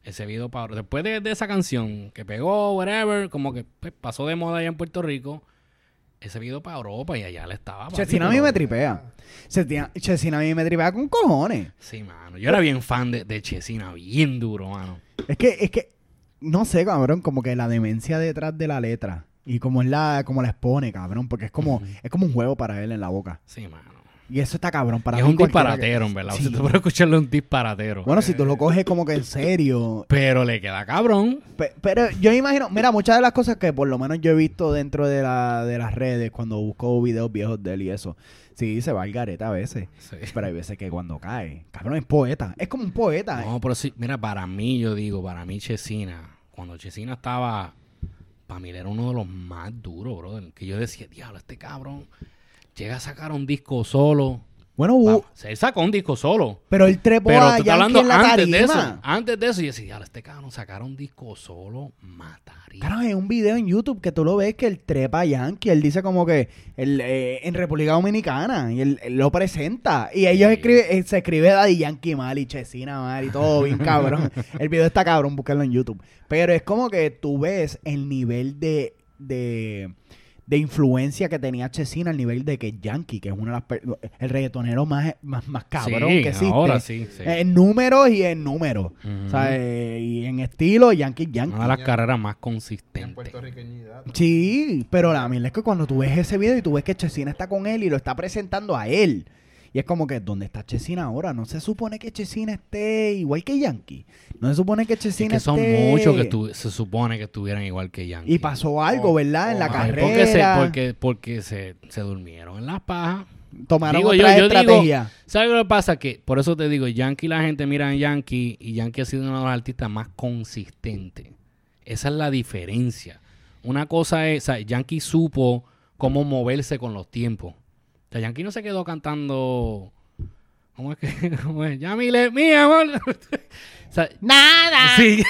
[SPEAKER 4] Ese video para Europa. Después de, de esa canción que pegó, whatever, como que pues, pasó de moda allá en Puerto Rico, ese video para Europa y allá le estaba. papi,
[SPEAKER 3] Chesina a mí
[SPEAKER 4] pero-
[SPEAKER 3] me tripea. Chesina- Chesina a mí me tripea con cojones.
[SPEAKER 4] Sí, mano. Yo era bien fan de, de Chesina, bien duro, mano.
[SPEAKER 3] Es que, es que, no sé, cabrón, como que la demencia detrás de la letra. Y como es la, como la expone, cabrón, porque es como, es como un juego para él en la boca.
[SPEAKER 4] Sí, mano.
[SPEAKER 3] Y eso está cabrón para
[SPEAKER 4] Y es
[SPEAKER 3] mí
[SPEAKER 4] un
[SPEAKER 3] cualquiera que-
[SPEAKER 4] disparatero, en verdad.
[SPEAKER 3] Sí.
[SPEAKER 4] O sea, tú puedes escucharlo es un disparatero.
[SPEAKER 3] Bueno, si tú lo coges como que en serio.
[SPEAKER 4] Pero le queda cabrón.
[SPEAKER 3] pe- Pero yo imagino, mira, muchas de las cosas que por lo menos yo he visto dentro de, la, de las redes, cuando busco videos viejos de él y eso, sí, se va al gareta a veces.
[SPEAKER 4] Sí.
[SPEAKER 3] Pero hay veces que cuando cae, cabrón, es poeta. Es como un poeta.
[SPEAKER 4] No, pero sí, mira, para mí, yo digo, para mí Chesina, cuando Chesina estaba, para mí él era uno de los más duros, brother. Que yo decía, diablo, este cabrón llega a sacar un disco solo.
[SPEAKER 3] Bueno, hubo-
[SPEAKER 4] Vamos, él sacó un disco solo.
[SPEAKER 3] pero el trepo
[SPEAKER 4] Pero
[SPEAKER 3] a
[SPEAKER 4] tú estás
[SPEAKER 3] Uh. Yankee
[SPEAKER 4] hablando
[SPEAKER 3] en la
[SPEAKER 4] antes de eso.
[SPEAKER 3] tarima.
[SPEAKER 4] Antes de eso, yo decía, diablo, este cabrón sacar un disco solo, mataría.
[SPEAKER 3] Claro, hay un video en YouTube que tú lo ves que el trepa a Yankee, él dice como que el, eh, en República Dominicana y él, él lo presenta y ellos
[SPEAKER 4] Sí.
[SPEAKER 3] escriben, eh, se escribe Daddy Yankee mal y Chesina mal y todo bien
[SPEAKER 4] *laughs*
[SPEAKER 3] cabrón. el video está cabrón, búscalo en YouTube. Pero es como que tú ves el nivel de, de, de influencia que tenía Chesina, el nivel de que Yankee, que es uno de las per- el reggaetonero más, más, más cabrón
[SPEAKER 4] Sí,
[SPEAKER 3] que eh, existe.
[SPEAKER 4] ahora sí, sí.
[SPEAKER 3] En números y en números.
[SPEAKER 4] Ujú.
[SPEAKER 3] ¿sabes? Y en estilo, Yankee Yankee.
[SPEAKER 4] Una de las carreras más
[SPEAKER 5] Y En
[SPEAKER 4] consistentes.
[SPEAKER 5] puertorriqueñidad.
[SPEAKER 3] Sí, pero la mierda es que cuando tú ves ese video y tú ves que Chesina está con él y lo está presentando a él. Y es como que, ¿dónde está Chesina ahora? No se supone que Chesina esté igual que Yankee. No se supone que
[SPEAKER 4] Es
[SPEAKER 3] Chesina
[SPEAKER 4] que son
[SPEAKER 3] esté-
[SPEAKER 4] muchos que estu- se supone que estuvieran igual que Yankee.
[SPEAKER 3] Y pasó algo,
[SPEAKER 5] Oh,
[SPEAKER 3] ¿verdad? en la
[SPEAKER 5] oh,
[SPEAKER 4] Ay,
[SPEAKER 3] carrera.
[SPEAKER 4] Porque se, porque, porque se, se durmieron en las pajas.
[SPEAKER 3] Tomaron
[SPEAKER 4] Digo yo,
[SPEAKER 3] otra
[SPEAKER 4] yo digo-
[SPEAKER 3] estrategia.
[SPEAKER 4] ¿Sabes lo que pasa? Que por eso te digo, Yankee la gente mira a Yankee y Yankee ha sido uno de los artistas más consistentes. Esa es la diferencia. Una cosa es, o sea, Yankee supo cómo moverse con los tiempos. O sea, Yankee no se quedó cantando. ¿Cómo es que? *laughs* ¿Cómo es? Ya mire, mi amor. *laughs* O sea,
[SPEAKER 7] Nada
[SPEAKER 4] sí.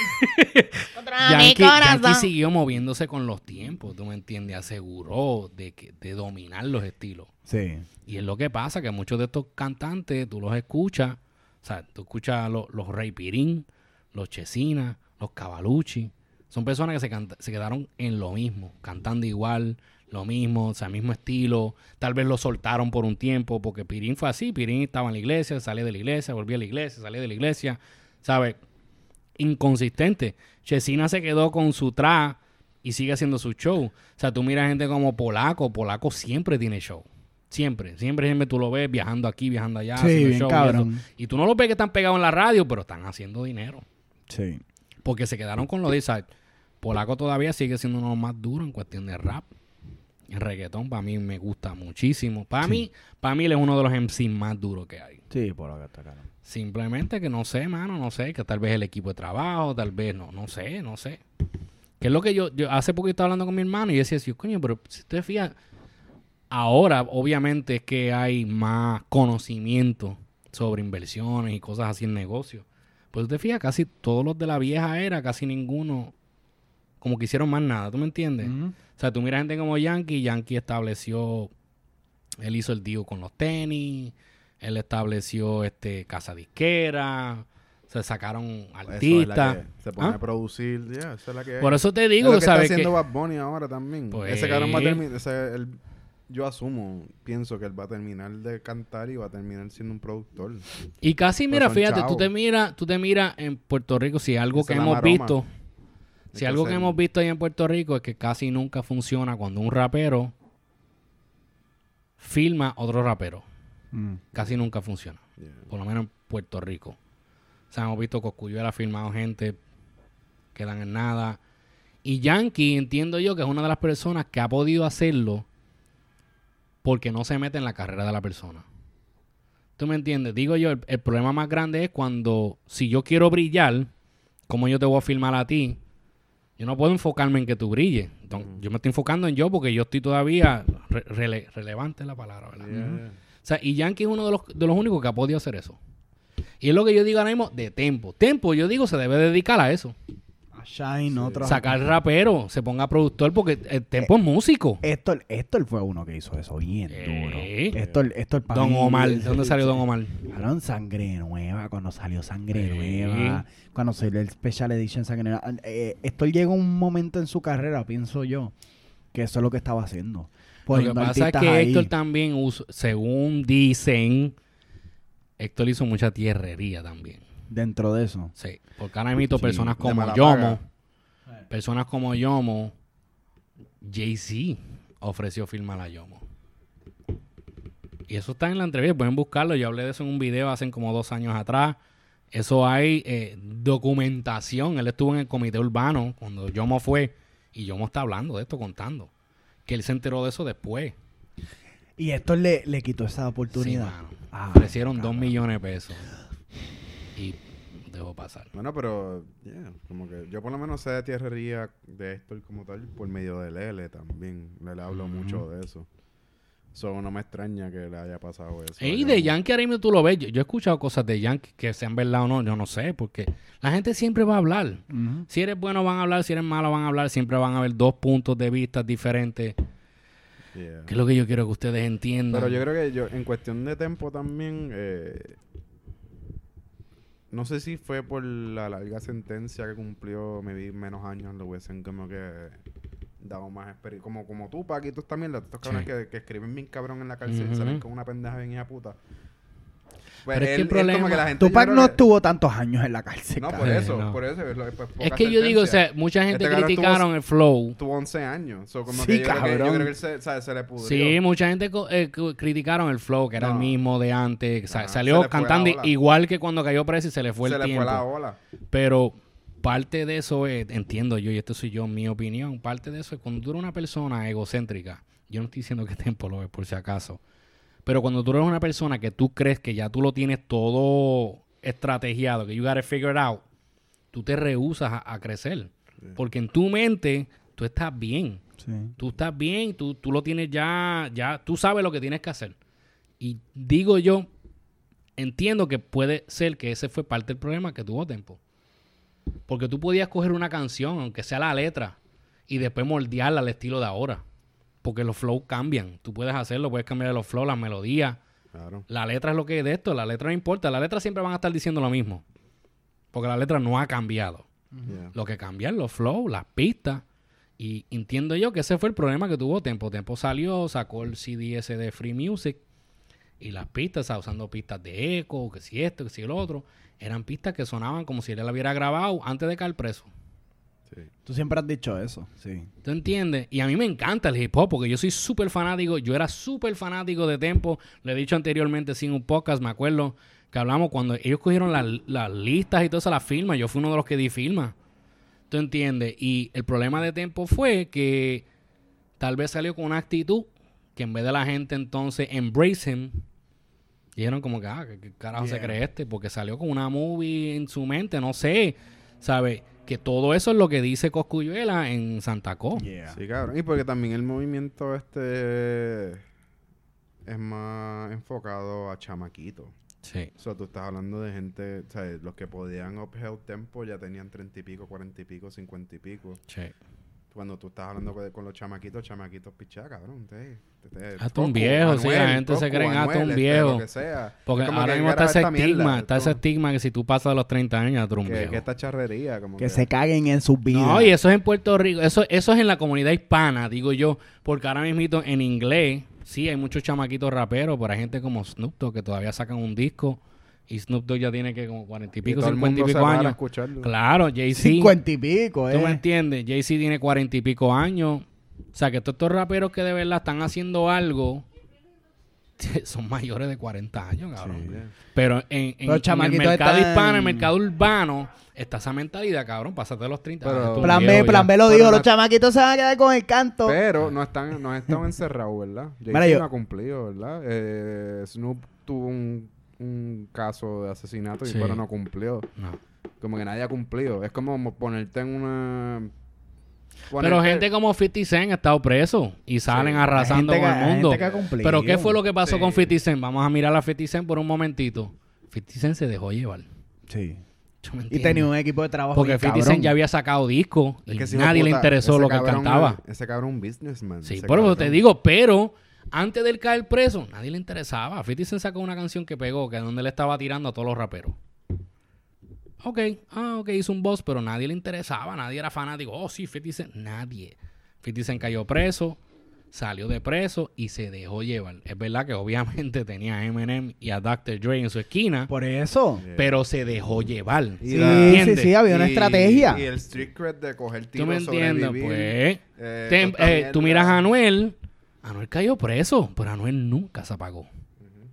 [SPEAKER 7] contra mi
[SPEAKER 4] Yankee,
[SPEAKER 7] corazón.
[SPEAKER 4] Yankee siguió moviéndose con los tiempos, ¿tú me entiendes? Aseguró de, que, de dominar los estilos.
[SPEAKER 3] Sí.
[SPEAKER 4] Y es lo que pasa, que muchos de estos cantantes, tú los escuchas, o sea, tú escuchas a los, los Rey Pirín, los Chesina, los Cavalucci, son personas que se, canta- se quedaron en lo mismo, cantando igual, lo mismo, o sea, mismo estilo, tal vez lo soltaron por un tiempo, porque Pirín fue así, Pirín estaba en la iglesia, salía de la iglesia, volvía a la iglesia, salía de la iglesia, ¿sabes? inconsistente. Chesina se quedó con su tra y sigue haciendo su show. O sea, tú miras gente como Polaco. Polaco siempre tiene show. Siempre, siempre, siempre tú lo ves viajando aquí, viajando allá.
[SPEAKER 3] Sí,
[SPEAKER 4] haciendo
[SPEAKER 3] bien
[SPEAKER 4] Ah, show y
[SPEAKER 3] cabrón.
[SPEAKER 4] eso. Y, tú no lo ves que están pegados en la radio, pero están haciendo dinero.
[SPEAKER 3] Sí.
[SPEAKER 4] Porque se quedaron con lo de esa. Polaco todavía sigue siendo uno de los más duros en cuestión de rap. En reggaetón, para mí me gusta muchísimo. Para mí, para mí él es uno de los MC más duros que hay.
[SPEAKER 3] Sí, por acá está cabrón.
[SPEAKER 4] Simplemente que no sé, mano, no sé, que tal vez el equipo de trabajo, tal vez no, no sé, no sé. Que es lo que yo, yo hace poco yo estaba hablando con mi hermano y decía, sí, coño, pero si usted fija, ahora obviamente es que hay más conocimiento sobre inversiones y cosas así en negocios. Pues usted fija, casi todos los de la vieja era, casi ninguno, como que hicieron más nada, ¿tú me entiendes?
[SPEAKER 3] Ujú.
[SPEAKER 4] O sea, tú miras gente como Yankee, Yankee estableció, él hizo el deal con los tenis, él estableció este casa disquera, se sacaron
[SPEAKER 5] Pues Eso es la
[SPEAKER 4] artistas.
[SPEAKER 5] que se pone
[SPEAKER 4] ¿Ah?
[SPEAKER 5] a producir, ya, esa es la que es.
[SPEAKER 4] Por eso te digo,
[SPEAKER 5] es lo que
[SPEAKER 4] ¿sabes?
[SPEAKER 5] está haciendo
[SPEAKER 4] que-
[SPEAKER 5] Bad Bunny ahora también.
[SPEAKER 4] Pues-
[SPEAKER 5] Ese cabrón va a terminar. ese- él- yo asumo, pienso que él va a terminar de cantar y va a terminar siendo un productor.
[SPEAKER 4] Y casi,
[SPEAKER 5] Pero
[SPEAKER 4] mira,
[SPEAKER 5] son
[SPEAKER 4] fíjate, tú
[SPEAKER 5] chavos.
[SPEAKER 4] te miras, tú te miras en Puerto Rico, si algo
[SPEAKER 5] Esa
[SPEAKER 4] que
[SPEAKER 5] es la
[SPEAKER 4] hemos
[SPEAKER 5] maroma.
[SPEAKER 4] visto, si
[SPEAKER 5] que
[SPEAKER 4] algo que
[SPEAKER 5] hacerlo.
[SPEAKER 4] hemos visto ahí en Puerto Rico es que casi nunca funciona cuando un rapero filma otro rapero.
[SPEAKER 3] Mm.
[SPEAKER 4] Casi nunca funciona.
[SPEAKER 5] Yeah.
[SPEAKER 4] Por lo menos en Puerto Rico. O sea, hemos visto que Cosculluela ha filmado gente, quedan en nada. Y Yankee, entiendo yo que es una de las personas que ha podido hacerlo porque no se mete en la carrera de la persona. ¿Tú me entiendes? Digo yo, el, el problema más grande es cuando, si yo quiero brillar, como yo te voy a filmar a ti, yo no puedo enfocarme en que tú brilles. Entonces, Yo me estoy enfocando en yo porque yo estoy todavía re- rele- relevante es la palabra, ¿verdad? O sea, y Yankee es uno de los, de los únicos que ha podido hacer eso. Y es lo que yo digo ahora mismo de Tempo. Tempo, yo digo, se debe dedicar a eso.
[SPEAKER 3] A Ah, Shine, otro.
[SPEAKER 4] Sacar rapero, se ponga productor, porque eh, el Tempo es músico.
[SPEAKER 3] Héctor, Héctor fue uno que hizo eso bien duro.
[SPEAKER 4] Eh.
[SPEAKER 3] Héctor, Héctor para
[SPEAKER 4] Don
[SPEAKER 3] mí-
[SPEAKER 4] Omar, ¿de dónde salió Don Omar?
[SPEAKER 3] Cabrón, sangre nueva, cuando salió sangre
[SPEAKER 4] Sí.
[SPEAKER 3] nueva, cuando salió el Special Edition sangre nueva. Eh, esto llega un momento en su carrera, pienso yo, que eso es lo que estaba haciendo.
[SPEAKER 4] lo que
[SPEAKER 3] Poniendo
[SPEAKER 4] pasa es
[SPEAKER 3] Pues, artistas
[SPEAKER 4] que
[SPEAKER 3] ahí.
[SPEAKER 4] Héctor también, usó- según dicen, Héctor hizo mucha tierrería también.
[SPEAKER 3] dentro de eso.
[SPEAKER 4] Sí, porque ahora mismo
[SPEAKER 5] Sí,
[SPEAKER 4] personas
[SPEAKER 5] de
[SPEAKER 4] como
[SPEAKER 5] mala
[SPEAKER 4] Yomo,
[SPEAKER 3] paga.
[SPEAKER 4] personas como Yomo, Jay-Z ofreció firmar a Yomo. Y eso está en la entrevista, pueden buscarlo. Yo hablé de eso en un video hace como dos años atrás. Eso hay eh, documentación. Él estuvo en el comité urbano cuando Yomo fue. Y Yomo está hablando de esto, contando. Que él se enteró de eso después.
[SPEAKER 3] Y Héctor le, le quitó esa
[SPEAKER 4] Sí,
[SPEAKER 3] oportunidad.
[SPEAKER 4] mano.
[SPEAKER 3] Ah,
[SPEAKER 4] Ofrecieron dos
[SPEAKER 3] cabrón.
[SPEAKER 4] millones de pesos. Y dejó pasar.
[SPEAKER 5] Bueno, pero yeah, como que yo por lo menos sé de tierrería de Héctor como tal por medio de Lele también. Lele habló mucho de eso. Solo no me extraña que le haya pasado eso.
[SPEAKER 4] Y
[SPEAKER 5] Yo-
[SPEAKER 4] de Yankee ahora mismo tú lo ves. Yo, yo he escuchado cosas de Yankee que sean verdad o no, yo no sé, porque la gente siempre va a hablar.
[SPEAKER 3] Ujú.
[SPEAKER 4] Si eres bueno van a hablar, si eres malo van a hablar, siempre van a haber dos puntos de vista diferentes.
[SPEAKER 5] Yeah.
[SPEAKER 4] Que es lo que yo quiero que ustedes entiendan.
[SPEAKER 5] Pero yo creo que yo, en cuestión de tiempo también, eh, no sé si fue por la larga sentencia que cumplió, me vi menos años, lo hubiesen como que dado más experiencia. Como, como tú, Paquito, también, estos cabrones
[SPEAKER 4] Sí.
[SPEAKER 5] que, que escriben bien cabrón en la cárcel
[SPEAKER 4] Ujú.
[SPEAKER 5] y salen con una pendeja bien hija puta. Pues
[SPEAKER 4] Pero es que el
[SPEAKER 5] él- él como
[SPEAKER 4] problema-
[SPEAKER 5] la gente
[SPEAKER 3] Este Tupac
[SPEAKER 5] yo
[SPEAKER 3] no
[SPEAKER 5] creo que-
[SPEAKER 3] estuvo tantos años en la cárcel.
[SPEAKER 5] No, por
[SPEAKER 3] cabrón.
[SPEAKER 5] eso,
[SPEAKER 4] no.
[SPEAKER 5] por eso. es lo que- pues, poca
[SPEAKER 4] es que yo digo, o
[SPEAKER 5] sentencia.
[SPEAKER 4] sea, mucha gente
[SPEAKER 5] Este cabrón tuvo-
[SPEAKER 4] criticaron el flow.
[SPEAKER 5] Tuvo 11 años. so, como
[SPEAKER 3] Sí,
[SPEAKER 5] que yo creo que-
[SPEAKER 3] cabrón.
[SPEAKER 5] yo creo que él se, o sea, se le pudrió.
[SPEAKER 4] Sí, mucha gente co- eh, cu- criticaron el flow, que era el
[SPEAKER 5] No.
[SPEAKER 4] mismo de antes. Sa-
[SPEAKER 5] Ajá, se
[SPEAKER 4] salió
[SPEAKER 5] le fue la
[SPEAKER 4] cantando
[SPEAKER 5] ola.
[SPEAKER 4] igual que cuando cayó preso y se le fue
[SPEAKER 5] se
[SPEAKER 4] el
[SPEAKER 5] le
[SPEAKER 4] tiempo.
[SPEAKER 5] fue la ola.
[SPEAKER 4] Pero parte de eso es, entiendo yo, y esto soy yo, mi opinión, parte de eso es cuando tú eres una persona egocéntrica, yo no estoy diciendo que Tempo lo es por si acaso, pero cuando tú eres una persona que tú crees que ya tú lo tienes todo estrategiado, que you gotta figure it out, tú te rehusas a, a crecer. Porque en tu mente tú estás bien.
[SPEAKER 3] Sí.
[SPEAKER 4] Tú estás bien, tú, tú lo tienes ya, ya, tú sabes lo que tienes que hacer. Y digo yo, entiendo que puede ser que ese fue parte del problema que tuvo Tempo. Porque tú podías coger una canción, aunque sea la letra, y después moldearla al estilo de ahora. Porque los flows cambian. Tú puedes hacerlo, puedes cambiar los flows, las melodías.
[SPEAKER 5] Claro.
[SPEAKER 4] La letra es lo que es de esto, la letra no importa. La letra siempre van a estar diciendo lo mismo. Porque la letra no ha cambiado.
[SPEAKER 5] Yeah.
[SPEAKER 4] Lo que cambian los flows, las pistas. Y entiendo yo que ese fue el problema que tuvo Tempo. Tempo salió, sacó el CD ese de Free Music. Y las pistas, o sea, usando pistas de eco, que si esto, que si el otro, eran pistas que sonaban como si él la hubiera grabado antes de caer preso.
[SPEAKER 5] Sí.
[SPEAKER 3] Tú siempre has dicho eso. Sí.
[SPEAKER 4] ¿Tú entiendes? Y a mí me encanta el hip hop porque yo soy súper fanático. Yo era súper fanático de Tempo. Lo he dicho anteriormente sin un podcast, me acuerdo que hablamos cuando ellos cogieron las, las listas y todas las firmas. Yo fui uno de los que di firma. ¿Tú entiendes? Y el problema de Tempo fue que tal vez salió con una actitud que en vez de la gente entonces embrace him, dijeron como que, ah, ¿qué, qué carajo se
[SPEAKER 3] Yeah.
[SPEAKER 4] cree este? Porque salió con una movie en su mente, no sé, ¿sabes? Que todo eso es lo que dice Coscuyuela en Santa Co.
[SPEAKER 5] Sí, cabrón. Y porque también el movimiento este es más enfocado a chamaquito.
[SPEAKER 4] Sí.
[SPEAKER 5] O sea, tú estás hablando de gente, o sea, los que podían uphill tempo ya tenían treinta y pico, cuarenta y pico, cincuenta y pico.
[SPEAKER 4] sí.
[SPEAKER 5] Cuando tú estás hablando con, con los chamaquitos, chamaquitos pichá, cabrón. Te, te- te-
[SPEAKER 4] Hasta un viejo, sí, la gente se cree en hasta un
[SPEAKER 5] este,
[SPEAKER 4] viejo.
[SPEAKER 5] lo que sea.
[SPEAKER 4] Porque
[SPEAKER 5] Es como
[SPEAKER 4] ahora
[SPEAKER 5] que
[SPEAKER 4] mismo está
[SPEAKER 5] graba
[SPEAKER 4] ese
[SPEAKER 5] esta mierda,
[SPEAKER 4] estigma, está
[SPEAKER 5] esto-
[SPEAKER 4] ese estigma que si tú pasas de los 30 años, tú eres un
[SPEAKER 5] que,
[SPEAKER 4] viejo.
[SPEAKER 5] que esta charrería, como
[SPEAKER 3] Que se caguen en sus vidas.
[SPEAKER 4] No, y eso es en Puerto Rico. Eso, eso es en la comunidad hispana, digo yo. Porque ahora mismo en inglés, sí, hay muchos chamaquitos raperos, pero hay gente como Snoop Dogg que todavía sacan un disco. Y Snoop Dogg ya tiene que como cuarenta y pico,
[SPEAKER 5] todo el
[SPEAKER 4] cincuenta y
[SPEAKER 5] mundo se
[SPEAKER 4] pico
[SPEAKER 5] para a
[SPEAKER 4] años.
[SPEAKER 5] escucharlo.
[SPEAKER 4] Claro, Jay-Z.
[SPEAKER 3] Cincuenta y pico,
[SPEAKER 4] ¿Tú me
[SPEAKER 3] eh.
[SPEAKER 4] entiendes? Jay-Z tiene cuarenta y pico años. O sea, que todos estos raperos que de verdad están haciendo algo *laughs* son mayores de 40 años, cabrón. Pero en, en-
[SPEAKER 3] Pero
[SPEAKER 4] en el
[SPEAKER 3] chamaquitos
[SPEAKER 4] mercado
[SPEAKER 3] están-
[SPEAKER 4] hispano, en el mercado urbano, está esa mentalidad, cabrón. Pásate los 30.
[SPEAKER 5] Pero-
[SPEAKER 4] Ah, tú eres
[SPEAKER 3] Plan B,
[SPEAKER 4] viejo
[SPEAKER 3] plan
[SPEAKER 4] ya.
[SPEAKER 3] B lo
[SPEAKER 5] Pero
[SPEAKER 3] dijo,
[SPEAKER 5] la-
[SPEAKER 3] los chamaquitos se van a quedar con el canto.
[SPEAKER 5] Pero no están, no están encerrados, ¿verdad? *laughs* Jay-Z
[SPEAKER 3] Mira, yo-
[SPEAKER 5] no ha cumplido, ¿verdad? Eh, Snoop tuvo un, un caso de asesinato, y
[SPEAKER 4] Sí.
[SPEAKER 5] pero no cumplió.
[SPEAKER 4] No.
[SPEAKER 5] Como que nadie ha cumplido. Es como mo- ponerte en una...
[SPEAKER 4] Pero
[SPEAKER 5] ponerte-
[SPEAKER 4] gente como 50 Cent ha estado preso y salen
[SPEAKER 3] Hay
[SPEAKER 4] arrasando
[SPEAKER 3] gente
[SPEAKER 4] con
[SPEAKER 3] que-
[SPEAKER 4] el
[SPEAKER 3] hay
[SPEAKER 4] mundo.
[SPEAKER 3] gente que ha cumplido.
[SPEAKER 4] Pero ¿qué fue lo que pasó
[SPEAKER 5] Sí.
[SPEAKER 4] con 50 Cent? Vamos a mirar a 50 Cent por un momentito. 50 Cent se dejó llevar.
[SPEAKER 3] Sí.
[SPEAKER 4] Yo me
[SPEAKER 3] Y
[SPEAKER 4] entiendo.
[SPEAKER 3] tenía un equipo de trabajo
[SPEAKER 4] Porque
[SPEAKER 3] bien
[SPEAKER 4] 50
[SPEAKER 3] cabrón.
[SPEAKER 4] Cent ya había sacado disco
[SPEAKER 5] Es
[SPEAKER 4] y
[SPEAKER 5] que ese hijo
[SPEAKER 4] nadie le
[SPEAKER 5] puta,
[SPEAKER 4] interesó
[SPEAKER 5] ese
[SPEAKER 4] lo que él
[SPEAKER 5] cabrón
[SPEAKER 4] cantaba.
[SPEAKER 5] es- Ese cabrón businessman.
[SPEAKER 4] Sí,
[SPEAKER 5] ese
[SPEAKER 4] por eso
[SPEAKER 5] cabrón.
[SPEAKER 4] te digo, pero antes del caer preso, nadie le interesaba. 50 Cent sacó una canción que pegó, que es donde le estaba tirando a todos los raperos. Ok, ah, ok, hizo un boss, pero nadie le interesaba, nadie era fanático. Oh, sí, 50 Cent, nadie. 50 Cent cayó preso, salió de preso y se dejó llevar. Es verdad que obviamente *laughs* tenía a Eminem y a Dr. Dre en su esquina,
[SPEAKER 3] Por eso.
[SPEAKER 4] pero se dejó llevar.
[SPEAKER 5] Pues, Y
[SPEAKER 3] Sí,
[SPEAKER 5] la-
[SPEAKER 3] sí, sí, había una
[SPEAKER 5] y-
[SPEAKER 3] estrategia.
[SPEAKER 5] Y el street cred de coger
[SPEAKER 4] ¿Tú
[SPEAKER 5] tiros,
[SPEAKER 4] me entiendes?
[SPEAKER 5] sobrevivir,
[SPEAKER 4] Pues.
[SPEAKER 5] eh,
[SPEAKER 4] Te-
[SPEAKER 5] toda esta
[SPEAKER 4] eh, tú
[SPEAKER 5] mierda.
[SPEAKER 4] miras a Anuel. Anuel cayó preso, pero Anuel nunca se apagó.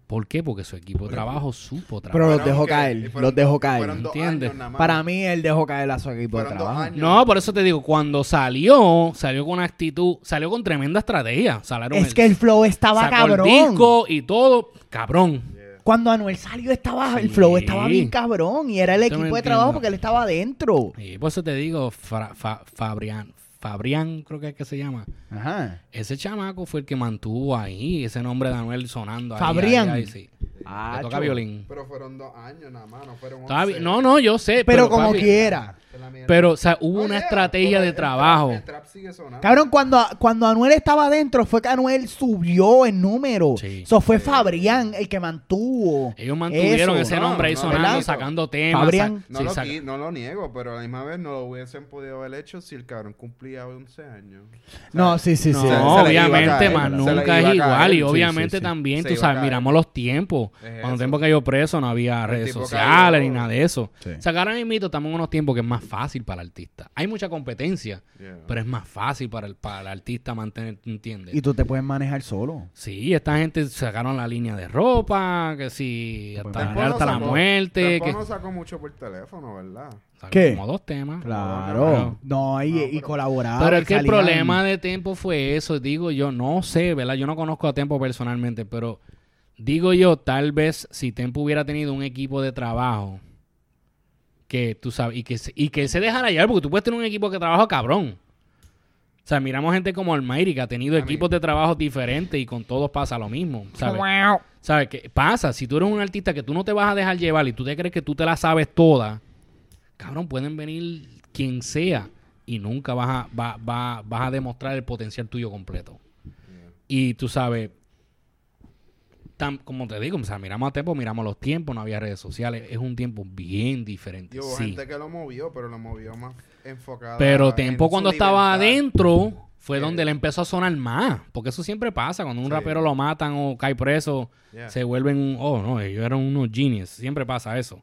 [SPEAKER 4] ¿Por qué? Porque su equipo de trabajo supo
[SPEAKER 3] Pero
[SPEAKER 4] trabajar.
[SPEAKER 3] los dejó
[SPEAKER 5] que-
[SPEAKER 3] caer,
[SPEAKER 5] fueron-
[SPEAKER 3] los dejó caer.
[SPEAKER 5] fueron dos
[SPEAKER 4] ¿Entiendes?
[SPEAKER 5] años nada más.
[SPEAKER 3] Para mí, él dejó caer a su equipo de
[SPEAKER 5] Fueron dos
[SPEAKER 3] trabajo.
[SPEAKER 5] años.
[SPEAKER 4] No, por eso te digo, cuando salió, salió con actitud, salió con tremenda estrategia. Salaron
[SPEAKER 3] Es que el flow estaba
[SPEAKER 4] sacó el
[SPEAKER 3] cabrón.
[SPEAKER 4] disco y todo, cabrón.
[SPEAKER 3] Cuando Anuel salió estaba, el flow
[SPEAKER 4] Sí.
[SPEAKER 3] estaba bien cabrón y era el
[SPEAKER 4] Yo
[SPEAKER 3] equipo
[SPEAKER 4] me
[SPEAKER 3] de trabajo
[SPEAKER 4] entiendo.
[SPEAKER 3] porque él estaba adentro.
[SPEAKER 4] Y por eso te digo, Fra- Fa- Fabrián, Fabrián creo que es que se llama.
[SPEAKER 3] Ajá.
[SPEAKER 4] Ese chamaco fue el que mantuvo ahí ese nombre de Anuel sonando. ahí,
[SPEAKER 3] Fabrián.
[SPEAKER 4] ahí, ahí, sí. Le toca
[SPEAKER 3] Acho.
[SPEAKER 4] violín.
[SPEAKER 5] Pero fueron dos años nada más, no fueron
[SPEAKER 4] Está
[SPEAKER 5] once.
[SPEAKER 4] bien. No, no, yo sé.
[SPEAKER 3] Pero, como
[SPEAKER 4] papi,
[SPEAKER 3] quiera.
[SPEAKER 5] Es la mierda.
[SPEAKER 4] Pero, o sea, hubo
[SPEAKER 5] Oh,
[SPEAKER 4] una
[SPEAKER 5] yeah,
[SPEAKER 4] estrategia
[SPEAKER 5] pero
[SPEAKER 4] de
[SPEAKER 5] el trap-
[SPEAKER 4] trabajo.
[SPEAKER 5] el trap sigue sonando.
[SPEAKER 3] Cabrón, cuando, cuando Anuel estaba adentro fue que Anuel subió en número.
[SPEAKER 4] Sí.
[SPEAKER 3] Eso fue Fabrián el que mantuvo.
[SPEAKER 4] Ellos mantuvieron
[SPEAKER 3] eso.
[SPEAKER 4] ese
[SPEAKER 5] No,
[SPEAKER 4] nombre ahí
[SPEAKER 5] no,
[SPEAKER 4] sonando,
[SPEAKER 5] ¿verdad?
[SPEAKER 4] sacando temas.
[SPEAKER 3] Fabrián.
[SPEAKER 4] sa-
[SPEAKER 5] No,
[SPEAKER 4] sí,
[SPEAKER 5] lo
[SPEAKER 4] saca-
[SPEAKER 5] qui- no lo niego, pero a la misma vez no lo hubiesen podido haber hecho si el cabrón cumplía 11 años.
[SPEAKER 3] No, sí, sí, sí.
[SPEAKER 5] se- se
[SPEAKER 4] No,
[SPEAKER 5] le iba a
[SPEAKER 4] obviamente,
[SPEAKER 5] caer,
[SPEAKER 4] más
[SPEAKER 5] se le iba
[SPEAKER 4] nunca
[SPEAKER 5] a
[SPEAKER 4] es
[SPEAKER 5] caer.
[SPEAKER 4] igual. Y
[SPEAKER 5] Sí,
[SPEAKER 4] obviamente
[SPEAKER 5] sí, sí.
[SPEAKER 4] también,
[SPEAKER 5] Se
[SPEAKER 4] tú
[SPEAKER 5] iba a
[SPEAKER 4] sabes,
[SPEAKER 5] caer.
[SPEAKER 4] miramos los tiempos.
[SPEAKER 5] Es
[SPEAKER 4] Cuando el
[SPEAKER 5] eso.
[SPEAKER 4] tiempo que yo preso no había redes
[SPEAKER 5] tipo
[SPEAKER 4] sociales ni
[SPEAKER 5] cayó.
[SPEAKER 4] nada de eso.
[SPEAKER 3] Sí.
[SPEAKER 4] O sea, que ahora mismo estamos en unos tiempos que es más fácil para el artista. Hay mucha competencia,
[SPEAKER 5] Yeah.
[SPEAKER 4] pero es más fácil para el, para el artista mantener, ¿tú ¿entiendes?
[SPEAKER 3] Y tú te puedes manejar solo.
[SPEAKER 4] Sí, esta gente sacaron la línea de ropa, que si hasta,
[SPEAKER 3] Bueno,
[SPEAKER 5] Tempo
[SPEAKER 4] hasta
[SPEAKER 5] no
[SPEAKER 4] la
[SPEAKER 5] sacó-
[SPEAKER 4] muerte,
[SPEAKER 5] Tempo
[SPEAKER 4] que
[SPEAKER 5] no sacó mucho por teléfono, ¿verdad?
[SPEAKER 4] Salió
[SPEAKER 3] ¿Qué?
[SPEAKER 4] como dos temas.
[SPEAKER 3] Claro. No, y, y colaboraban,
[SPEAKER 4] Pero es que el
[SPEAKER 3] salían.
[SPEAKER 4] problema de Tempo fue eso, digo yo, no sé, ¿verdad? Yo no conozco a Tempo personalmente, pero digo yo, tal vez si Tempo hubiera tenido un equipo de trabajo que tú sabes, y que, se- y que se dejara llevar, porque tú puedes tener un equipo que trabaja cabrón. O sea, miramos gente como Almighty que ha tenido
[SPEAKER 5] I mean-
[SPEAKER 4] equipos de trabajo diferentes y con todos pasa lo mismo, ¿sabes?
[SPEAKER 7] Wow.
[SPEAKER 4] ¿Sabes qué? Pasa, si tú eres un artista que tú no te vas a dejar llevar y tú te crees que tú te la sabes toda, cabrón, pueden venir quien sea y nunca vas a, va- va- vas a demostrar el potencial tuyo completo. Y tú sabes, tan- como te digo, o sea, miramos a tiempo, miramos los tiempos, no había redes sociales, es un tiempo bien diferente.
[SPEAKER 5] Y hubo
[SPEAKER 4] sí.
[SPEAKER 5] gente que lo movió, pero lo movió más enfocado.
[SPEAKER 4] Pero Tempo cuando estaba adentro fue
[SPEAKER 5] Sí.
[SPEAKER 4] donde le empezó a sonar más. Porque eso siempre pasa. Cuando un
[SPEAKER 5] Sí.
[SPEAKER 4] rapero lo matan o cae preso,
[SPEAKER 5] Yeah.
[SPEAKER 4] se vuelven un... Oh, no, ellos eran unos genies. Siempre pasa eso.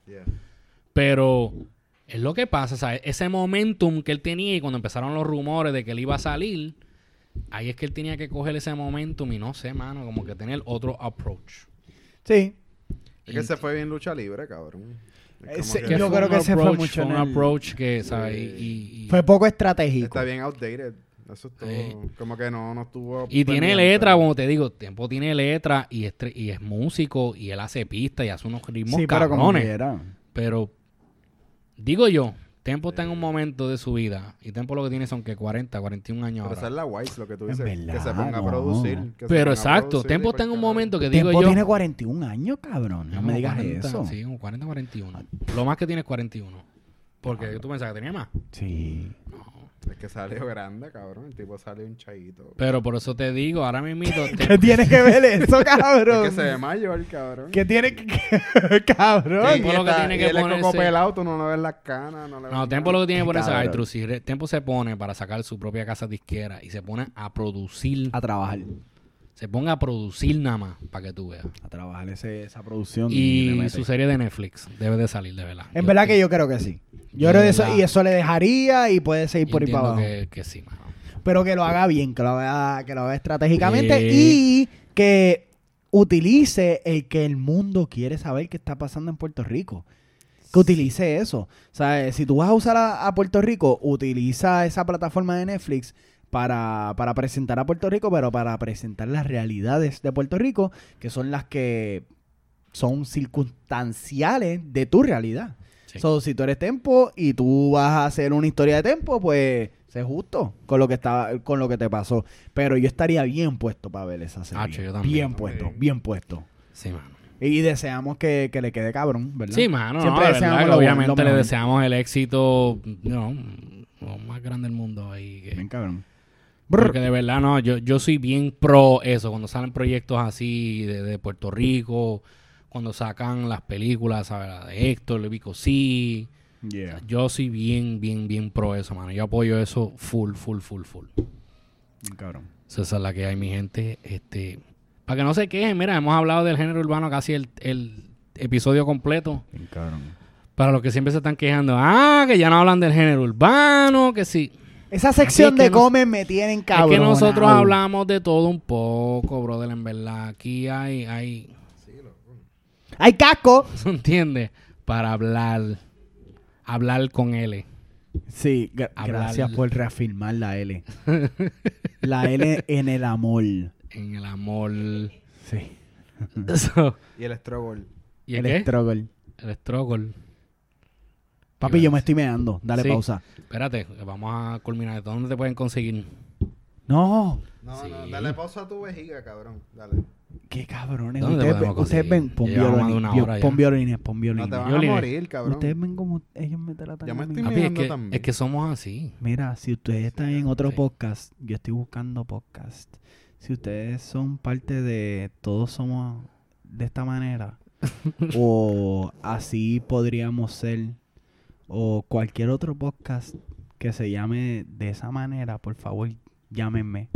[SPEAKER 4] Pero es lo que pasa. ¿sabes? Ese momentum que él tenía y cuando empezaron los rumores de que él iba a salir, ahí es que él tenía que coger ese momentum y no sé, mano, como que tener otro approach.
[SPEAKER 3] Sí.
[SPEAKER 5] Es que se fue bien lucha libre, cabrón. Es
[SPEAKER 3] Ese-
[SPEAKER 5] como
[SPEAKER 3] yo
[SPEAKER 5] que
[SPEAKER 4] fue
[SPEAKER 3] creo
[SPEAKER 4] un
[SPEAKER 3] que Eh, se fue
[SPEAKER 4] approach-
[SPEAKER 3] mucho en
[SPEAKER 4] un
[SPEAKER 3] el-
[SPEAKER 4] approach que, ¿sabes? Y- y-
[SPEAKER 3] Fue poco estratégico.
[SPEAKER 5] Está bien outdated. Eso es todo.
[SPEAKER 4] Sí.
[SPEAKER 5] Como que no, no estuvo.
[SPEAKER 4] Eh. Y tiene
[SPEAKER 5] pendiente.
[SPEAKER 4] letra, como te digo, Tiempo tiene letra y es, tre- y es músico y él hace pistas y hace unos ritmos
[SPEAKER 3] Sí, pero como
[SPEAKER 4] cabrones.
[SPEAKER 3] quiera.
[SPEAKER 4] Pero, digo yo, Tempo está en un momento de su vida y Tempo lo que tiene son que 40, 41 años
[SPEAKER 5] Pero esa es
[SPEAKER 4] ahora.
[SPEAKER 5] la wise lo que tú
[SPEAKER 3] Es
[SPEAKER 5] dices. que se
[SPEAKER 3] verdad,
[SPEAKER 5] ponga
[SPEAKER 3] no.
[SPEAKER 5] a producir. que se pues,
[SPEAKER 4] Pero
[SPEAKER 5] ponga a
[SPEAKER 4] exacto,
[SPEAKER 5] producir y
[SPEAKER 4] Tempo está en
[SPEAKER 5] por
[SPEAKER 4] un
[SPEAKER 5] carajo.
[SPEAKER 4] momento que digo
[SPEAKER 3] Tempo
[SPEAKER 4] yo...
[SPEAKER 3] tiene 41 años, cabrón. No me
[SPEAKER 4] como
[SPEAKER 3] digas
[SPEAKER 4] 40,
[SPEAKER 3] eso.
[SPEAKER 4] Sí, como 40, 41. Lo más que tiene es 41.
[SPEAKER 5] Ah,
[SPEAKER 4] Porque tú pensabas que tenía más.
[SPEAKER 3] Sí.
[SPEAKER 5] Es que salió grande, cabrón. El tipo sale un chayito.
[SPEAKER 4] Pero por eso te digo, ahora mismo...
[SPEAKER 3] *laughs* ¿Qué tiene que ver eso,
[SPEAKER 5] *laughs* Es
[SPEAKER 3] cabrón?
[SPEAKER 5] que se ve mayor, cabrón.
[SPEAKER 3] ¿Qué tiene que... *laughs* cabrón?
[SPEAKER 5] Y
[SPEAKER 4] Tempo lo que
[SPEAKER 5] está-
[SPEAKER 4] tiene
[SPEAKER 5] y
[SPEAKER 4] que
[SPEAKER 5] él es
[SPEAKER 4] ponerse-
[SPEAKER 5] coco pelado, tú no le ves las canas. No, le
[SPEAKER 4] No,
[SPEAKER 5] ves
[SPEAKER 4] Tempo lo
[SPEAKER 5] nada.
[SPEAKER 4] que tiene que ponerse a
[SPEAKER 3] Cabrón.
[SPEAKER 4] Aitrus. Si re- Tempo se pone para sacar su propia casa disquera y se pone a producir.
[SPEAKER 3] A trabajar.
[SPEAKER 4] Se ponga a producir nada más, para que tú veas.
[SPEAKER 3] A trabajar ese- esa producción. le
[SPEAKER 4] Y
[SPEAKER 3] mete.
[SPEAKER 4] su serie de Netflix debe de salir, de verdad.
[SPEAKER 3] En verdad que yo creo que sí. Yo
[SPEAKER 4] Yo
[SPEAKER 3] creo
[SPEAKER 4] de
[SPEAKER 3] que eso,
[SPEAKER 4] verdad-
[SPEAKER 3] y eso le dejaría y puede seguir por ahí para
[SPEAKER 4] entiendo
[SPEAKER 3] abajo.
[SPEAKER 4] que, que sí, mano.
[SPEAKER 3] Pero que lo haga bien, que lo haga, que lo haga estratégicamente
[SPEAKER 4] Eh.
[SPEAKER 3] y que utilice el que el mundo quiere saber que está pasando en Puerto Rico. Que utilice eso. O sea, eh, si tú vas a usar a, a Puerto Rico, utiliza esa plataforma de Netflix para, para presentar a Puerto Rico, pero para presentar las realidades de Puerto Rico, que son las que son circunstanciales de tu realidad.
[SPEAKER 4] Sí.
[SPEAKER 3] So, si tú eres tempo y tú vas a hacer una historia de tempo, pues sé justo con lo que estaba, con lo que te pasó. Pero yo estaría bien puesto para ver esa serie.
[SPEAKER 4] Hacho, yo también.
[SPEAKER 3] Bien puesto, bien puesto.
[SPEAKER 4] Sí, mano.
[SPEAKER 3] Y deseamos que, que le quede cabrón, ¿verdad?
[SPEAKER 4] Sí, mano.
[SPEAKER 3] Siempre
[SPEAKER 4] no, de
[SPEAKER 3] deseamos
[SPEAKER 4] verdad que
[SPEAKER 3] lo bueno,
[SPEAKER 4] obviamente
[SPEAKER 3] lo
[SPEAKER 4] le
[SPEAKER 3] mejor.
[SPEAKER 4] deseamos el éxito no, lo más grande del mundo. ahí que-
[SPEAKER 3] Bien cabrón.
[SPEAKER 4] Porque de verdad, no, yo, yo soy bien pro eso. Cuando salen proyectos así de, de Puerto Rico, cuando sacan las películas, ¿sabes? La de Héctor, de Vico, sí. O sea, Yo soy bien, bien, bien pro eso, mano. Yo apoyo eso full, full, full, full.
[SPEAKER 3] Bien cabrón.
[SPEAKER 4] So, esa es la que hay, mi gente. Este, para que no se quejen, mira, hemos hablado del género urbano casi el, el episodio completo.
[SPEAKER 3] Bien cabrón.
[SPEAKER 4] Para los que siempre se están quejando, ah, que ya no hablan del género urbano, que sí.
[SPEAKER 3] Esa sección
[SPEAKER 4] Es que
[SPEAKER 3] de
[SPEAKER 4] nos-
[SPEAKER 3] comen me tienen cabrón.
[SPEAKER 4] Es que nosotros hablamos de todo un poco, brother, en verdad. Aquí hay, hay, *laughs*
[SPEAKER 3] ¡Ay, casco!
[SPEAKER 4] ¿se entiende? Para hablar, hablar con L.
[SPEAKER 3] Sí, gra-
[SPEAKER 4] Hablar.
[SPEAKER 3] gracias por reafirmar la
[SPEAKER 4] *laughs*
[SPEAKER 3] L. la L en el amor.
[SPEAKER 4] En el amor.
[SPEAKER 3] Sí.
[SPEAKER 4] *laughs* So,
[SPEAKER 5] Y el estrogol.
[SPEAKER 4] ¿Y el,
[SPEAKER 3] el
[SPEAKER 4] qué?
[SPEAKER 3] struggle.
[SPEAKER 4] el struggle.
[SPEAKER 3] Papi, yo me estoy meando. Dale
[SPEAKER 4] Sí.
[SPEAKER 3] pausa.
[SPEAKER 4] Espérate, vamos a culminar. ¿Dónde te pueden conseguir?
[SPEAKER 3] No.
[SPEAKER 5] No, no,
[SPEAKER 4] Sí.
[SPEAKER 5] dale pausa a tu vejiga, cabrón. Dale.
[SPEAKER 3] Qué cabrones.
[SPEAKER 4] ¿Dónde
[SPEAKER 3] Ustedes ven,
[SPEAKER 4] podemos
[SPEAKER 3] ustedes
[SPEAKER 4] conseguir?
[SPEAKER 3] ven, pon
[SPEAKER 4] Ya llevamos más de
[SPEAKER 3] violines,
[SPEAKER 4] una
[SPEAKER 3] vi-
[SPEAKER 4] hora ya.
[SPEAKER 3] pon violines, pon
[SPEAKER 5] No te
[SPEAKER 3] violines.
[SPEAKER 5] vas
[SPEAKER 4] Yo
[SPEAKER 5] a
[SPEAKER 4] le-
[SPEAKER 5] morir, cabrón.
[SPEAKER 3] ustedes ven como ellos me tratan.
[SPEAKER 5] Ya me
[SPEAKER 3] a mí.
[SPEAKER 5] estoy
[SPEAKER 4] Papi, es
[SPEAKER 5] mirando
[SPEAKER 4] que,
[SPEAKER 5] también.
[SPEAKER 4] es que somos así.
[SPEAKER 3] Mira, si ustedes están en otro
[SPEAKER 4] sí.
[SPEAKER 3] podcast, yo estoy buscando podcast. Si ustedes son parte de todos somos de esta
[SPEAKER 4] *laughs*
[SPEAKER 3] manera, o así podríamos ser, o cualquier otro podcast que se llame de esa manera, por favor, llámenme.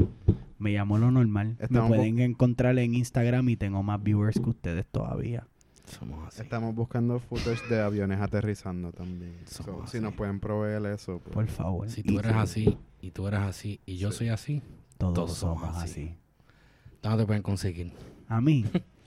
[SPEAKER 3] Me llamo lo normal.
[SPEAKER 5] Estamos
[SPEAKER 3] Me pueden encontrar en Instagram y tengo más viewers que ustedes todavía.
[SPEAKER 4] Somos así.
[SPEAKER 5] Estamos buscando footage de aviones aterrizando también.
[SPEAKER 4] Eso
[SPEAKER 5] So,
[SPEAKER 4] así.
[SPEAKER 5] si nos pueden proveer eso. pues.
[SPEAKER 3] Por favor.
[SPEAKER 4] Si
[SPEAKER 3] Y
[SPEAKER 4] tú eres
[SPEAKER 3] sí,
[SPEAKER 4] así, y tú eres así, y yo soy así,
[SPEAKER 3] Todos,
[SPEAKER 4] todos
[SPEAKER 3] somos
[SPEAKER 4] somos así.
[SPEAKER 3] así.
[SPEAKER 4] ¿dónde te pueden conseguir?
[SPEAKER 3] A
[SPEAKER 4] *laughs*
[SPEAKER 3] mí.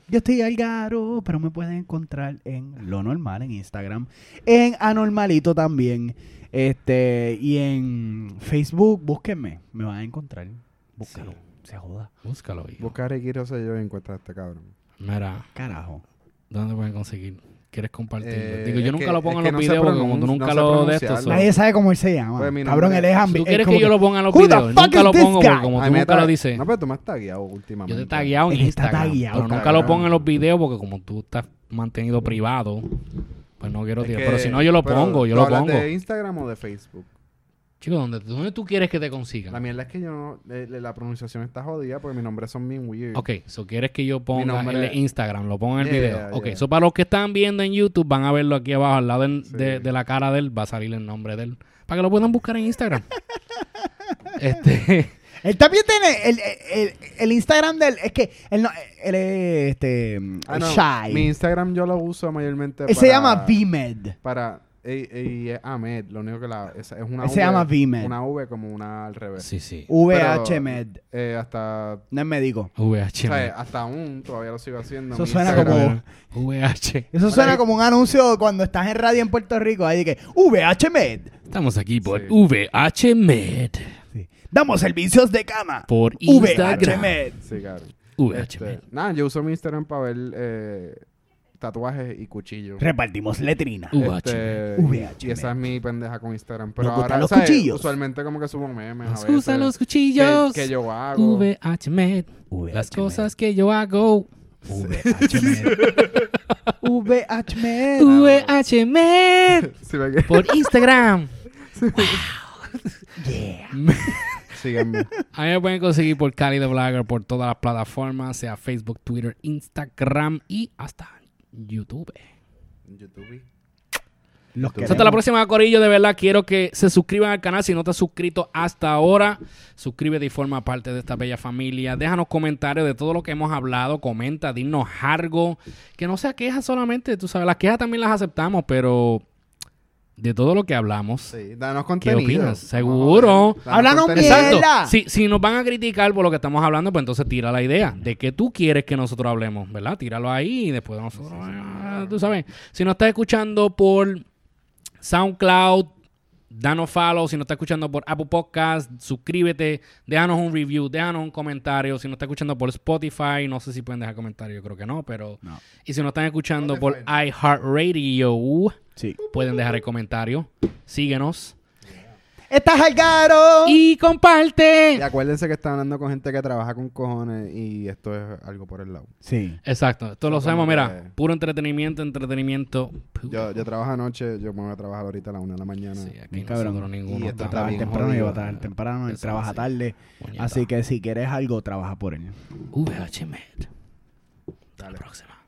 [SPEAKER 3] Yo estoy al garo, pero me pueden encontrar en lo normal, en Instagram, en anormalito también. Este, y en Facebook, búsquenme, me van a encontrar. Búscalo,
[SPEAKER 4] Sí.
[SPEAKER 3] se joda.
[SPEAKER 4] Búscalo. hijo.
[SPEAKER 5] Busca a Ricky Rosselló y encuentra a este cabrón.
[SPEAKER 4] Mira,
[SPEAKER 3] Carajo.
[SPEAKER 4] ¿dónde pueden conseguir? ¿Quieres compartirlo?
[SPEAKER 5] Eh,
[SPEAKER 4] Digo, yo
[SPEAKER 5] es
[SPEAKER 4] nunca
[SPEAKER 5] que-
[SPEAKER 4] lo pongo en
[SPEAKER 5] es
[SPEAKER 4] los
[SPEAKER 5] que no sé
[SPEAKER 4] videos porque como tú
[SPEAKER 5] pronun-
[SPEAKER 4] nunca
[SPEAKER 5] no sé
[SPEAKER 4] lo de esto.
[SPEAKER 5] pronunciarlo.
[SPEAKER 4] so-
[SPEAKER 3] Nadie sabe cómo él se llama.
[SPEAKER 5] Pues, mi
[SPEAKER 3] Cabrón, él
[SPEAKER 5] nombre-
[SPEAKER 3] es
[SPEAKER 4] Si
[SPEAKER 3] ambi-
[SPEAKER 4] ¿Tú
[SPEAKER 3] es
[SPEAKER 4] quieres
[SPEAKER 3] como
[SPEAKER 4] que yo lo ponga en los
[SPEAKER 3] Who the
[SPEAKER 4] videos?
[SPEAKER 3] fuck
[SPEAKER 4] Nunca
[SPEAKER 3] is
[SPEAKER 4] lo
[SPEAKER 3] this
[SPEAKER 4] pongo
[SPEAKER 3] guy?
[SPEAKER 4] porque como
[SPEAKER 5] Ay,
[SPEAKER 4] tú
[SPEAKER 5] me
[SPEAKER 4] nunca
[SPEAKER 5] tra-
[SPEAKER 4] lo dices.
[SPEAKER 5] No, pero tú me has tagueado últimamente.
[SPEAKER 4] Yo te he tagueado en
[SPEAKER 3] Él está
[SPEAKER 4] Instagram,
[SPEAKER 3] tagueado,
[SPEAKER 4] pero nunca
[SPEAKER 5] cabrón.
[SPEAKER 4] lo pongo en los videos porque como tú estás mantenido privado, pues no quiero
[SPEAKER 5] Es
[SPEAKER 4] tirar.
[SPEAKER 5] que-
[SPEAKER 4] Pero si no, yo lo
[SPEAKER 5] pero,
[SPEAKER 4] pongo, yo
[SPEAKER 5] ¿tú
[SPEAKER 4] lo
[SPEAKER 5] hablas
[SPEAKER 4] pongo.
[SPEAKER 5] de Instagram o de Facebook?
[SPEAKER 4] Chicos, ¿dónde, ¿dónde tú quieres que te consigan?
[SPEAKER 5] La mierda es que yo no... eh, la pronunciación está jodida porque mis nombres son bien weird.
[SPEAKER 4] Ok, so quieres que yo ponga
[SPEAKER 5] nombre
[SPEAKER 4] el
[SPEAKER 5] es-
[SPEAKER 4] Instagram, lo pongo en el
[SPEAKER 5] Yeah,
[SPEAKER 4] video.
[SPEAKER 5] yeah,
[SPEAKER 4] ok,
[SPEAKER 5] yeah.
[SPEAKER 4] so para los que están viendo en YouTube, van a verlo aquí abajo, al lado del-
[SPEAKER 5] Sí.
[SPEAKER 4] de, de la cara de él, va a salir el nombre de él. Para que lo puedan buscar en Instagram. *laughs*
[SPEAKER 5] *laughs*
[SPEAKER 4] este,
[SPEAKER 3] Él también tiene el, el- el- el Instagram del es que él no él es este
[SPEAKER 5] Ah, no,
[SPEAKER 3] shy.
[SPEAKER 5] Mi Instagram yo lo uso mayormente
[SPEAKER 3] Él
[SPEAKER 5] para...
[SPEAKER 3] se llama Vimed.
[SPEAKER 5] Para... ey, ey, es Ahmed, lo único que la... Es, es una
[SPEAKER 3] Se llama Vimed.
[SPEAKER 5] Una V como una al revés.
[SPEAKER 4] sí, sí.
[SPEAKER 3] VH
[SPEAKER 5] Pero,
[SPEAKER 3] Med.
[SPEAKER 5] eh, hasta...
[SPEAKER 3] No es médico.
[SPEAKER 4] VH.
[SPEAKER 5] ¿sabes? Hasta aún todavía lo sigo haciendo.
[SPEAKER 3] Eso
[SPEAKER 5] Mi
[SPEAKER 3] suena
[SPEAKER 5] Instagram-
[SPEAKER 3] como-
[SPEAKER 4] VH.
[SPEAKER 3] Eso suena como un anuncio cuando estás en radio en Puerto Rico. Ahí de que VH Med.
[SPEAKER 4] Estamos aquí por
[SPEAKER 5] Sí.
[SPEAKER 4] VH Med.
[SPEAKER 3] Damos servicios de cama.
[SPEAKER 4] Por
[SPEAKER 3] VH
[SPEAKER 4] Instagram.
[SPEAKER 3] Med.
[SPEAKER 5] Sí, claro.
[SPEAKER 4] VH Med.
[SPEAKER 5] Este, nada, yo uso mi Instagram para ver eh, tatuajes y cuchillos.
[SPEAKER 3] Repartimos letrina.
[SPEAKER 5] Este,
[SPEAKER 3] VH.
[SPEAKER 5] y esa es mi pendeja con Instagram. Pero
[SPEAKER 3] Nos gustan
[SPEAKER 5] ahora,
[SPEAKER 3] los
[SPEAKER 5] ¿sabes?
[SPEAKER 3] cuchillos.
[SPEAKER 5] usualmente como que subo memes este, a
[SPEAKER 4] Nos
[SPEAKER 5] veces
[SPEAKER 4] gustan los
[SPEAKER 5] que,
[SPEAKER 4] cuchillos.
[SPEAKER 5] que yo hago.
[SPEAKER 4] VHMed.
[SPEAKER 3] VHMed.
[SPEAKER 4] Las cosas que yo hago.
[SPEAKER 3] VHMed.
[SPEAKER 4] *laughs*
[SPEAKER 3] VHMed.
[SPEAKER 4] VHMed.
[SPEAKER 5] Si me que-
[SPEAKER 4] Por Instagram.
[SPEAKER 5] Síganme.
[SPEAKER 4] A mí me pueden conseguir por Cali the Blogger por todas las plataformas, sea Facebook, Twitter, Instagram y hasta YouTube.
[SPEAKER 5] *laughs* En YouTube.
[SPEAKER 3] Los
[SPEAKER 5] Hasta
[SPEAKER 4] Hasta la
[SPEAKER 3] queremos.
[SPEAKER 4] próxima, Corillo. De verdad, quiero que se suscriban al canal. Si no te has suscrito hasta ahora, suscríbete y forma parte de esta bella familia. Déjanos comentarios de todo lo que hemos hablado. Comenta, dinos algo. Que no sea queja solamente. Tú sabes, las quejas también las aceptamos, pero de todo lo que hablamos.
[SPEAKER 5] Sí, danos contenido.
[SPEAKER 4] opinas? Seguro.
[SPEAKER 5] Danos
[SPEAKER 3] Háblanos
[SPEAKER 5] contenido.
[SPEAKER 3] bien. Mierda.
[SPEAKER 4] Exacto. *laughs* Si, si nos van a criticar por lo que estamos hablando, pues entonces tira la idea de que tú quieres que nosotros hablemos, ¿verdad? Tíralo ahí y después nosotros. ah, Tú sabes. Si nos estás escuchando por SoundCloud, danos follow. Si nos estás escuchando por Apple Podcast, suscríbete, déjanos un review, déjanos un comentario. Si nos estás escuchando por Spotify, no sé si pueden dejar comentarios, yo creo que no, pero.
[SPEAKER 3] No.
[SPEAKER 4] Y si nos están escuchando por
[SPEAKER 5] Spotify.
[SPEAKER 4] iHeartRadio,
[SPEAKER 3] Sí.
[SPEAKER 4] pueden dejar el comentario. Síguenos.
[SPEAKER 3] ¡Estás al garo!
[SPEAKER 4] Y comparte.
[SPEAKER 5] Y acuérdense que están hablando con gente que trabaja con cojones y esto es algo por el lado.
[SPEAKER 3] Sí.
[SPEAKER 4] Exacto, esto lo
[SPEAKER 5] Eso
[SPEAKER 4] sabemos,
[SPEAKER 5] como
[SPEAKER 4] mira,
[SPEAKER 5] que-
[SPEAKER 4] puro entretenimiento, entretenimiento.
[SPEAKER 5] Yo, yo trabajo anoche, yo me voy a trabajar ahorita a la una de la mañana.
[SPEAKER 4] Sí, aquí
[SPEAKER 3] Bien, cabrón.
[SPEAKER 4] nosotros ninguno
[SPEAKER 5] Y esto
[SPEAKER 4] estamos-
[SPEAKER 5] está
[SPEAKER 3] Trabaja
[SPEAKER 5] bien
[SPEAKER 3] temprano y
[SPEAKER 5] jodido.
[SPEAKER 3] va a trabajar temprano. Él
[SPEAKER 4] Eso
[SPEAKER 3] trabaja
[SPEAKER 4] sí.
[SPEAKER 3] tarde.
[SPEAKER 4] Puñeta.
[SPEAKER 3] Así que si quieres algo, trabaja por él.
[SPEAKER 4] VHMed. Hasta la
[SPEAKER 5] Dale.
[SPEAKER 4] próxima.